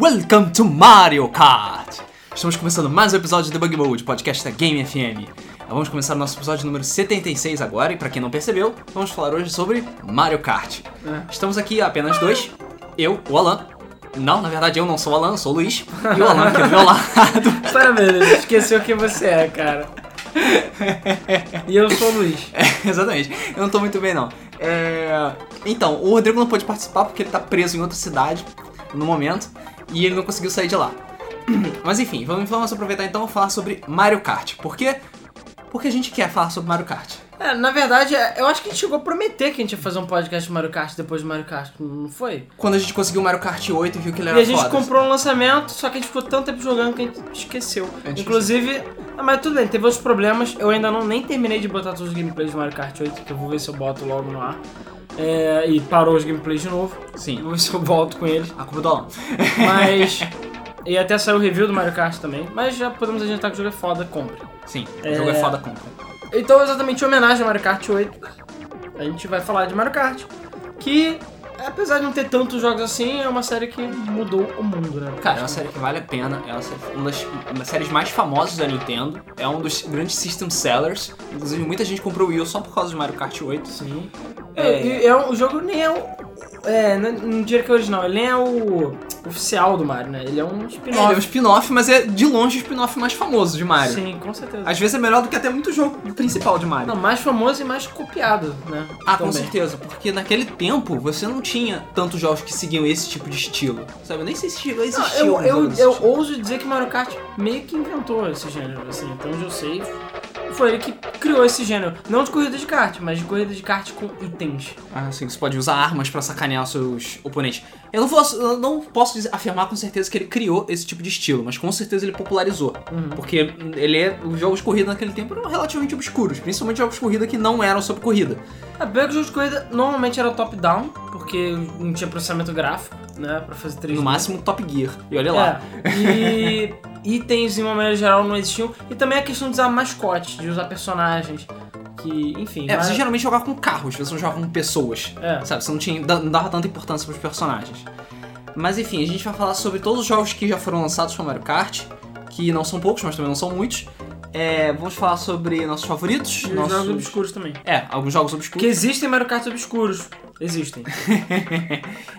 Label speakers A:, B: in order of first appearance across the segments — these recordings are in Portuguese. A: Welcome to Mario Kart! Estamos começando mais um episódio do Bug Mode, podcast da Game FM. Vamos começar o nosso episódio número 76 agora, e pra quem não percebeu, vamos falar hoje sobre Mario Kart.
B: É.
A: Estamos aqui apenas dois, eu, o Alan. Não, na verdade eu não sou o Alan, eu sou o Luiz. E o Alan que é do meu lado.
B: Parabéns, esqueceu quem você é, cara. E eu sou o Luiz.
A: É, exatamente. Eu não tô muito bem, não. É, Então, o Rodrigo não pôde participar porque ele tá preso em outra cidade no momento e ele não conseguiu sair de lá. Mas enfim, vamos, vamos aproveitar então e falar sobre Mario Kart. Por quê? Porque a gente quer falar sobre Mario Kart.
B: É, na verdade, é, eu acho que a gente chegou a prometer que a gente ia fazer um podcast de Mario Kart depois de Mario Kart, não foi?
A: Quando a gente conseguiu o Mario Kart 8 e viu que ele
B: E
A: era
B: a gente
A: foda.
B: comprou um lançamento, só que a gente ficou tanto tempo jogando que a gente esqueceu.
A: gente
B: Inclusive, ah, mas tudo bem, teve outros problemas. Eu ainda não nem terminei de botar todos os gameplays de Mario Kart 8, que eu vou ver se eu boto logo no ar. É, e parou os gameplays de novo. Eu
A: Sim.
B: Vou ver se eu volto com eles.
A: A culpa é do Alan.
B: Mas. e até saiu o review do Mario Kart também. Mas já podemos adiantar que o jogo é foda, compre.
A: Sim, o jogo é foda contra.
B: Então, exatamente em homenagem ao Mario Kart 8, a gente vai falar de Mario Kart, que, apesar de não ter tantos jogos assim, é uma série que mudou o mundo, né?
A: Cara, é uma série que vale a pena, é uma, série, uma, das, uma das séries mais famosas da Nintendo, é um dos grandes system sellers. Inclusive, muita gente comprou o Wii U só por causa do Mario Kart 8.
B: Sim.
A: É.
B: É, e é um- o jogo nem é o. É, não- não diria que é original, ele nem é o oficial do Mario, né? Ele é um
A: É, ele é um
B: spin-off.
A: spin-off, mas é de longe o spin-off mais famoso de Mario.
B: Sim, com certeza.
A: Às vezes é melhor do que até muito jogo principal de Mario.
B: Não, mais famoso e mais copiado, né?
A: Ah, com
B: Também.
A: certeza, porque naquele tempo você não tinha tantos jogos que seguiam esse tipo de estilo. Sabe, eu nem sei se chegou a
B: Não,
A: existir.
B: eu,
A: um
B: eu,
A: jogo desse
B: eu
A: estilo.
B: ouso dizer que Mario Kart meio que inventou esse gênero, assim, então eu sei. Foi ele que criou esse gênero. Não de corrida de kart, mas de corrida de kart com itens.
A: Ah, sim, você pode usar armas pra sacanear os seus oponentes. Eu não, posso, eu não posso dizer- afirmar com certeza que ele criou esse tipo de estilo, mas com certeza ele popularizou.
B: Uhum.
A: Porque ele é, os jogos de corrida naquele tempo eram relativamente obscuros, principalmente jogos de corrida que não eram sobre corrida.
B: A Bug jogo de corrida normalmente era top-down, porque não tinha processamento gráfico, né? Pra fazer 3D.
A: No máximo Top Gear. E olha lá.
B: É, e itens, de uma maneira geral, não existiam. E também a questão de usar mascotes, de usar personagens. Que, enfim.
A: É,
B: mas-
A: você geralmente jogava com carros, você não jogava com pessoas.
B: É.
A: Sabe, você não, tinha, da- não dava tanta importância pros personagens. Mas enfim, a gente vai falar sobre todos os jogos que já foram lançados para Mario Kart, que não são poucos, mas também não são muitos. É, vamos falar sobre nossos favoritos.
B: E os
A: nossos...
B: jogos obscuros também.
A: É, alguns jogos
B: Que
A: obscuros.
B: existem Mario Kart obscuros. Existem.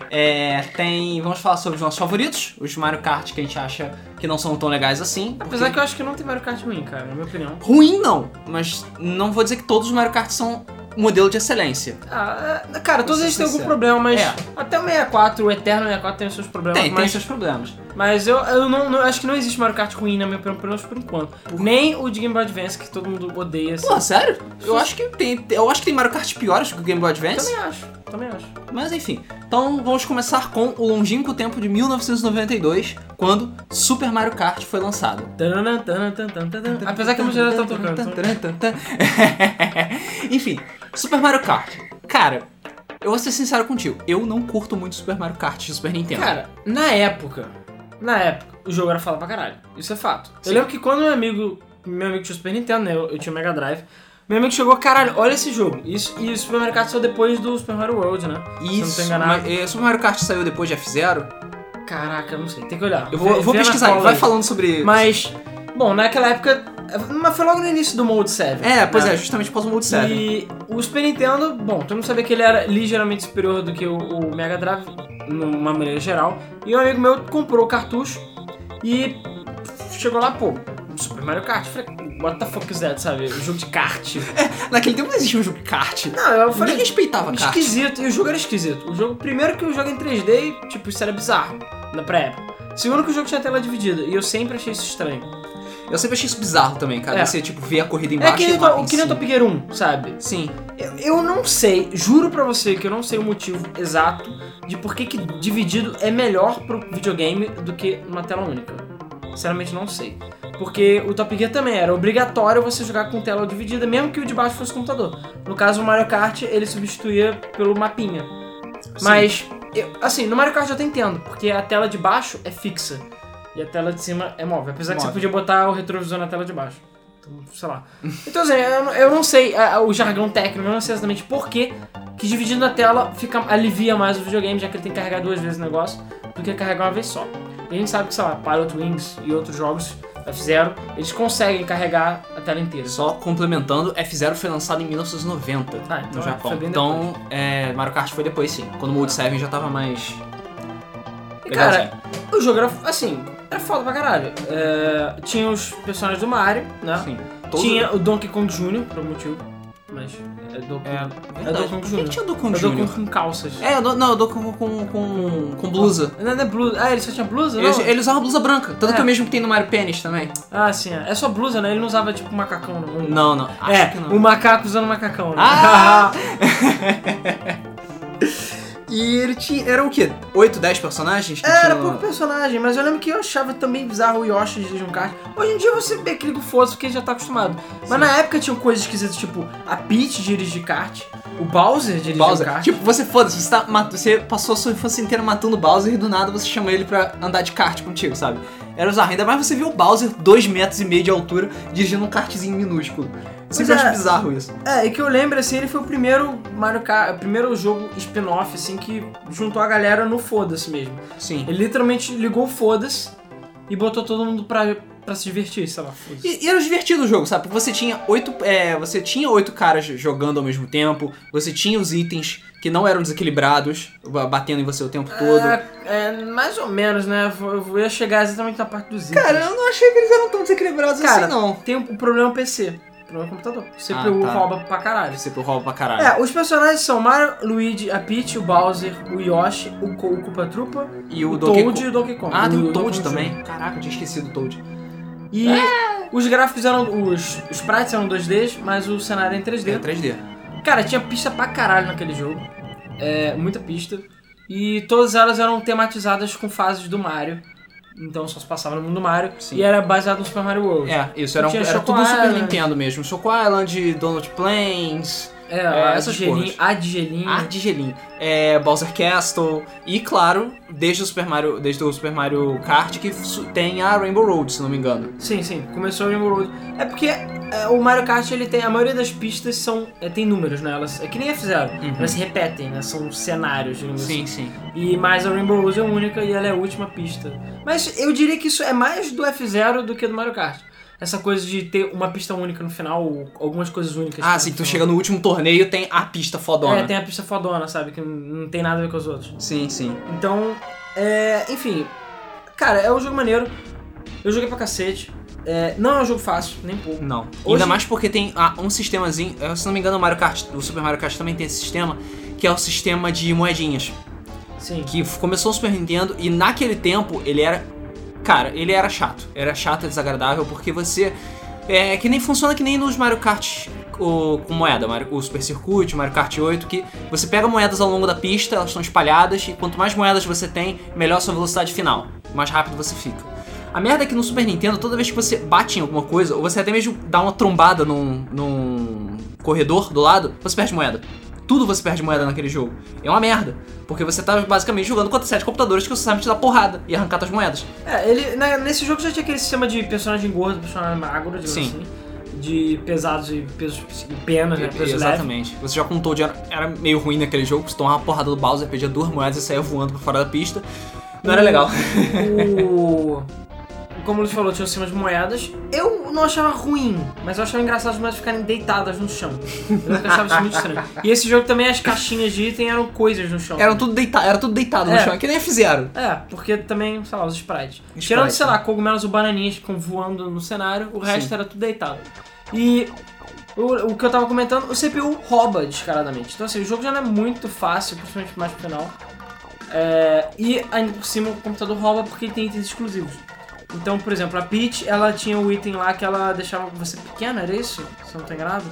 A: É, tem. Vamos falar sobre os nossos favoritos, os Mario Kart que a gente acha que não são tão legais assim. porque-
B: Apesar que eu acho que não tem Mario Kart ruim, cara, na minha opinião.
A: Ruim não, mas não vou dizer que todos os Mario Kart são modelo de excelência.
B: Ah, é- cara,
A: Vou
B: todos
A: ser
B: eles têm algum
A: sincero.
B: problema, mas
A: É.
B: até o 64, o Eterno 64 tem os seus problemas.
A: Tem, tem
B: mas
A: seus problemas.
B: mas eu, eu não, não- acho que não existe Mario Kart ruim, na minha opinião, pelo menos por enquanto. Nem o de Game Boy Advance, que todo mundo odeia. Assim.
A: Pô, sério? Eu acho que tem. Eu acho que tem Mario Kart piores que o Game Boy Advance.
B: Também acho, também acho.
A: Mas enfim. Então vamos começar com o longínquo tempo de 1992, quando Super Mario Kart foi lançado.
B: Tanana, tanana, tanana, tanana. Apesar que a música já tá tocando. então-
A: enfim, Super Mario Kart. Cara, eu vou ser sincero contigo, eu não curto muito Super Mario Kart de Super Nintendo.
B: Cara, na época, na época, o jogo era foda pra caralho. Isso é fato.
A: Sim.
B: Eu lembro que quando meu amigo, meu amigo tinha o Super Nintendo, né, eu, eu tinha o Mega Drive, meu amigo chegou, caralho, olha esse jogo. Isso, e o Super Mario Kart saiu depois do Super Mario World, né? Se eu não tô
A: Isso,
B: enganado.
A: mas, eh, Super Mario Kart saiu depois de F-Zero.
B: Caraca, eu não sei, tem que olhar.
A: Eu vou,
B: Vê-
A: eu vou
B: vê na
A: pesquisar,
B: cola
A: vai
B: aí.
A: falando sobre.
B: Mas, bom, naquela época, mas foi logo no início do Mode 7.
A: É, pois
B: né?
A: é, justamente por causa do Mode 7.
B: E o Super Nintendo, bom, todo mundo sabia que ele era ligeiramente superior do que o, o Mega Drive, numa maneira geral. E um amigo meu comprou o cartucho e chegou lá, pô, Super Mario Kart. Eu falei, what the fuck is that, sabe? O jogo de kart.
A: Naquele tempo não existia um jogo de kart.
B: Não, eu
A: Ninguém
B: falei,
A: respeitava kart.
B: esquisito. E o jogo era esquisito. O jogo, primeiro que o jogo em 3D, e, tipo, isso era bizarro, na pré-época. Segundo que o jogo tinha tela dividida, e eu sempre achei isso estranho.
A: Eu sempre achei isso bizarro também, cara.
B: É.
A: Você, tipo, ver a corrida
B: É
A: embaixo
B: que
A: e assim,
B: nem
A: o mapa
B: o
A: em
B: que nem o
A: cima.
B: Top Gear 1, sabe?
A: Sim.
B: Eu, eu não sei, juro pra você que eu não sei o motivo exato de por que, que dividido é melhor pro videogame do que uma tela única. Sinceramente, não sei. Porque o Top Gear também era obrigatório você jogar com tela dividida, mesmo que o de baixo fosse computador. No caso, o Mario Kart, ele substituía pelo mapinha. Mas, eu- assim, no Mario Kart eu até entendo, porque a tela de baixo é fixa e a tela de cima é móvel. Apesar que você
A: Móvel.
B: podia botar o retrovisor na tela de baixo. Então, sei lá. Então, assim, eu, não- eu não sei ah, o jargão técnico, eu não sei exatamente por que que dividindo a tela fica, alivia mais o videogame, já que ele tem que carregar duas vezes o negócio, do que carregar uma vez só. E a gente sabe que, sei lá, Pilot Wings e outros jogos F0, eles conseguem carregar a tela inteira.
A: Só complementando, F0 foi lançado em 1990
B: Ah,
A: no
B: então é,
A: Japão.
B: foi bem
A: então, é, Mario Kart foi depois sim, quando o Mode 7 já tava mais.
B: E, cara, o jogo era, assim, era foda pra caralho. É, tinha os personagens do Mario, né?
A: Sim.
B: Tinha o Donkey Kong Jr., por algum motivo, mas é Donkey
A: É,
B: É
A: verdade.
B: Donkey Kong
A: Por que
B: Jr.
A: que tinha Donkey Kong
B: Eu dou
A: Jr.?
B: com, com calças.
A: É, eu dou- não, eu dou com, com, com, com blusa.
B: Não, não é blusa. Ah, ele só tinha blusa?
A: Ele,
B: Não?
A: ele usava blusa branca, tanto
B: É.
A: que é o mesmo que tem no Mario Pênis também.
B: Ah, sim. É É só blusa, né? Ele não usava tipo macacão. Não.
A: Não, não, acho
B: é,
A: que não.
B: o macaco usando macacão. Né?
A: Ah! E ele tinha, era o quê? 8, 10 personagens? Que
B: Era
A: tinha
B: pouco
A: no...
B: personagem, mas eu lembro que eu achava também bizarro o Yoshi de um kart. Hoje em dia você vê aquele foda porque já tá acostumado. Mas
A: Sim.
B: na época tinham coisas esquisitas, tipo a Peach dirige kart, o Bowser dirige um
A: Bowser.
B: kart.
A: Tipo, você foda-se, você, tá mat- você passou a sua infância inteira matando o Bowser e do nada você chama ele pra andar de kart contigo, sabe? Era usar. Ainda mais você viu o Bowser 2 metros e meio de altura dirigindo um kartzinho minúsculo. Sempre
B: Pois é.
A: acho bizarro isso.
B: É, e que eu lembro, assim, ele foi o primeiro Mario Kart, o primeiro jogo spin-off, assim, que juntou a galera no foda-se mesmo.
A: Sim.
B: Ele literalmente ligou o foda-se e botou todo mundo pra, pra se divertir, sei lá. foda-se.
A: E, e era divertido o jogo, sabe? Porque você tinha oito, é, você tinha oito caras jogando ao mesmo tempo, você tinha os itens que não eram desequilibrados, ba- batendo em você o tempo todo.
B: É, é, mais ou menos, né? Eu ia chegar exatamente na parte dos itens.
A: Cara, eu não achei que eles eram tão desequilibrados
B: Cara,
A: assim, não.
B: tem um problema PC, problema computador. O CPU
A: Ah, tá.
B: rouba pra caralho.
A: Você rouba pra caralho.
B: É, os personagens são Mario, Luigi, a Peach, o Bowser, o Yoshi, o, Co o Koopa Troopa,
A: E É, o,
B: o,
A: Donkey
B: Toad
A: Kong-
B: e o Donkey Kong.
A: Ah, tem o
B: Donkey
A: Toad
B: Kong Jr.
A: também. Caraca, eu tinha esquecido o Toad.
B: E
A: Ah!
B: os gráficos eram... Os, os sprites eram 2Ds, mas o cenário era em 3D.
A: É 3D.
B: Cara, tinha pista pra caralho naquele jogo. É, muita pista. E todas elas eram tematizadas com fases do Mario. Então só se passava no mundo do Mario.
A: Sim.
B: E era baseado no Super Mario World.
A: É, isso era, um,
B: Tinha
A: era
B: Choco
A: tudo Super
B: Island.
A: Nintendo mesmo. Choco Island, Donut Plains,
B: É,
A: essas
B: essas gelinhas,
A: porras. Ah?
B: a de gelinho.
A: Art de Gelim, é, Bowser Castle e claro, desde o Super Mario, desde o Super Mario Kart que su- tem a Rainbow Road, se não me engano.
B: Sim, sim, começou o Rainbow Road. É porque é, o Mario Kart, ele tem. A maioria das pistas são. É, tem números, né? Elas, é que nem F0.
A: Uhum.
B: Elas se repetem, né? São cenários, digamos assim.
A: sim.
B: E mais a Rainbow Road é única e ela é a última pista. Mas eu diria que isso é mais do F0 do que do Mario Kart. Essa coisa de ter uma pista única no final, ou algumas coisas únicas.
A: Ah, sim, tu chega no último torneio tem a pista fodona.
B: É, tem a pista fodona, sabe? Que não tem nada a ver com as outras.
A: Sim, sim.
B: Então, é, enfim. Cara, é um jogo maneiro. Eu joguei pra cacete. É, não é um jogo fácil, nem pouco.
A: Não.
B: Hoje-
A: Ainda mais porque tem ah, um sistemazinho, eh, se não me engano, o Mario Kart, o Super Mario Kart também tem esse sistema, que é o sistema de moedinhas.
B: Sim.
A: assim, que f- começou o Super Nintendo e naquele tempo ele era. Cara, ele era chato. Era chato e desagradável porque você. É que nem funciona que nem nos Mario Kart o- com moeda, Mario- o Super Circuit, o Mario Kart 8, que você pega moedas ao longo da pista, elas estão espalhadas, e quanto mais moedas você tem, melhor a sua velocidade final, mais rápido você fica. A merda é que no Super Nintendo, toda vez que você bate em alguma coisa, ou você até mesmo dá uma trombada num, num corredor do lado, você perde moeda. Tudo você perde moeda naquele jogo. É uma merda. Porque você tá basicamente jogando contra sete computadores que você sabe te dar porrada e arrancar suas moedas.
B: É, ele, na- nesse jogo já tinha aquele sistema de personagem gordo, personagem magro, digamos
A: Sim.
B: assim. De pesados e pesos penas, né?
A: E-
B: Peso leve.
A: Exatamente. Você já contou de. Era, era meio ruim naquele jogo, você tomava uma porrada do Bowser, perdia duas moedas e saía voando pra fora da pista. Não era
B: O-
A: legal.
B: O. Como o Luiz falou, tinha o sistema de moedas. Eu não achava ruim, mas eu achava engraçado as moedas ficarem deitadas no chão. Eu nunca achava isso muito estranho. E esse jogo também, as caixinhas de item eram coisas no chão.
A: Era tudo, deita era tudo deitado no
B: É.
A: chão, é que nem fizeram.
B: É, porque também, sei lá, os sprites.
A: Sprites,
B: Tirando, sei
A: né?
B: lá, cogumelos ou bananinhas que ficam voando no cenário, o resto
A: Sim.
B: era tudo deitado. E o, o que eu tava comentando, o CPU rouba descaradamente. Então, assim, o jogo já não é muito fácil, principalmente mais pro final. É, e ainda por cima o computador rouba porque ele tem itens exclusivos. Então, por exemplo, a Peach, ela tinha o item lá que ela deixava você pequeno, era isso? Se eu não tô enganado?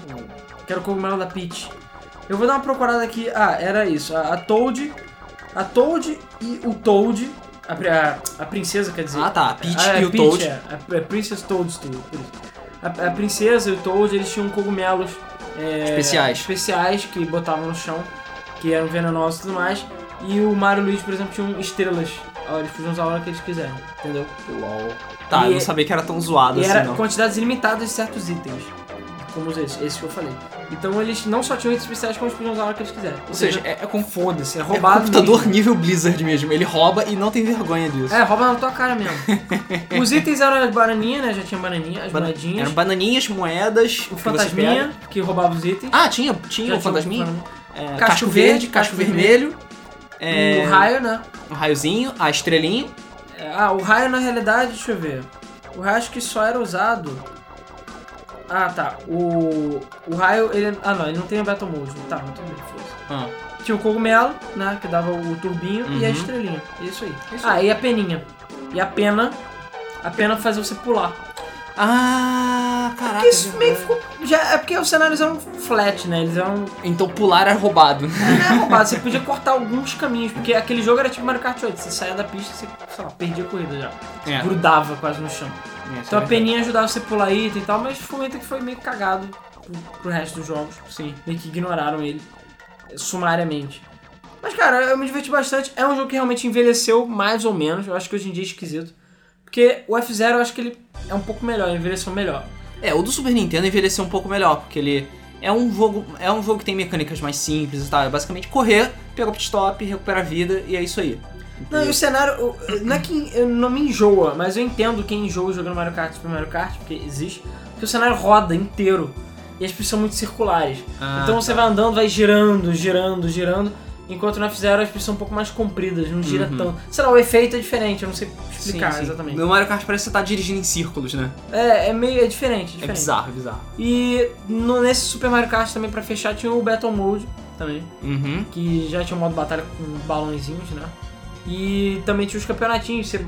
B: Que era o cogumelo da Peach. Eu vou dar uma procurada aqui. Ah, era isso. A, a Toad. A Toad e o Toad. A, pri- a, a princesa, quer dizer.
A: Ah tá, a Peach
B: Ah, é,
A: e o
B: Peach,
A: Toad.
B: É, a, a Princess Toadstool. por isso. A, a princesa e o Toad, eles tinham cogumelos é,
A: Especiais.
B: especiais que botavam no chão, que eram venenosos e tudo mais. E o Mario e o Luigi, por exemplo, tinham estrelas. Ah, Eles podiam usar a hora que eles quiserem, entendeu?
A: Tá, eu
B: E-
A: não sabia que era tão zoado
B: E
A: assim,
B: era
A: não.
B: quantidades ilimitadas de certos itens. Como esses, esse que eu falei. Então eles não só tinham itens especiais, como eles podiam usar a hora que eles quiserem. Ou,
A: Ou seja, é, é, com-
B: foda-se, é
A: é
B: roubado.
A: computador
B: mesmo.
A: nível Blizzard mesmo. Ele rouba e não tem vergonha disso.
B: É, rouba na tua cara mesmo. Os itens eram as bananinhas, né? Já tinha bananinha, as
A: Bana-
B: moedinhas.
A: Eram bananinhas, moedas,
B: O
A: que você
B: fantasminha,
A: pega.
B: que roubava os itens.
A: Ah, tinha, tinha
B: Já
A: o
B: tinha um
A: fantasminha?
B: fantasminha.
A: É,
B: Casco verde,
A: casco
B: casco
A: vermelho, é,
B: O raio, né?
A: um raiozinho, a estrelinha.
B: É, Ah, o raio na realidade, deixa eu ver. O raio acho que só era usado. Ah, tá. O, o raio, ele. Ah, não, ele não tem o Battle Mode. Tá, não tem força.
A: Ah,
B: Tinha o cogumelo, né? Que dava o turbinho e a
A: Uhum.
B: estrelinha. Isso aí.
A: Isso
B: ah, e a peninha. E a pena. A pena fazia você pular.
A: ah caraca.
B: Porque isso
A: é
B: meio que
A: verdade.
B: ficou. Já, é porque os cenários eram flat, né? Eles eram.
A: Então pular era roubado.
B: Era roubado. Você podia cortar alguns caminhos. Porque aquele jogo era tipo Mario Kart 8. Você saía da pista e você, sei lá, perdia a corrida já.
A: É,
B: Grudava quase no chão.
A: é, isso
B: Então
A: é
B: a peninha ajudava você a pular item e tal, mas foi um item que foi meio cagado pro, pro resto dos jogos.
A: Sim.
B: Meio que ignoraram ele eh, sumariamente. Mas cara, eu me diverti bastante. É um jogo que realmente envelheceu mais ou menos. Eu acho que hoje em dia é esquisito. Porque o F0 eu acho que ele é um pouco melhor, ele envelheceu melhor.
A: É, o do Super Nintendo envelheceu um pouco melhor, porque ele é um jogo, é um jogo que tem mecânicas mais simples e tal. É basicamente correr, pegar o pit stop, recuperar a vida e é isso aí.
B: Não, e o cenário. o- Não é que eu- não me enjoa, mas eu entendo quem enjoa jogando Mario Kart Super Mario Kart, porque existe. Porque o cenário roda inteiro. E as pistas são muito circulares.
A: Ah,
B: então você vai andando, vai girando, girando, girando. Enquanto no F0 as pistas são um pouco mais compridas, não gira
A: Uhum.
B: tanto. Sei lá, o efeito é diferente, eu não sei
A: Sim,
B: explicar
A: sim.
B: exatamente.
A: No Mario Kart parece que você tá dirigindo em círculos, né?
B: É, é meio. é diferente,
A: É
B: diferente.
A: bizarro, é bizarro.
B: E no- nesse Super Mario Kart também, pra fechar, tinha o Battle Mode também
A: Uhum.
B: que já tinha um modo batalha com balãozinhos, né? E também tinha os campeonatinhos, você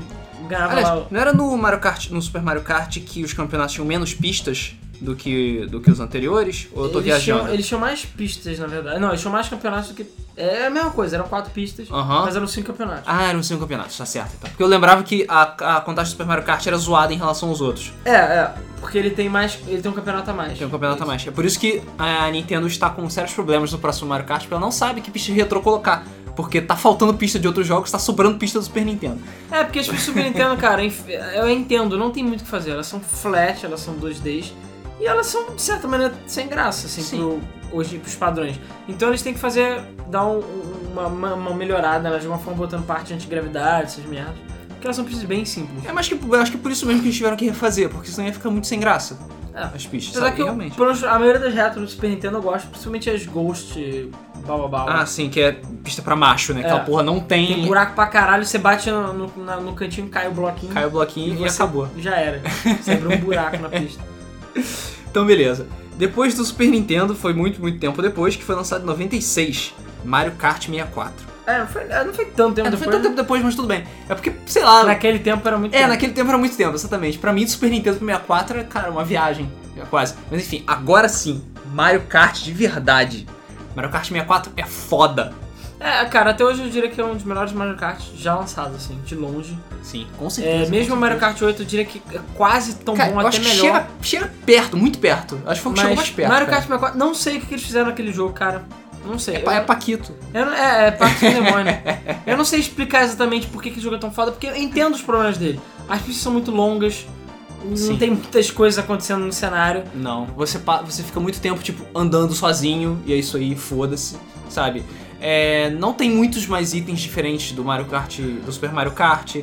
B: ganhava lá.
A: Aliás, não era no Mario Kart, no Super Mario Kart que os campeonatos tinham menos pistas do que, do que os anteriores? Ou eu tô
B: eles
A: viajando?
B: Tinham, eles tinham mais pistas, na verdade. Não, eles tinham mais campeonatos do que. É a mesma coisa, eram quatro pistas,
A: Aham.
B: mas eram cinco campeonatos.
A: Ah, eram cinco campeonatos, tá certo. Então. Porque eu lembrava que a, a contagem do Super Mario Kart era zoada em relação aos outros.
B: É, é. Porque ele tem mais. Ele tem um campeonato a mais.
A: Tem um campeonato a mais. É por isso que a Nintendo está com sérios problemas no próximo Mario Kart, porque ela não sabe que pista retrô colocar. Porque tá faltando pista de outros jogos, tá sobrando pista do Super Nintendo.
B: É, porque as pistas do Super Nintendo, cara, enf- eu entendo, não tem muito o que fazer. Elas são flat, elas são 2Ds. E elas são, de certa maneira, sem graça, assim,
A: Sim.
B: pro, hoje pros padrões. Então eles têm que fazer, dar um- um- uma, uma- uma melhorada nelas, de uma forma botando parte de antigravidade, essas merdas. Porque elas são pistas bem simples.
A: É, mas que, eu acho que por isso mesmo que eles tiveram que refazer, porque senão ia ficar muito sem graça
B: É.
A: as pistas.
B: Apesar
A: Sabe?
B: que eu,
A: Realmente.
B: pelo- a maioria das retros do Super Nintendo eu gosto, principalmente as Ghost, bababá.
A: Ah, sim, que é pista pra macho, né? Aquela
B: É.
A: porra não tem.
B: tem buraco pra caralho, você bate no, no- na- no cantinho, cai o bloquinho,
A: Cai o bloquinho e,
B: E você-
A: acabou.
B: já era. Você abriu um buraco na pista.
A: Então, beleza. Depois do Super Nintendo, foi muito, muito tempo depois, que foi lançado em 96, Mario Kart 64.
B: É, não foi, não foi tanto tempo
A: É, não
B: depois.
A: foi tanto tempo depois, mas tudo bem. É porque, sei lá,
B: Naquele tempo era muito
A: É,
B: tempo.
A: naquele tempo era muito tempo, exatamente. Pra mim, do Super Nintendo pro 64 era, cara, uma viagem. é Quase. Mas enfim, agora sim, Mario Kart de verdade. Mario Kart 64 é foda.
B: É, cara, até hoje eu diria que é um dos melhores Mario Kart já lançado, assim, de longe.
A: Sim, com
B: É,
A: certeza.
B: mesmo o Mario Kart 8 eu diria que é quase tão bom, até melhor.
A: Chega, chega perto, muito perto. Acho que foi o que chegou
B: mas
A: mais perto.
B: Mario
A: cara.
B: Kart 64, não sei o que que eles fizeram naquele jogo, cara. Não sei.
A: é,
B: Eu-
A: pa- é Paquito.
B: eu não- é, é parte do demônio. eu não sei explicar exatamente por que que o jogo é tão foda, porque eu entendo os problemas dele. As pistas são muito longas,
A: Sim.
B: não tem muitas coisas acontecendo no cenário.
A: Não, você, pa- você fica muito tempo, tipo, andando sozinho, e é isso aí, foda-se, sabe? É, não tem muitos mais itens diferentes do Mario Kart, do Super Mario Kart,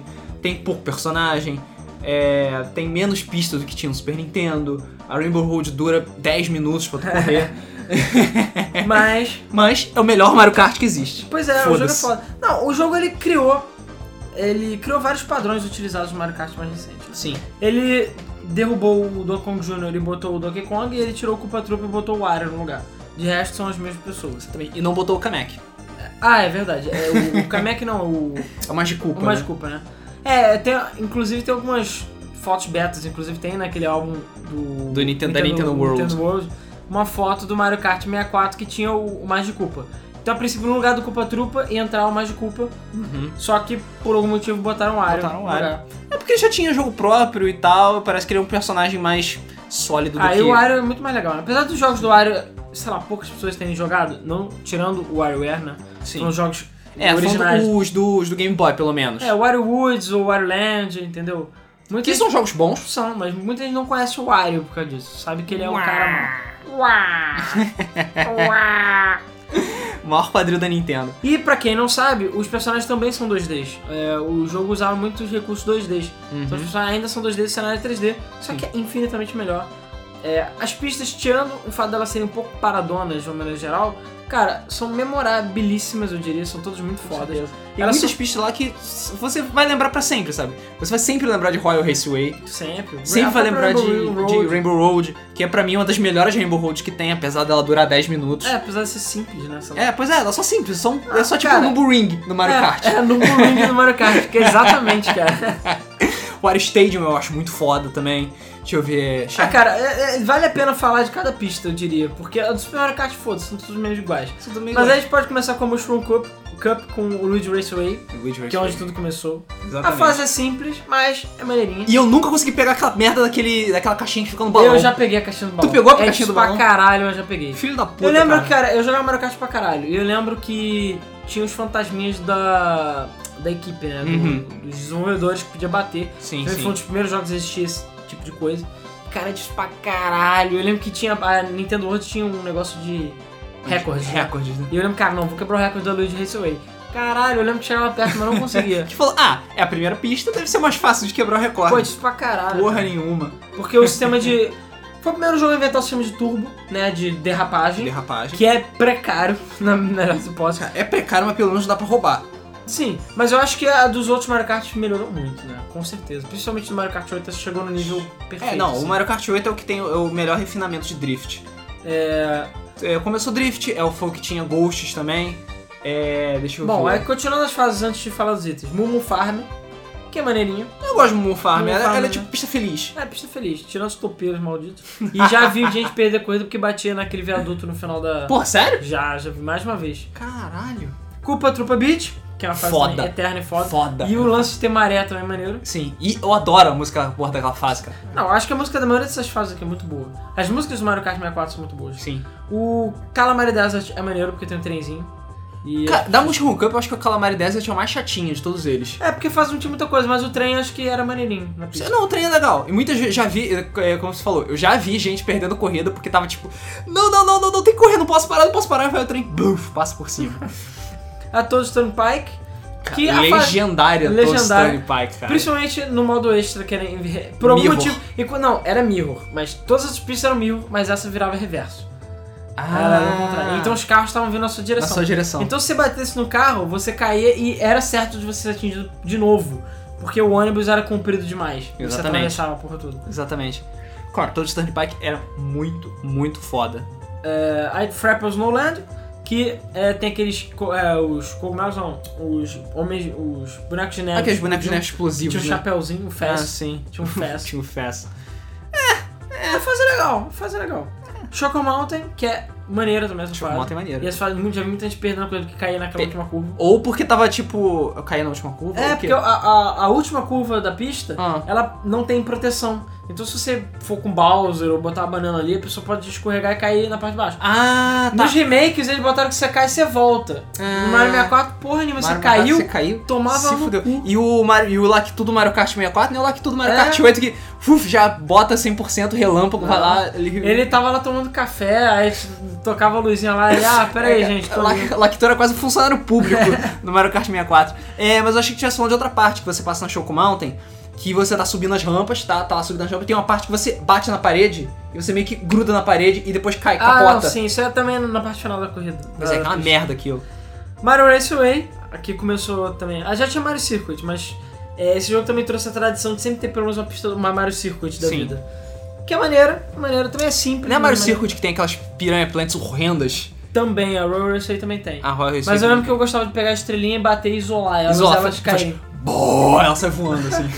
A: tem pouco personagem, é, tem menos pista do que tinha no Super Nintendo, a Rainbow Road dura 10 minutos pra tu correr, É.
B: Mas
A: mas é o melhor Mario Kart que existe.
B: Pois é, o jogo é
A: Foda-se.
B: foda. Não, o jogo ele criou. Ele criou vários padrões utilizados no Mario Kart mais recente. né?
A: Sim.
B: Ele derrubou o Donkey Kong Jr. e botou o Donkey Kong, e ele tirou o Koopa Troopa e botou o Wario no lugar. De resto são as mesmas pessoas.
A: Também. E não botou o Kamek.
B: Ah, é verdade. É, o, o Kamek não, o,
A: É mais de culpa,
B: o mais
A: né?
B: Koopa, né? É, tem, inclusive tem algumas fotos betas, inclusive tem naquele álbum do,
A: Do Nintendo- da Nintendo World.
B: Nintendo World uma foto do Mario Kart 64 que tinha o, o mais de Koopa. Então, a princípio, no lugar do Koopa Troopa ia entrar o mais de Koopa,
A: Uhum.
B: só que por algum motivo botaram o Wario.
A: Botaram o
B: no
A: Wario.
B: lugar.
A: É porque ele já tinha jogo próprio e tal, parece que ele é um personagem mais sólido do
B: Aí
A: que...
B: o Wario é muito mais legal. né? Apesar dos jogos do Wario, sei lá, poucas pessoas terem jogado, não tirando o WarioWare, né?
A: Sim.
B: São os jogos
A: É,
B: originais.
A: falando os dos do Game Boy, pelo menos.
B: É, o Wario Woods ou o Wario Land, entendeu? Muita
A: que
B: gente
A: são jogos bons.
B: são, mas muita gente não conhece o Wario por causa disso. Sabe que ele é um cara Uá! Uá!
A: O maior quadril da Nintendo.
B: E pra quem não sabe, os personagens também são 2Ds. É, o jogo usava muitos recursos 2Ds. Então os personagens ainda são 2D, o cenário é 3D, só que é infinitamente melhor. É, as pistas, tirando o fato delas serem um pouco paradonas de uma maneira geral, cara, são memorabilíssimas, eu diria, são todas É muito fodas.
A: Tem
B: Elas
A: muitas pistas lá que s- você vai lembrar pra sempre, sabe? Você vai sempre lembrar de Royal Raceway,
B: Sempre.
A: sempre
B: A
A: vai
B: própria
A: lembrar de,
B: Rainbow
A: de
B: Road.
A: Rainbow Road, que é pra mim uma das melhores Rainbow Roads que tem, apesar dela durar 10 minutos.
B: É, apesar de ser simples, né? essa-
A: É, pois é, ela é só simples, só um- é só tipo
B: cara.
A: um Nubu Ring no Mario
B: É,
A: Kart.
B: É, no Ring do Mario Kart, que é exatamente, cara.
A: O Wario Stadium eu acho muito foda também. Deixa eu ver.
B: Ah, cara, é- é- vale a pena falar de cada pista, eu diria, porque a do Super Mario Kart, foda-se, são todos menos iguais.
A: Isso também
B: Mas
A: eu
B: aí a gente pode começar com o Mushroom Cup, Cup com o Luigi Raceway,
A: acho. Luigi
B: que é onde
A: Raceway.
B: tudo começou. A
A: Exatamente.
B: fase é simples, mas é maneirinha.
A: E eu nunca consegui pegar aquela merda daquele, daquela caixinha que fica no balão.
B: Eu já peguei a caixinha do balão.
A: pegou a
B: É
A: caixinha
B: isso
A: do balão?
B: pra caralho, eu já peguei.
A: Filho da puta.
B: eu lembro,
A: cara.
B: cara. eu jogava Mario Kart pra caralho. E eu lembro que tinha os fantasminhas da, da equipe, né? do-
A: Uhum.
B: Dos desenvolvedores que podia bater.
A: Sim,
B: Esse
A: sim.
B: foi um dos primeiros jogos a existir esse tipo de coisa. Cara, é difícil pra caralho. Eu lembro que tinha. A Nintendo World tinha um negócio de recordes. né?
A: Recordes, né?
B: E eu lembro, cara, não, vou quebrar o recorde da Luigi Raceway. Caralho, eu lembro que chegava perto, mas não conseguia.
A: Que falou, ah, é a primeira pista, deve ser mais fácil de quebrar o recorde.
B: Pô, é difícil pra caralho.
A: Porra nenhuma.
B: Porque o sistema de. Foi o primeiro jogo a inventar o sistema de turbo, né? De derrapagem.
A: Derrapagem.
B: Que é precário, na melhor hipótese.
A: É precário, mas pelo menos dá pra roubar. É,
B: Sim, mas eu acho que a dos outros Mario Kart melhorou muito, né? Com certeza. Principalmente no Mario Kart 8, você chegou no nível perfeito.
A: É, não,
B: assim.
A: o Mario Kart 8 é o que tem o é o melhor refinamento de drift.
B: É...
A: É, começou drift, é o foi o que tinha ghosts também. É, deixa eu
B: Bom,
A: ver.
B: é, continuando as fases antes de falar dos itens. Mumu Farm, que é maneirinho.
A: Eu gosto de Moon Farm,
B: Moon
A: ela,
B: Farm,
A: ela é
B: né?
A: tipo pista feliz.
B: É, pista feliz, tirando os topeiros malditos. E já vi gente perder corrida porque batia naquele viaduto no final da...
A: Pô, sério?
B: Já, já vi mais uma vez.
A: Caralho.
B: Culpa Trupa Beat, que é uma fase
A: Foda.
B: também eterna e foda.
A: Foda.
B: E o lance de ter maré também é maneiro.
A: Sim, e eu adoro a música porra daquela fase, cara.
B: Não, acho que a música da maioria dessas fases aqui é muito boa. As músicas do Mario Kart 64 são muito boas.
A: Sim.
B: O Calamari Desert é maneiro porque tem um trenzinho. E
A: Cara, da Mushroom Cup, eu acho que o Calamari Desert é o mais chatinho de todos eles.
B: É, porque faz não tinha muita coisa, mas o trem acho que era maneirinho na pista.
A: Não, o trem é legal. E muitas vezes já vi, é, como você falou, eu já vi gente perdendo corrida porque tava tipo, não, não, não, não, não tem que correr, não posso parar, não posso parar. E vai o trem, buf, passa por cima.
B: A todos Turnpike, que a fase...
A: legendária do
B: Legendária.
A: Stone Pike, cara.
B: Principalmente no modo extra, que era em- por algum
A: Mirror.
B: motivo. e quan- não, era mirror, mas todas as pistas eram mirror, mas essa virava reverso.
A: Ah, é
B: Ela era ao contrário. Então os carros estavam vindo na sua
A: na
B: direção.
A: sua direção.
B: Então se você batesse no carro, você caía e era certo de você ser atingido de novo. Porque o ônibus era comprido demais. e Você
A: Exatamente.
B: atravessava a porra toda.
A: Exatamente. Claro, todo Stone Pike era muito, muito foda.
B: É, aí Frapples No Land, que é, tem aqueles. co- é, os cogumelos, não. Os homens. Os bonecos de neve.
A: Aqueles bonecos de neve
B: Tinha
A: explosivos,
B: um
A: né?
B: chapéuzinho, um
A: Ah,
B: fast.
A: sim.
B: Tinha um fast.
A: Tinha um fast.
B: É, fase legal, fase legal. Choco Mountain, que é maneira também essa
A: Tipo,
B: fase.
A: moto é maneiro.
B: E essa fase, muito- já vi muita gente perdendo a coisa que caía naquela
A: Pe-
B: última curva.
A: Ou porque tava, tipo, eu caí na última curva.
B: É,
A: ou o quê?
B: porque a, a- a última curva da pista,
A: Ah.
B: ela não tem proteção. Então se você for com Bowser ou botar a banana ali, a pessoa pode escorregar e cair na parte de baixo.
A: Ah, tá.
B: Nos remakes, eles botaram que você cai e você volta.
A: Ah.
B: No Mario 64, porra nenhuma, você
A: Mario Kart,
B: caiu,
A: Você caiu.
B: tomava um-
A: se
B: no
A: fudeu.
B: cu.
A: E o, Mario, e o Lack tudo Mario Kart 64, né? O Lack tudo Mario
B: É.
A: Kart 8 que uf, já bota 100% relâmpago, vai lá.
B: Ele tava lá tomando café, aí tocava a luzinha lá e, ah, peraí, gente, tô
A: Lack- Lack tudo era quase um funcionário público no Mario Kart 64. É, mas eu achei que tivesse falando de outra parte, que você passa na Choco Mountain, que você tá subindo as rampas, tá, tá lá subindo as rampas, tem uma parte que você bate na parede, e você meio que gruda na parede e depois cai,
B: Ah, não,
A: capota.
B: sim, isso é também na parte final da corrida.
A: Mas é
B: Da-
A: aquela merda aquilo.
B: Mario Raceway, aqui começou também. Ah, já tinha Mario Circuit, mas é, esse jogo também trouxe a tradição de sempre ter pelo menos uma pista, uma Mario Circuit da
A: Sim.
B: vida. Que é maneira, maneira também é simples.
A: Não é
B: mas
A: Mario
B: maneira.
A: Circuit que tem aquelas piranha plants horrendas?
B: Também, a Royal Raceway também tem.
A: Ah, Royal
B: mas eu lembro que eu gostava de pegar a estrelinha e bater e isolar elas,
A: Isolar,
B: elas
A: faz-
B: caírem.
A: Boa, ela sai voando assim.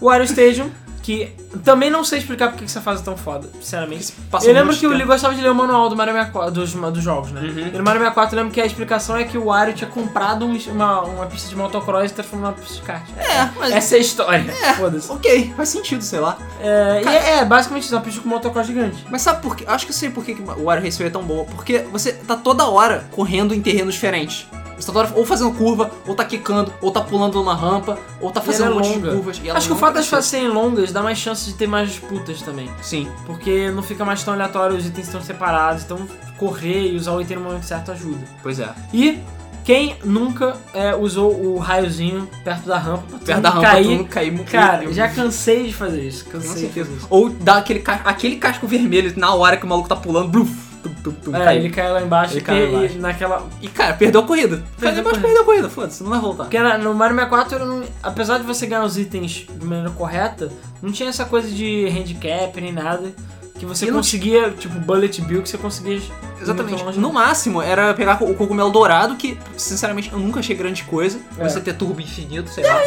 B: O Wario Stadium, que também não sei explicar porque que essa fase é tão foda, sinceramente.
A: Passa
B: eu lembro
A: muito
B: que eu
A: tempo.
B: li- gostava de ler o manual do Mario 64, dos, dos jogos, né?
A: Uhum.
B: E no Mario 64 eu lembro que a explicação é que o Wario tinha comprado um- uma, uma pista de motocross e transformou numa pista de kart.
A: É, mas.
B: Essa é a história. Foda-se.
A: Ok, faz sentido, sei lá.
B: É, e é, é, basicamente isso, uma pista com motocross gigante.
A: Mas sabe por quê? Acho que eu sei por que que o Wario Raceway é tão boa. Porque você tá toda hora correndo em terrenos diferentes. Você tá toda hora ou fazendo curva, ou tá quicando, ou tá pulando numa rampa, ou tá fazendo
B: ela
A: um
B: é
A: monte de
B: longa.
A: curvas. e ela
B: Acho que o
A: não tá
B: fato é das
A: cresceu.
B: fases serem longas dá mais chance de ter mais disputas também.
A: Sim.
B: Porque não fica mais tão aleatório, os itens estão separados, então correr e usar o item no momento certo ajuda.
A: Pois é.
B: E quem nunca é, usou o raiozinho perto da rampa pra todo
A: Perto da
B: mundo
A: rampa,
B: cair?
A: todo mundo caiu. muito-
B: Cara,
A: eu-
B: já cansei de fazer isso.
A: Com
B: Cansei de
A: certeza.
B: fazer isso.
A: Ou dá aquele, ca- aquele casco vermelho na hora que o maluco tá pulando, bluf, tum, tum, tum,
B: É,
A: caiu.
B: ele caiu lá embaixo,
A: Ele
B: e,
A: caiu lá embaixo.
B: e naquela.
A: E cara, perdeu a corrida. Perdeu,
B: Perdeu
A: mas
B: a corrida.
A: perdeu a corrida, foda-se, não vai voltar.
B: Porque na- no Mario 64, eu não- apesar de você ganhar os itens de maneira correta, não tinha essa coisa de handicap nem nada. Que você
A: E não
B: conseguia, tipo, bullet bill, que você conseguia. ir
A: Exatamente.
B: muito longe.
A: No máximo era pegar o cogumelo dourado, que sinceramente eu nunca achei grande coisa.
B: É.
A: Você ter turbo infinito, sei lá.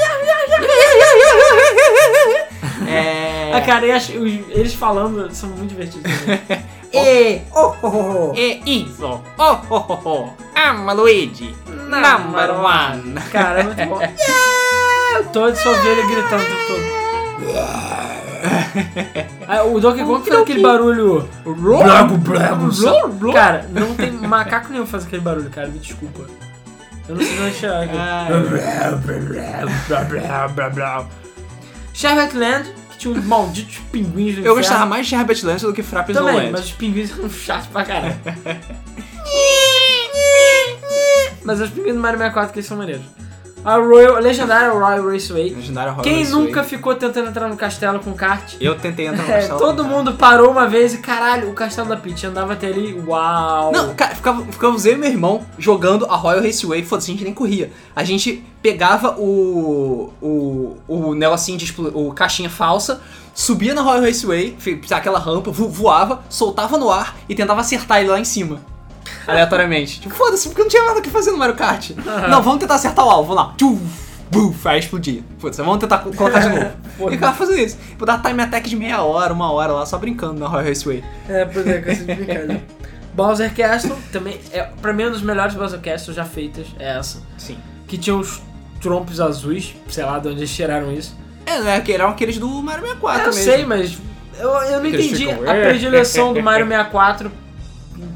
B: Ah,
A: é.
B: cara, e as- os- eles falando são muito divertidos. também. e, oh, oh, oh, oh.
A: É isso. Oh, oh, oh, oh. I'm Luigi. Number one.
B: Cara, é muito bom. Todos só vê ele gritando o tempo todo. Ah, o Donkey Kong faz aquele barulho.
A: Blago, blago,
B: Cara, não tem macaco nenhum que faz aquele barulho, cara. Me desculpa. Eu não sei onde achar aqui. Charlotte Land, que tinha uns malditos pinguins
A: Eu
B: no inferno.
A: gostava mais de Herbert Lance do que Frappers
B: Também,
A: Land.
B: mas os pinguins eram chatos pra caralho. mas os pinguins do Mario 64 que eles são maneiros. A Royal, a legendária Royal Raceway.
A: Legendário Roller
B: Quem
A: Raceway.
B: nunca ficou tentando entrar no castelo com kart?
A: Eu tentei entrar no
B: É,
A: castelo.
B: todo mundo parou uma vez e caralho, o castelo da Peach andava até ali, uau.
A: Não, cara, ficava, ficávamos eu e meu irmão jogando a Royal Raceway, foda-se, a gente nem corria. A gente pegava o. o. o negocinho de expl- o caixinha falsa, subia na Royal Raceway, fe- aquela rampa, vo- voava, soltava no ar e tentava acertar ele lá em cima. Aleatoriamente. tipo, foda-se, porque não tinha nada o que fazer no Mario Kart. Não, vamos tentar acertar o alvo, vamos lá. Tchuf, buf, aí explodia. Foda-se, vamos tentar co- colocar de novo. E ficava fazendo isso. Vou dar time attack de meia hora, uma hora lá, só brincando na Royal Raceway.
B: É, pois é, coisa de brincadeira. Bowser Castle também é, pra mim, um dos melhores Bowser Castles já feitas, é essa.
A: Sim.
B: Que tinha uns trompos azuis, sei lá de onde eles tiraram isso.
A: É, né, que eram aqueles do Mario 64
B: É, eu
A: Ah, tá mesmo.
B: sei, mas eu, eu não
A: Eles
B: entendi
A: ficam,
B: a
A: "É".
B: predileção do Mario 64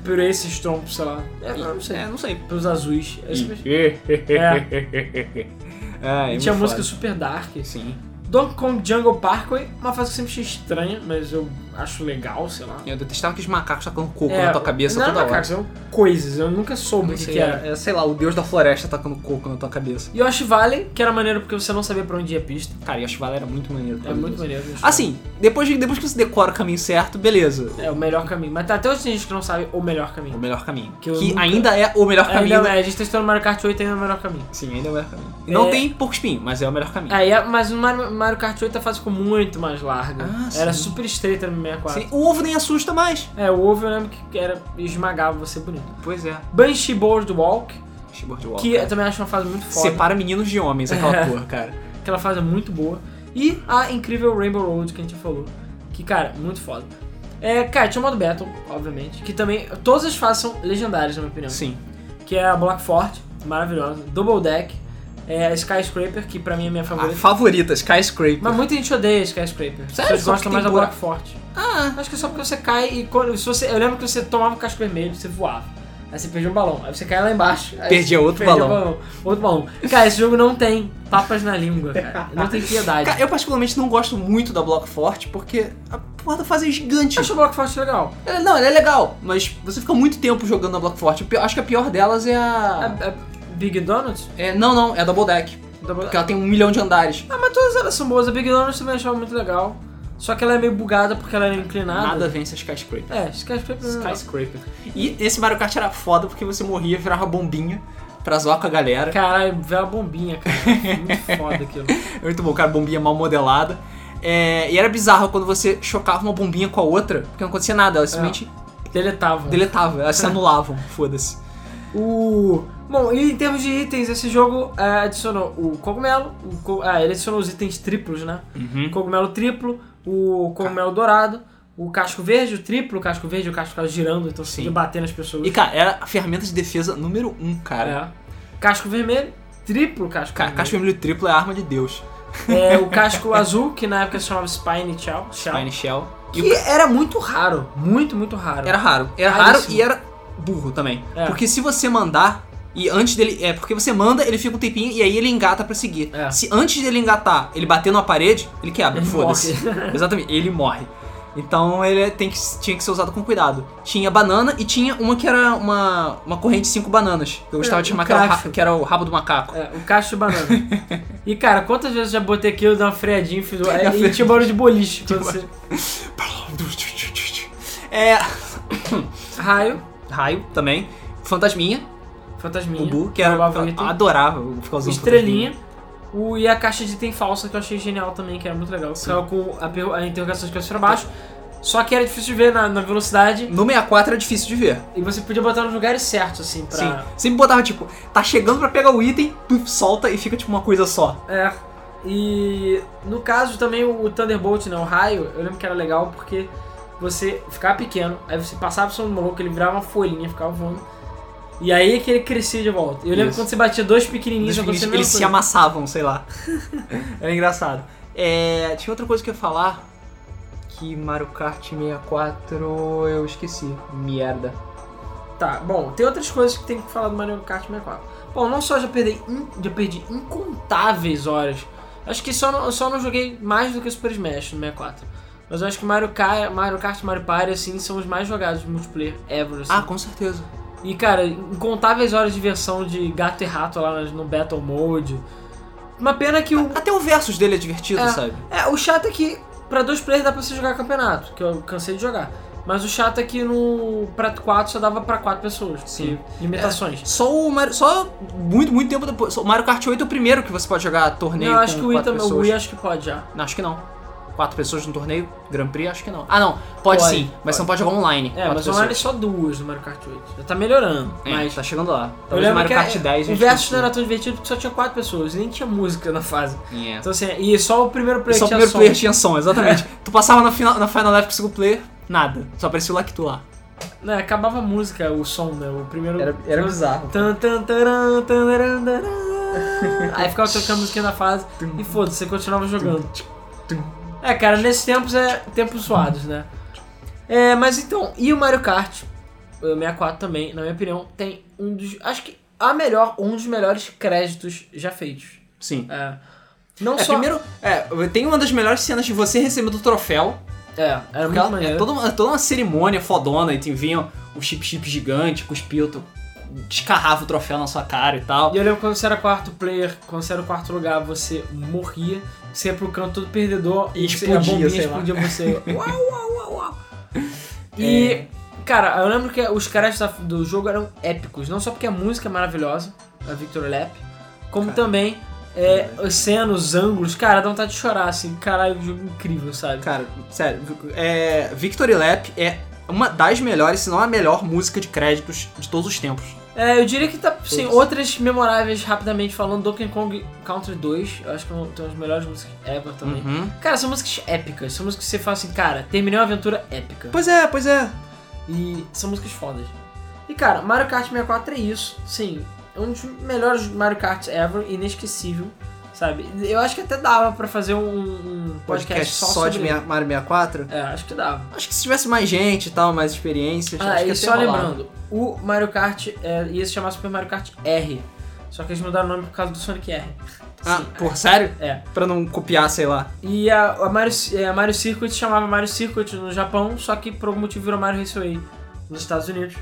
B: por esses trompos, sei lá. É, eu não sei.
A: É, não sei.
B: Pelos azuis. É, isso mesmo.
A: É.
B: E
A: Ah, muito
B: tinha música
A: foda.
B: super dark. assim.
A: Sim.
B: Donkey Kong Jungle Parkway, uma fase que eu sempre achei estranha, mas eu acho legal, sei lá.
A: Eu detestava que os macacos tacando coco
B: É,
A: na tua cabeça
B: não
A: toda
B: era
A: hora.
B: macaco, são é coisas, eu nunca soube
A: Não
B: o que,
A: sei,
B: que era.
A: é, sei lá, o deus da floresta tacando coco na tua cabeça.
B: Yoshi Valley, que era maneiro porque você não sabia pra onde ia a pista.
A: Cara, e acho que era muito maneiro.
B: É
A: cara.
B: muito maneiro. Yoshi Valley.
A: Assim, depois, de- depois que você decora o caminho certo, beleza.
B: É o melhor caminho. Mas tá até hoje tem gente que não sabe o melhor
A: O
B: caminho.
A: melhor caminho. Que,
B: Que eu nunca-
A: ainda é o melhor
B: Ainda,
A: caminho.
B: é, a gente testou no Mario Kart 8 ainda é o melhor caminho.
A: Sim, ainda é o melhor caminho. Não
B: É.
A: tem porco espinho, mas é o melhor caminho.
B: Aí, é- mas no Mario, Mario Kart 8 a fase ficou muito mais larga.
A: Ah, sim.
B: era super estreita no 64.
A: Sim, o ovo nem assusta mais.
B: É, o ovo eu lembro que era esmagava você bonito.
A: Pois é.
B: Banshee Boardwalk,
A: Shibordwalk.
B: que é eu também acho uma fase muito foda.
A: Separa meninos de homens aquela porra, cara.
B: Aquela fase é muito boa. E a incrível Rainbow Road que a gente já falou. Que, cara, muito foda. É, cara, tinha o modo Battle, obviamente. Que também. Todas as fases são legendárias, na minha opinião.
A: Sim.
B: Que é a Block Fort, maravilhosa. Double Deck. É a Skyscraper, que pra mim é minha
A: A
B: favorita.
A: Ah, favorita, Skyscraper.
B: Mas muita gente odeia Skyscraper.
A: Sério?
B: Vocês
A: Só porque
B: gostam
A: tem
B: mais da
A: buraco.
B: Block Fort.
A: Ah,
B: Acho que é só porque você cai e quando. Se você, eu lembro que você tomava o casco vermelho, você voava. Aí você perdia um balão. Aí você cai lá embaixo. Aí
A: Perdia
B: você
A: outro
B: perdia
A: balão.
B: o Outro balão. Cara, esse jogo não tem papas na língua, cara. Não tem piedade.
A: Cara, eu particularmente não gosto muito da Block Forte porque a porra da fase é gigante.
B: Eu acho o Block Forte legal.
A: Ela- não, ela é legal, mas você fica muito tempo jogando na Block Forte. O pi- Acho que a pior delas é
B: A,
A: a.
B: a Big Donuts?
A: É, não, não, é a Double Deck.
B: Double-
A: Porque ela tem um milhão de andares.
B: Ah, mas todas elas são boas. A Big Donuts também eu achava muito legal. Só que ela é meio bugada porque ela é inclinada.
A: Ah, Nada vence a Skyscraper.
B: É, Skyscraper. não é legal.
A: Skyscraper. E esse Mario Kart era foda porque você morria, virava bombinha pra zoar com a galera.
B: Caralho, velha bombinha, cara. Muito foda aquilo.
A: É Muito bom, cara, bombinha mal modelada. É, e era bizarro quando você chocava uma bombinha com a outra, porque não acontecia nada, elas simplesmente
B: Deletava.
A: deletavam, elas se
B: É.
A: anulavam, foda-se.
B: O. Bom, e em termos de itens, esse jogo é, adicionou o cogumelo. O co- Ah, ele adicionou os itens triplos, né?
A: Uhum.
B: O cogumelo triplo, o cogumelo dourado, o casco verde, o triplo, o casco verde, o casco ficava girando, então você
A: Sim.
B: ia bater nas pessoas.
A: E, cara, era a ferramenta de defesa número um, cara.
B: É. Casco vermelho, triplo casco
A: Cara,
B: vermelho.
A: Cacho Vermelho Triplo é a arma de Deus.
B: É, o casco azul, que na época se chamava Spine Shell. Shell.
A: Pine Shell. E
B: É. Que era muito raro, muito, muito raro.
A: era raro. Era raro
B: Raríssimo.
A: e era burro também.
B: É.
A: Porque se você mandar E antes dele. É, porque você manda, ele fica um tempinho e aí ele engata pra seguir.
B: É.
A: Se antes dele engatar, ele bater numa parede, ele quebra.
B: Ele
A: Foda-se. Exatamente, ele morre. Então ele é- tem que, tinha que ser usado com cuidado. Tinha banana e tinha uma que era uma, uma corrente de cinco bananas. Eu gostava de
B: o
A: chamar que era, o ra-
B: cacho.
A: que era o rabo do macaco.
B: É, o cacho de banana. e cara, quantas vezes eu já botei aquilo, dei uma freadinha, fiz.
A: Dei
B: E
A: uma
B: tinha barulho de boliche. Quando você...
A: É.
B: Raio,
A: Raio também. Fantasminha,
B: fantasminha.
A: o Bu, que era.
B: roubava
A: Eu
B: item.
A: adorava ficar
B: O
A: usando
B: Estrelinha. O, e a caixa de item falsa que eu achei genial também, que era muito legal. Ficava com a, per- a interrogação de cabeça pra baixo. Só que era difícil de ver na, na velocidade.
A: No 64 era difícil de ver.
B: E você podia botar nos lugares certos, assim, pra.
A: Sim. Sempre botava, tipo, tá chegando pra pegar o item, puf, solta e fica tipo uma coisa só.
B: É. E no caso também o Thunderbolt, né? O raio, eu lembro que era legal porque você ficava pequeno, aí você passava por cima do maluco, ele virava uma folhinha, ficava voando. E aí é que ele crescia de volta. Eu lembro
A: Isso.
B: quando você batia dois pequenininhos,
A: Eles,
B: acontecia a
A: eles
B: mesma
A: se
B: coisa.
A: amassavam, sei lá. Era engraçado. É, tinha outra coisa que eu ia falar. Que Mario Kart 64 eu esqueci. Merda.
B: Tá, bom, tem outras coisas que tem que falar do Mario Kart 64. Bom, não só já perdi, in- já perdi incontáveis horas. Acho que só não, eu só não joguei mais do que o Super Smash no 64. Mas eu acho que Mario, Ka Mario Kart e Mario Party, assim, são os mais jogados de multiplayer ever, assim.
A: Ah, com certeza.
B: E, cara, incontáveis horas de versão de gato e rato lá no Battle Mode. Uma pena que o.
A: Até o versus dele é divertido,
B: É.
A: sabe?
B: É, o chato é que pra dois players dá pra você jogar campeonato, que eu cansei de jogar. Mas o chato é que no. Pra quatro só dava pra quatro pessoas.
A: Sim. É.
B: porque Limitações.
A: Só o Mario, só muito, muito tempo depois. só O Mario Kart 8 é o primeiro que você pode jogar torneio
B: Não, eu acho
A: com
B: que o Wii
A: quatro
B: também. O
A: pessoas.
B: Wii é- acho que pode já.
A: Não, acho que não. Quatro pessoas no torneio, Grand Prix, acho que não. Ah, não, pode,
B: Pode,
A: sim, mas você não pode jogar online.
B: É, mas online é só duas no Mario Kart 8. Já tá melhorando.
A: Mas
B: mas.
A: tá chegando lá.
B: Eu
A: Talvez o
B: lembro
A: Mario
B: que
A: Kart
B: era-
A: 10 a
B: o
A: gente
B: Versus não
A: consiga.
B: era tão divertido porque só tinha quatro pessoas e nem tinha música na fase.
A: É.
B: Então assim, e só o primeiro player
A: Só o
B: tinha
A: primeiro
B: som.
A: player tinha som, exatamente. Tu passava na final, na final Life com o segundo player, nada. Só aparecia o Lacto lá.
B: Né, acabava a música, o som, né? O primeiro.
A: bizarro.
B: Tan, tan, taran, tanaran, taran. Aí ficava tocando a musiquinha da fase e foda-se, você continuava jogando. É, cara, nesses tempos é tempos suados, né? É, mas então, e o Mario Kart o 64 também, na minha opinião, tem um dos. Acho que a melhor, um dos melhores créditos já feitos.
A: Sim.
B: É. Não
A: É,
B: só.
A: primeiro, é, tem uma das melhores cenas de você recebendo o troféu.
B: É, era
A: Porque
B: muito
A: ela, é
B: maneiro.
A: toda, uma- toda uma cerimônia fodona e tem, vinha o chip chip gigante, cuspia, o teu- descarrava o troféu na sua cara e tal.
B: E eu lembro quando você era quarto player, quando você era o quarto lugar, você morria, você ia pro canto todo perdedor
A: E
B: você-
A: explodia,
B: a bombinha
A: sei lá. É.
B: explodia você. uau, uau, uau, uau. E, cara, eu lembro que os caras da- do jogo eram épicos, não só porque a música é maravilhosa, a Victor Lap, como também é, as cenas, os ângulos, cara, dá vontade de chorar, assim, caralho, um jogo incrível, sabe?
A: Cara, sério, é, Victory Lap é uma das melhores, se não a melhor música de créditos de todos os tempos.
B: É, eu diria que tá, sim,
A: Todos.
B: outras memoráveis, rapidamente falando, Donkey Kong Country 2, eu acho que é uma- tem umas melhores músicas ever também.
A: Uhum.
B: Cara, são músicas épicas. São músicas que você fala assim, cara, terminei uma aventura épica.
A: Pois é, pois é.
B: E são músicas fodas. E cara, Mario Kart 64 é isso. Sim, é um dos melhores Mario Kart ever, inesquecível, sabe? Eu acho que até dava pra fazer um, um podcast,
A: Podcast
B: só,
A: só,
B: sobre
A: de
B: ele.
A: meia- Mario 64.
B: É, acho que dava.
A: Acho que se tivesse mais gente e tal, mais experiências,
B: Ah,
A: acho que
B: e
A: ia ter
B: só
A: rolado.
B: lembrando, o Mario Kart é, ia se chamar Super Mario Kart R. Só que eles mudaram o nome por causa do Sonic R.
A: Ah,
B: Sim.
A: por sério?
B: É.
A: Pra não copiar, sei lá.
B: E a, a Mario, eh, a Mario Circuit chamava Mario Circuit no Japão, só que por algum motivo virou Mario Raceway nos Estados Unidos.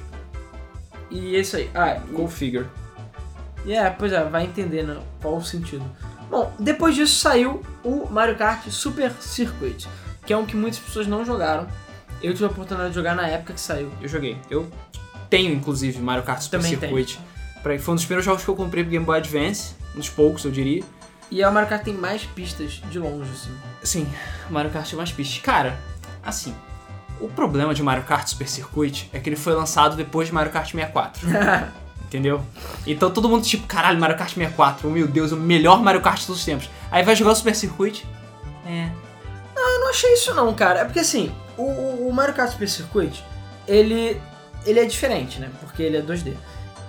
B: E é isso aí. Ah,
A: Go figure.
B: e, e é, pois é, vai entender né, qual o sentido. Bom, depois disso saiu o Mario Kart Super Circuit, que é um que muitas pessoas não jogaram. Eu tive a oportunidade de jogar na época que saiu.
A: Eu joguei. Eu tenho, inclusive, Mario Kart Super
B: Também tenho.
A: Circuit. Pra, foi um dos primeiros jogos que eu comprei pro Game Boy Advance. Um dos poucos, eu diria.
B: E é o Mario Kart que tem mais pistas de longe, assim.
A: Sim, Mario Kart é mais piste. Cara, assim, o problema de Mario Kart Super Circuit é que ele foi lançado depois de Mario Kart 64. entendeu? Então todo mundo tipo, caralho, Mario Kart 64, meu Deus, é o melhor Mario Kart de todos os tempos. Aí vai jogar o Super Circuit. É.
B: Eu não achei isso não, cara. É porque assim, o- o, o Mario Kart Super Circuit, ele, ele é diferente, né? Porque ele é 2D.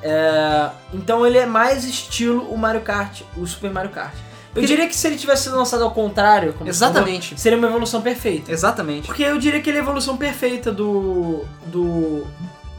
B: É, então ele é mais estilo o Mario Kart, o Super Mario Kart. Eu
A: Ele-
B: diria que se ele tivesse sido lançado ao contrário, como você
A: Exatamente.
B: falou, seria uma evolução perfeita.
A: Exatamente.
B: Porque eu diria que ele é a evolução perfeita do do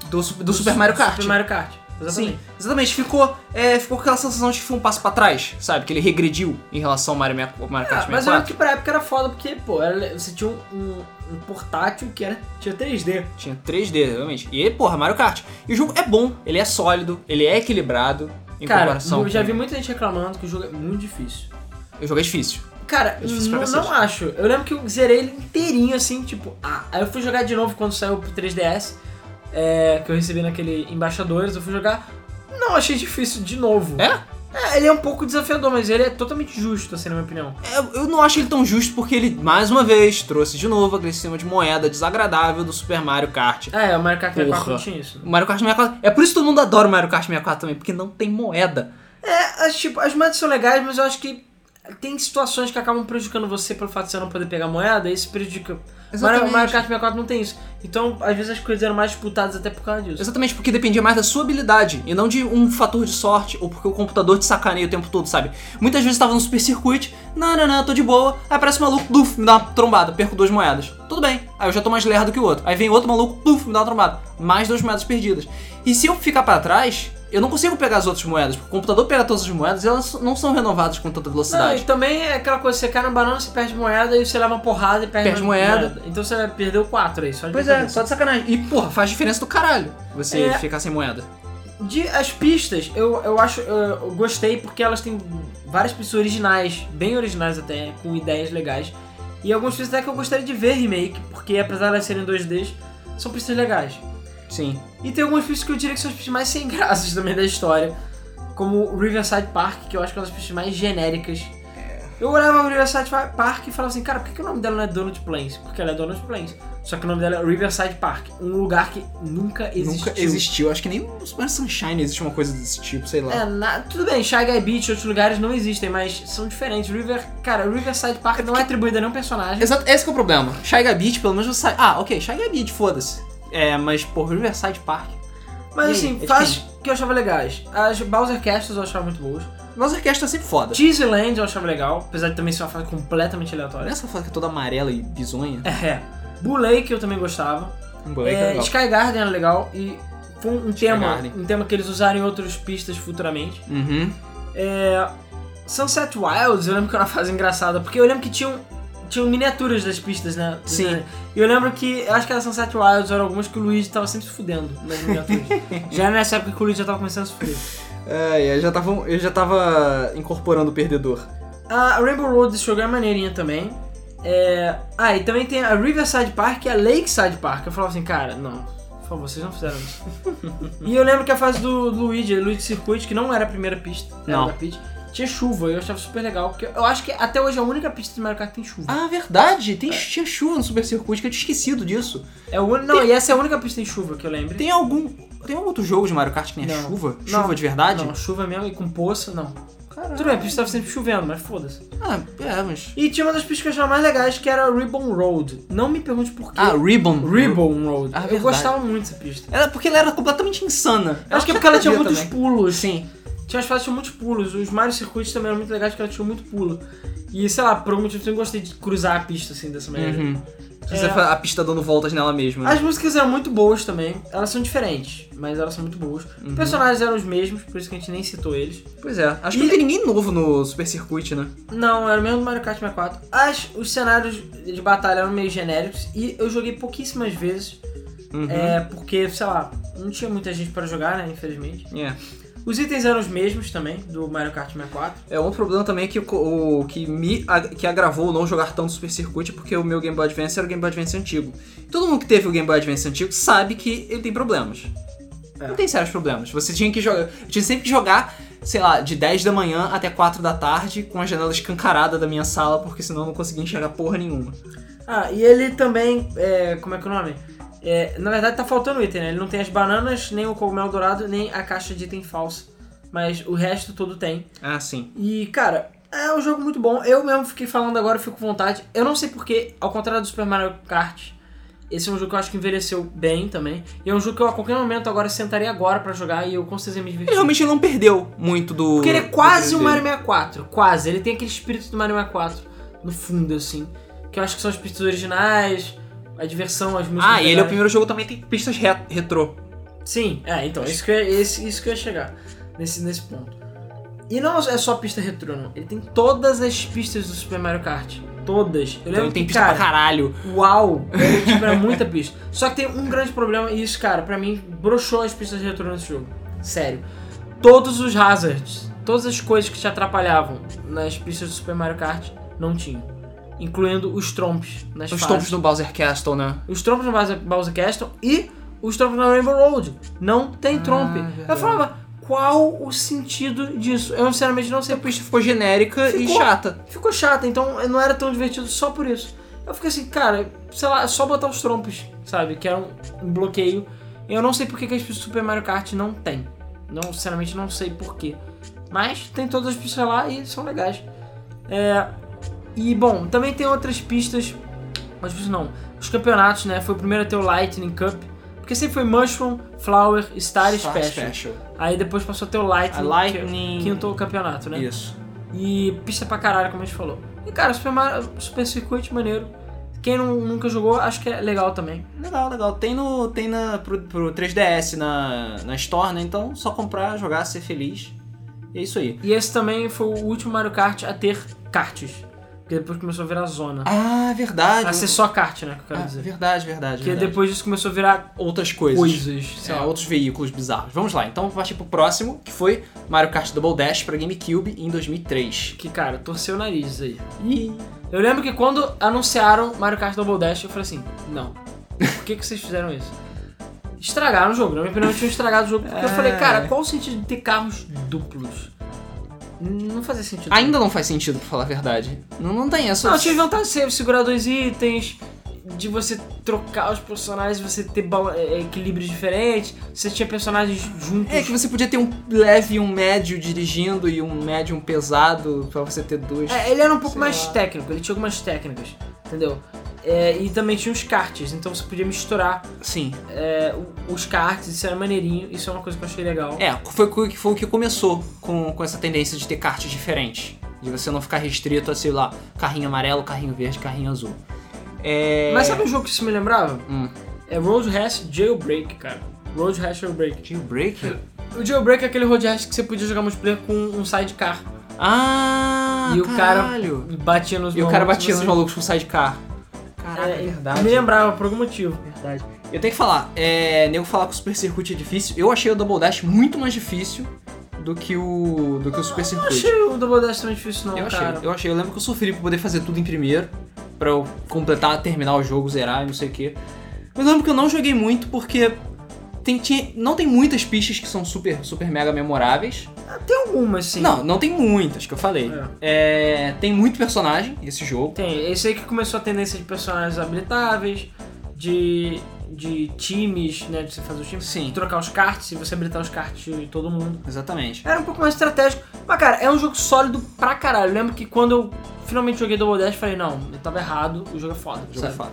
A: Do, su- do Super Mario Kart.
B: Super Mario Kart. Exatamente.
A: Sim, exatamente. Ficou, é, ficou com aquela sensação de que foi um passo pra trás, sabe? Que ele regrediu em relação ao Mario, Meia- Mario Kart
B: Ah,
A: 64.
B: mas eu lembro que pra época era foda, porque, pô, era le- você tinha um, um portátil que era, tinha 3D.
A: Tinha 3D, realmente. E, porra, Mario Kart. E o jogo é bom, ele é sólido, ele é equilibrado em
B: Cara,
A: comparação.
B: eu já
A: com-
B: vi muita gente reclamando que o jogo é muito difícil.
A: O jogo é difícil.
B: Cara,
A: É difícil pra
B: não,
A: cacete.
B: não acho. Eu lembro que eu zerei ele inteirinho, assim, tipo... Ah, aí eu fui jogar de novo quando saiu pro 3DS, é, que eu recebi naquele Embaixadores, eu fui jogar... Não, achei difícil de novo.
A: É?
B: É, ele é um pouco desafiador, mas ele é totalmente justo, assim, na minha opinião.
A: É, Eu, eu não acho ele tão justo porque ele, mais uma vez, trouxe de novo aquele sistema de moeda desagradável do Super Mario Kart.
B: É, o Mario Kart 64
A: Porra.
B: não tinha isso.
A: O Mario Kart 64. É por isso que todo mundo adora o Mario Kart 64 também, porque não tem moeda.
B: É, as, tipo, as moedas são legais, mas eu acho que tem situações que acabam prejudicando você pelo fato de você não poder pegar moeda, e isso prejudica. Mario,
A: Exatamente.
B: Mario Kart 64 não tem isso. Então, às vezes as coisas eram mais disputadas até por causa disso.
A: Exatamente, porque dependia mais da sua habilidade e não de um fator de sorte ou porque o computador te sacaneia o tempo todo, sabe? Muitas vezes eu tava no super circuito, não, não, não, tô de boa, aí aparece um maluco, duf, me dá uma trombada, perco duas moedas. Tudo bem, aí eu já tô mais lerdo que o outro. Aí vem outro maluco, duf, me dá uma trombada, mais duas moedas perdidas. E se eu ficar pra trás, eu não consigo pegar as outras moedas, porque o computador pega todas as moedas e elas não são renovadas com tanta
B: Não, e
A: velocidade.
B: também é aquela coisa, você cai na banana, você perde moeda, e você leva uma porrada e
A: Perde
B: perde, mais
A: moeda.
B: Então você perdeu 4 aí, só de
A: pois é,
B: brincadeira.
A: só de sacanagem. E porra, faz diferença do caralho você
B: É.
A: ficar sem moeda.
B: De, as pistas, eu, eu acho, eu, eu gostei porque elas têm várias pistas originais, bem originais até, com ideias legais. E algumas pistas até que eu gostaria de ver remake, porque apesar de elas serem 2Ds, são pistas legais.
A: Sim.
B: E tem algumas pistas que eu diria que são as pistas mais sem graças também da história. Como o Riverside Park, que eu acho que é uma das pistas mais genéricas.
A: É.
B: Eu olhava o Riverside Fa- Park e falava assim, cara, por que, que o nome dela não é Donut Plains? Porque ela é Donut Plains. Só que o nome dela é Riverside Park, um lugar que nunca existiu.
A: Nunca existiu. Acho que nem no Super Sunshine existe uma coisa desse tipo, sei lá.
B: É, na- tudo bem, Shy Guy Beach e outros lugares não existem, mas são diferentes. River, cara, Riverside Park não é atribuída a nenhum personagem.
A: Exato, esse que é o problema. Shiga Beach, pelo menos você sabe. Ah, ok, Shiga Beach, foda-se. É, mas, pô, Riverside Park.
B: Mas
A: E aí,
B: assim,
A: é
B: faz que eu achava legais. As Bowser Castles eu achava muito boas.
A: Nossa orquestra é sempre foda.
B: Disneyland eu achava legal, apesar de também ser uma fase completamente aleatória.
A: Nessa foto que é toda amarela e bizonha.
B: É. Bull Lake eu também gostava.
A: Um boleto
B: É,
A: legal.
B: Sky Garden era legal e foi um tema,
A: Garden.
B: um tema que eles usaram em outras pistas futuramente.
A: Uhum.
B: É, Sunset Wilds, eu lembro que era uma fase engraçada, porque eu lembro que tinham, tinham miniaturas das pistas, né?
A: Sim.
B: E eu lembro que, eu acho que era Sunset Wilds, eram algumas que o Luigi tava sempre se fudendo nas miniaturas. já era nessa época que o Luigi já tava começando a se fuder.
A: É, eu já tava, eu já tava incorporando o perdedor.
B: A Rainbow Road desse jogo é maneirinha também. É, Ah, e também tem a Riverside Park e a Lakeside Park. Eu falava assim, cara, não, por favor, vocês não fizeram isso. e eu lembro que a fase do Luigi, Luigi Circuit, que não era a primeira pista, era
A: Não.
B: da pit, tinha chuva, e eu achava super legal, porque eu acho que até hoje é a única pista de Mario Kart que tem chuva.
A: Ah, verdade! Tem, tinha chuva no Super Circuito, que eu tinha esquecido disso.
B: É o un- Não, e essa é a única pista em chuva que eu lembro.
A: Tem algum. Tem algum outro jogo de Mario Kart que tenha
B: Não.
A: chuva?
B: Não.
A: Chuva de verdade?
B: Não, chuva mesmo e com poça, não.
A: Caralho.
B: Tudo bem, a pista tava sempre chovendo, mas foda-se.
A: Ah, é, mas.
B: E tinha uma das pistas que eu achava mais legais, que era a Ribbon Road. Não me pergunte por quê.
A: Ah, Ribbon.
B: Ribbon Road.
A: Ah,
B: eu
A: verdade.
B: gostava muito dessa pista.
A: Era porque ela era completamente insana.
B: Acho que é porque ela tinha muitos
A: também.
B: pulos. Sim. Tinha as fases que tinham muitos pulos. Os Mario Circuits também eram muito legais porque ela tinha muito pulo. E sei lá, por algum motivo eu sempre gostei de cruzar a pista assim dessa maneira.
A: Uhum.
B: É.
A: Você fa- A pista dando voltas nela mesma. né?
B: As músicas eram muito boas também. Elas são diferentes, mas elas são muito boas.
A: Uhum.
B: Os personagens eram os mesmos, por isso que a gente nem citou eles.
A: Pois é, acho que
B: E-
A: não tem ninguém novo no Super Circuit, né?
B: Não, era o mesmo do Mario Kart 64. As, os cenários de batalha eram meio genéricos e eu joguei pouquíssimas vezes.
A: Uhum.
B: É, porque, sei lá, não tinha muita gente pra jogar, né? Infelizmente.
A: É.
B: Os itens eram os mesmos também, do Mario Kart 64.
A: É, outro problema também é que o, co- o que me a- que agravou não jogar tanto Super Circuit é porque o meu Game Boy Advance era o Game Boy Advance antigo. Todo mundo que teve o Game Boy Advance antigo sabe que ele tem problemas.
B: É.
A: Não tem sérios problemas. Você tinha que jogar. Tinha sempre que jogar, sei lá, de 10 da manhã até 4 da tarde, com a janela escancarada da minha sala, porque senão eu não conseguia enxergar porra nenhuma.
B: Ah, e ele também, é, como é que é o nome? É, na verdade tá faltando item, né? Ele não tem as bananas, nem o cogumelo dourado, nem a caixa de item falso. Mas o resto todo tem.
A: Ah, sim.
B: E, cara, é um jogo muito bom. Eu mesmo fiquei falando agora, eu fico com vontade. Eu não sei porquê, ao contrário do Super Mario Kart, esse é um jogo que eu acho que envelheceu bem também. E é um jogo que eu a qualquer momento agora sentaria agora pra jogar e eu com certeza ia me
A: Ele
B: divertir.
A: realmente não perdeu muito do.
B: Porque ele é
A: do
B: quase um
A: dele.
B: Mario 64. Quase. Ele tem aquele espírito do Mario 64 no fundo, assim. Que eu acho que são as pistas originais, a diversão, as músicas.
A: Ah, e ele é o
B: legais.
A: primeiro jogo que também tem pistas re- retrô.
B: Sim, é, então, isso que eu, ia- esse, isso que eu ia chegar nesse, nesse ponto. E não é só a pista retrô, não. Ele tem todas as pistas do Super Mario Kart. Todas. Eu lembro
A: Então ele tem
B: que,
A: pista pra
B: cara,
A: caralho.
B: uau! Ele tipo, era muita pista. Só que tem um grande problema, e isso, cara, pra mim, broxou as pistas retrô nesse jogo. Sério. Todos os hazards, todas as coisas que te atrapalhavam nas pistas do Super Mario Kart, não tinham. Incluindo os trompes nas
A: Os
B: fases
A: tombos do Bowser Castle, né?
B: os trompos no Bowser, Bowser Castle e os trompos na Rainbow Road. Não tem trompe.
A: Ah,
B: Eu
A: verdade. Então,
B: falava, qual o sentido disso? Eu sinceramente não sei.
A: A pista ficou genérica e
B: Ficou.
A: chata.
B: Ficou chata, então não era tão divertido só por isso. Eu fiquei assim, cara, sei lá, é só botar os trompos, sabe? Que era um, um bloqueio. Eu não sei por que que as pistas do Super Mario Kart não tem. Não, sinceramente não sei porquê. Mas tem todas as pistas lá e são legais. É, e bom, também tem outras pistas. Mas pistas não. Os campeonatos, né? Foi o primeiro a ter o Lightning Cup. Porque sempre foi Mushroom, Flower, Star, e Special. Aí depois passou a ter o
A: A
B: Lightning, que é
A: Lightning.
B: o quinto campeonato, né?
A: Isso.
B: E pista pra caralho, como a gente falou. E cara, Super, Mario, Super Circuit maneiro. Quem não- nunca jogou, acho que é legal também.
A: Legal, legal. Tem no tem na, pro, pro 3DS na, na Store, né? Então só comprar, jogar, ser feliz. E é isso aí.
B: E esse também foi o último Mario Kart a ter karts. Porque depois começou a virar zona.
A: Ah, verdade.
B: A ser só kart, né? Que eu quero
A: Ah,
B: dizer.
A: verdade, verdade.
B: Porque
A: verdade.
B: depois disso começou a virar
A: Outras coisas.
B: coisas. sei
A: É,
B: lá.
A: outros veículos bizarros. Vamos lá, então partir pro próximo, que foi Mario Kart Double Dash pra GameCube em 2003.
B: Que cara, torceu o nariz aí.
A: E
B: Eu lembro que quando anunciaram Mario Kart Double Dash, eu falei assim: não. Por que, que vocês fizeram isso? Estragaram o jogo. Na minha opinião, tinham estragado o jogo. Porque eu falei,
A: É.
B: cara, qual o sentido de ter carros duplos? Não fazia sentido.
A: ainda não faz sentido, pra falar a verdade. Não, não tem essa.
B: Não, eu tive vontade de ser- segurar dois itens, de você trocar os personagens, você ter bala- é, equilíbrios diferentes, você tinha personagens juntos.
A: É que você podia ter um leve e um médio dirigindo e um médium pesado pra você ter dois.
B: É, ele era um pouco
A: Sei
B: mais
A: lá.
B: técnico, ele tinha algumas técnicas, entendeu? É, e também tinha os karts, então você podia misturar
A: Sim.
B: é, o- os karts, isso era maneirinho, isso é uma coisa que eu achei legal.
A: É, foi, o que- foi o que começou com, com essa tendência de ter cartas diferentes. De você não ficar restrito a, sei lá, carrinho amarelo, carrinho verde, carrinho azul. É.
B: Mas sabe um jogo que isso me lembrava?
A: Hum.
B: É Road Rash Jailbreak, cara. Road Rash Jailbreak.
A: Jailbreak?
B: O Jailbreak é aquele Road Rash que você podia jogar multiplayer com um sidecar.
A: Ah!
B: e o
A: caralho.
B: cara batia nos
A: E o cara
B: malucos,
A: batia nos
B: você-
A: malucos com sidecar. Caraca,
B: É, Me lembrava por algum motivo.
A: Verdade. Eu tenho que falar, é, nego falar que o Super Circuit é difícil. Eu achei o Double Dash muito mais difícil do que o do que o Super
B: Não
A: Circuit.
B: achei o Double Dash tão difícil, não,
A: Eu achei,
B: cara.
A: eu achei. Eu lembro que eu sofri pra poder fazer tudo em primeiro, pra eu completar, terminar o jogo, zerar e não sei o quê. Mas eu lembro que eu não joguei muito porque tem, tinha- não tem muitas pistas que são super, super mega memoráveis.
B: Tem algumas, sim.
A: Não, não tem muitas que eu falei. É, tem muito personagem esse jogo.
B: Tem. Esse aí que começou a tendência de personagens habilitáveis, de, de times, né? De você fazer os times.
A: Sim.
B: De trocar os cards, e você habilitar os cards de todo mundo.
A: Exatamente.
B: Era um pouco mais estratégico. Mas, cara, é um jogo sólido pra caralho. Eu lembro que quando eu finalmente joguei Double Dash, eu falei, não, eu tava errado, o jogo é foda.
A: Jogo é
B: sabe?
A: foda.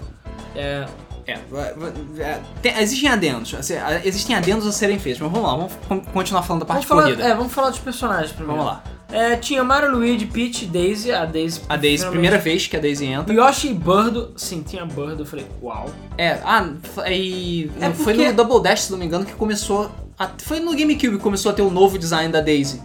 B: É,
A: É, va- va- é, tem- existem adendos. assim, a- Existem adendos a serem feitos, mas vamos lá, vamos con- continuar falando da parte
B: vamos
A: de
B: falar,
A: corrida.
B: é, vamos falar dos personagens primeiro.
A: Vamos lá.
B: É, tinha Mario, Luigi, Peach, Daisy, a Daisy.
A: A Daisy,
B: finalmente-
A: primeira vez que a Daisy entra.
B: Yoshi e Birdo, sim, tinha Birdo, eu falei, uau.
A: É, ah, f- e.
B: É
A: não, Foi
B: porque-
A: no Double Dash, se não me engano, que começou. a- foi no GameCube que começou a ter o novo design da Daisy.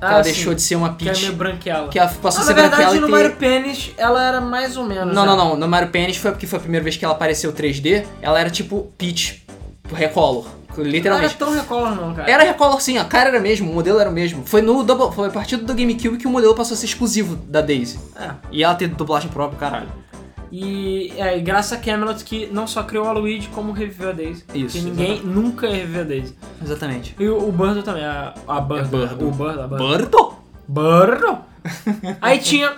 A: Que ela deixou de ser uma
B: Ah, Que é meio
A: Peach.
B: branquela.
A: Que ela passou
B: Ah,
A: a
B: na
A: ser
B: verdade,
A: branquela
B: no
A: e
B: Mario
A: ter...
B: Penis, ela era mais ou menos.
A: Não,
B: né?
A: não, não. No Mario Panic foi porque foi a primeira vez que ela apareceu 3D. Ela era tipo Peach, recolor.
B: Não era
A: Literalmente. É.
B: tão recolor, não, cara.
A: Era Recolor sim, a cara era a mesma, o modelo era o mesmo. Foi no double, foi a partir do GameCube que o modelo passou a ser exclusivo da Daisy.
B: É.
A: E ela ter dublagem própria, caralho.
B: E, é, e graças a Camelot que não só criou a Luigi, como reviveu a Daisy.
A: Isso,
B: Que ninguém nunca ia reviver a Daisy.
A: Exatamente.
B: E o, o Birdo também, a, a Birdo.
A: Birdo.
B: O Birdo, a Birdo.
A: Burto?
B: Birdo! Aí tinha.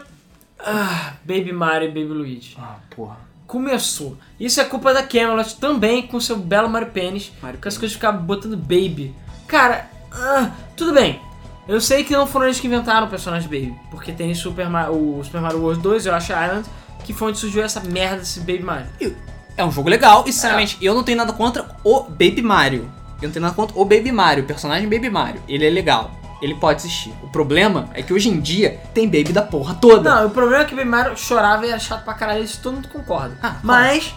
B: ah, Baby Mario e Baby Luigi.
A: Ah, porra.
B: Começou. Isso é culpa da Camelot também com seu belo Mario Penis.
A: Mario
B: que as
A: Penis.
B: coisas ficavam botando Baby. Cara, ah, tudo bem. Eu sei que não foram eles que inventaram o personagem Baby. Porque tem Super Ma- o Super Mario World 2 e o Yoshi Island, que foi onde surgiu essa merda desse Baby Mario.
A: É um jogo legal, e sinceramente, eu não tenho nada contra o Baby Mario. Eu não tenho nada contra o Baby Mario, o personagem Baby Mario. Ele é legal. Ele pode existir. O problema é que hoje em dia tem Baby da porra toda.
B: Não, o problema é que Baby Mario chorava e era chato pra caralho, isso todo mundo concorda.
A: Ah, claro.
B: Mas,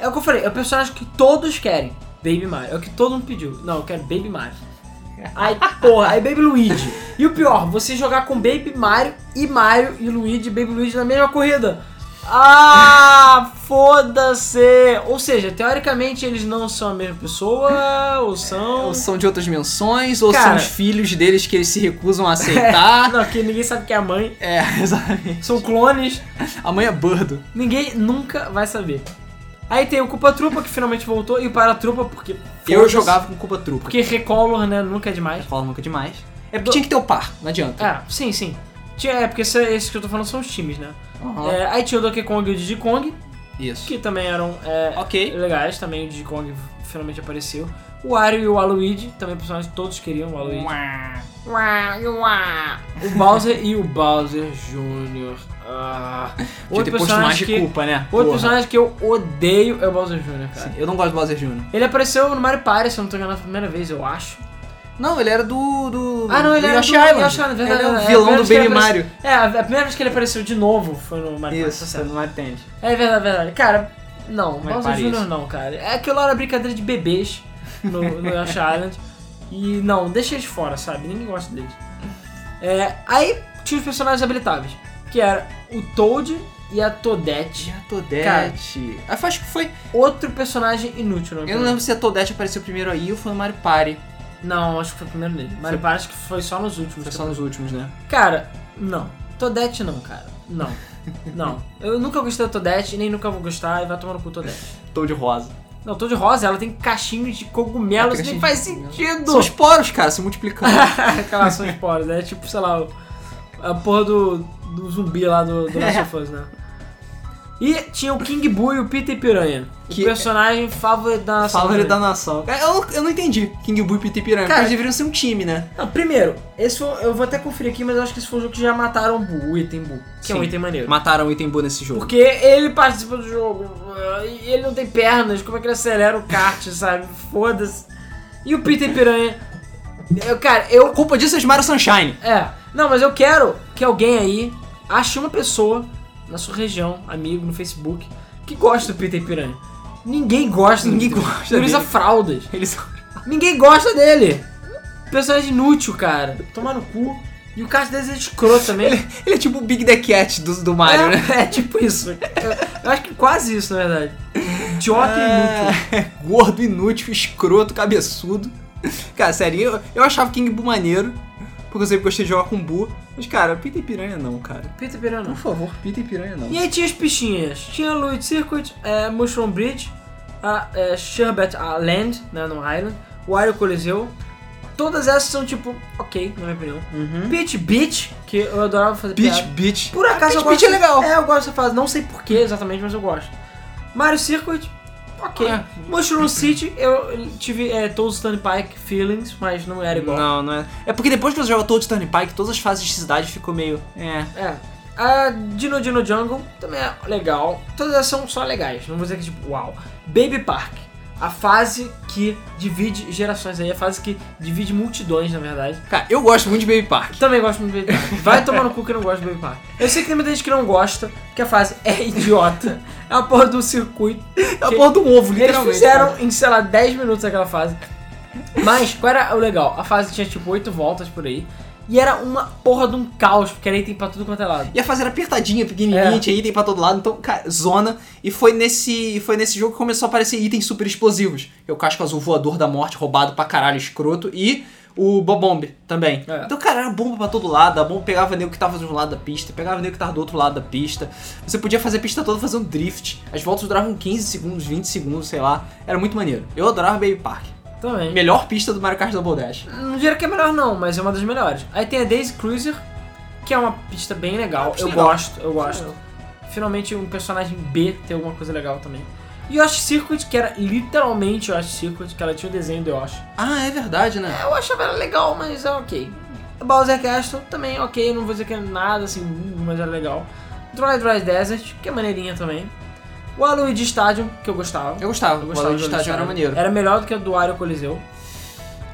B: é o que eu falei, é o personagem que todos querem. Baby Mario. É o que todo mundo pediu. Não, eu quero Baby Mario. Aí, porra, aí Baby Luigi. E o pior, você jogar com Baby Mario e Mario e Luigi, Baby Luigi na mesma corrida. Ah, foda-se! Ou seja, teoricamente eles não são a mesma pessoa, ou são.
A: Ou são de outras dimensões, ou são
B: Cara.
A: os filhos deles que eles se recusam a aceitar.
B: Não, que ninguém sabe que é a mãe.
A: é, exatamente.
B: São clones.
A: A mãe é burdo.
B: Ninguém nunca vai saber. Aí tem o Culpa Trupa que finalmente voltou e o Para Trupa porque.
A: Eu
B: foda-se.
A: jogava com culpa trupa.
B: Porque Recolor, né? Nunca é demais.
A: Fala nunca demais.
B: É
A: Porque
B: porque.
A: tinha que ter o par, não adianta.
B: Ah, sim, sim. Tinha, é, porque esse- esses que eu tô falando são os times, né?
A: Aham.
B: É, aí tinha o Donkey Kong e o Diddy Kong,
A: Isso.
B: que também eram é,
A: Ok.
B: legais, também o Diddy Kong finalmente apareceu. O Wario e o Waluigi, também personagens que todos queriam o Waluigi. O Bowser e o Bowser Jr. Ah,
A: Tinha que ter posto mais de culpa, né?
B: Outro
A: Porra.
B: personagem que eu odeio é o Bowser Jr., cara.
A: Sim, Eu não gosto do Bowser Jr.
B: Ele apareceu no Mario Party, se eu não tô enganado, pela primeira vez, eu acho.
A: Não, ele era do. do
B: Ah, não, ele
A: do
B: era
A: Yoshi
B: do
A: Island.
B: Yoshi Island, verdade,
A: Ele é
B: é,
A: o vilão
B: é,
A: do
B: acho que ele
A: Baby
B: apareceu-
A: Mario.
B: É, a a primeira vez que ele apareceu de novo foi no Mario Party. tá
A: Isso,
B: certo.
A: no Mario Tennis.
B: É verdade, verdade. Cara, não,
A: Mas
B: Bowser
A: parece.
B: Jr. não, cara. É aquilo era brincadeira de bebês no, no Yoshi Island. E não, deixa eles fora, sabe? Ninguém gosta deles. É, aí tinha os personagens habilitáveis, que era o Toad e a Toadette.
A: Tinha a Toadette. Ah, Acho que foi.
B: Outro personagem inútil, não é?
A: Eu não lembro se a Toadette apareceu primeiro aí ou foi no Mario Party.
B: Não, acho que foi o primeiro dele. Mario Party acho que foi só nos últimos.
A: Foi só nos últimos, né?
B: Cara, não. Todette não, cara. Não. Não. Eu nunca gostei da Todette, nem nunca vou gostar, e vai tomar no cu Todette.
C: Tô de rosa.
B: Não, Toad Rosa, ela tem cachinhos de
A: Ela
B: cogumelos,
A: tem cachinho
B: nem faz
A: de cogumelo.
B: sentido.
A: São os poros, cara, se multiplicando.
B: Aquelas são esporas, é tipo, sei lá, o- a porra do, do zumbi lá do, do Last of Us, né? E tinha o King Boo e o Peter Piranha.
A: Que-
B: o personagem favorito da nossa
C: Fala
B: família.
C: da nação.
A: É, eu, eu não entendi. King Boo e Peter Piranha. Cara,
B: Cara,
A: eles deveriam ser um time, né?
B: Não, primeiro, esse foi, um, eu vou até conferir aqui, mas eu acho que esse foi o jogo que já mataram o Boo, o item Boo. Que é um
A: Sim.
B: item maneiro.
A: Mataram o Item Boo nesse jogo.
B: Porque ele participa do jogo. e Ele não tem pernas. Como é que ele acelera o kart, sabe? Foda-se. E o Peter Piranha. Eu, cara, eu.
A: A culpa disso é de Mario Sunshine.
B: É. Não, mas eu quero que alguém aí ache uma pessoa na sua região, amigo, no Facebook, que gosta do Peter Piranha. Ninguém gosta
A: Ninguém
B: do Peter
A: gosta
B: Piranha. Ele usa
A: dele.
B: fraldas.
A: Eles
B: Ninguém gosta dele. Personagem inútil, cara. Tomar no cu. E o kart deles é escroto também.
A: Ele é tipo o Big The Cat do, do Mario,
B: é,
A: né?
B: é tipo isso. Eu- Eu acho que quase isso, na verdade. Idiota e inútil.
A: É, gordo, inútil, escroto, cabeçudo. Cara, sério, eu, eu achava King Boo maneiro, porque eu sempre gostei de jogar com Boo. Mas, cara, Peter Piranha não, cara.
B: Peter Piranha não.
A: Por favor, Peter Piranha não.
B: E aí tinha as pichinhas. Tinha Luigi Circuit, é, Mushroom Bridge, a é, Sherbet a Land, né, no Island, Wario Coliseu. Todas essas são tipo, ok, na minha opinião.
A: Uhum.
B: Peach Beach, que eu adorava fazer
A: Peach,
B: piada.
A: Peach.
B: Por acaso
A: Ah,
B: eu
A: Peach
B: gosto.
A: Beach é legal.
B: eu gosto dessa fase. Não sei porquê exatamente, mas eu gosto. Mario Circuit, ok.
A: É.
B: Mushroom City, eu tive é, todos os Turnpike Feelings, mas não era igual.
A: Não, não é. É porque depois que você joga todo o Turnpike, todas as fases de cidade ficou meio. É.
B: É. A Dino Dino Jungle também é legal. Todas elas são só legais. Não vou dizer que tipo, uau. Baby Park. A fase que divide gerações aí. A fase que divide multidões, na verdade.
A: Cara, eu gosto muito de Baby Park.
B: Também gosto muito de Baby Park. Vai tomar no cu que eu não gosto de Baby Park. Eu sei que tem muita gente que não gosta, que a fase é idiota. É a porra do circuito.
A: É a porra do ovo,
B: Eles
A: literalmente.
B: fizeram em, sei lá, 10 minutos aquela fase. Mas, qual era o legal? A fase tinha tipo 8 voltas por aí. E era uma porra de um caos, porque era item pra tudo quanto é lado.
A: Ia fazer apertadinha, pequenininha,
B: É.
A: tinha item pra todo lado, então, cara, zona. E foi nesse, foi nesse jogo que começou a aparecer itens super explosivos. Que é o casco azul voador da morte, roubado pra caralho, escroto. E o Bobomb também.
B: É.
A: Então, cara, era bomba pra todo lado. A bomba pegava nego que tava de um lado da pista, pegava nego que tava do outro lado da pista. Você podia fazer a pista toda fazendo drift. As voltas duravam 15 segundos, 20 segundos, sei lá. Era muito maneiro. Eu adorava Baby Park.
B: Também.
A: Melhor pista do Mario Kart Double Dash.
B: Não diria que é melhor não, mas é uma das melhores. Aí tem a Daisy Cruiser, que é uma pista bem legal.
A: pista
B: Eu
A: legal.
B: gosto, eu gosto. Finalmente um personagem B tem alguma coisa legal também. E Yoshi Circuit, que era literalmente Yoshi Circuit, que ela tinha o desenho do Yoshi.
A: Ah, é verdade, né?
B: Eu achava ela legal, mas é ok. Bowser Castle também ok, não vou dizer que é nada assim, hum, mas é legal. Dry Dry Desert, que é maneirinha também. O Aluigi Stadium, que eu gostava.
A: Eu gostava.
B: Eu
A: Eu
B: gostava
A: gostava. O
B: do É.
A: estágio era
B: Stadium.
A: maneiro.
B: Era melhor do que o do Wario Coliseu.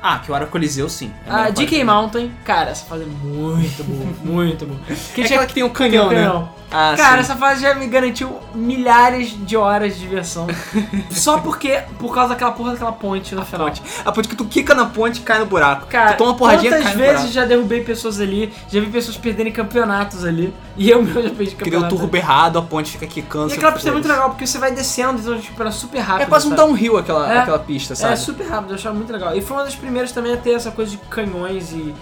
A: Ah, que o Ara Coliseu sim. É
B: A
A: melhor
B: DK
A: quadra.
B: Mountain, cara, essa fase é muito boa, muito boa. Porque
A: É
B: tinha
A: aquela que tem o canhão, né?
B: canhão.
A: Ah,
B: Cara,
A: sim.
B: essa fase já me garantiu milhares de horas de diversão. Só porque, por causa daquela porra daquela ponte no final.
A: A ponte que tu quica na ponte e cai no buraco.
B: é Cara,
A: tu toma uma porradinha e
B: quantas
A: cai no
B: vezes
A: buraco.
B: já derrubei pessoas ali, já vi pessoas perderem campeonatos ali, e eu mesmo já
A: Criou
B: perdi
A: o
B: campeonato.
A: turbo errado, a ponte fica quicando.
B: E
A: você
B: aquela pista
A: foda-se.
B: é muito legal, porque você vai descendo, então recupera super rápido.
A: É quase um
B: sabe?
A: downhill aquela,
B: É.
A: aquela pista, sabe?
B: É super rápido, eu achava muito legal. E foi uma das primeiras também a ter essa coisa de canhões e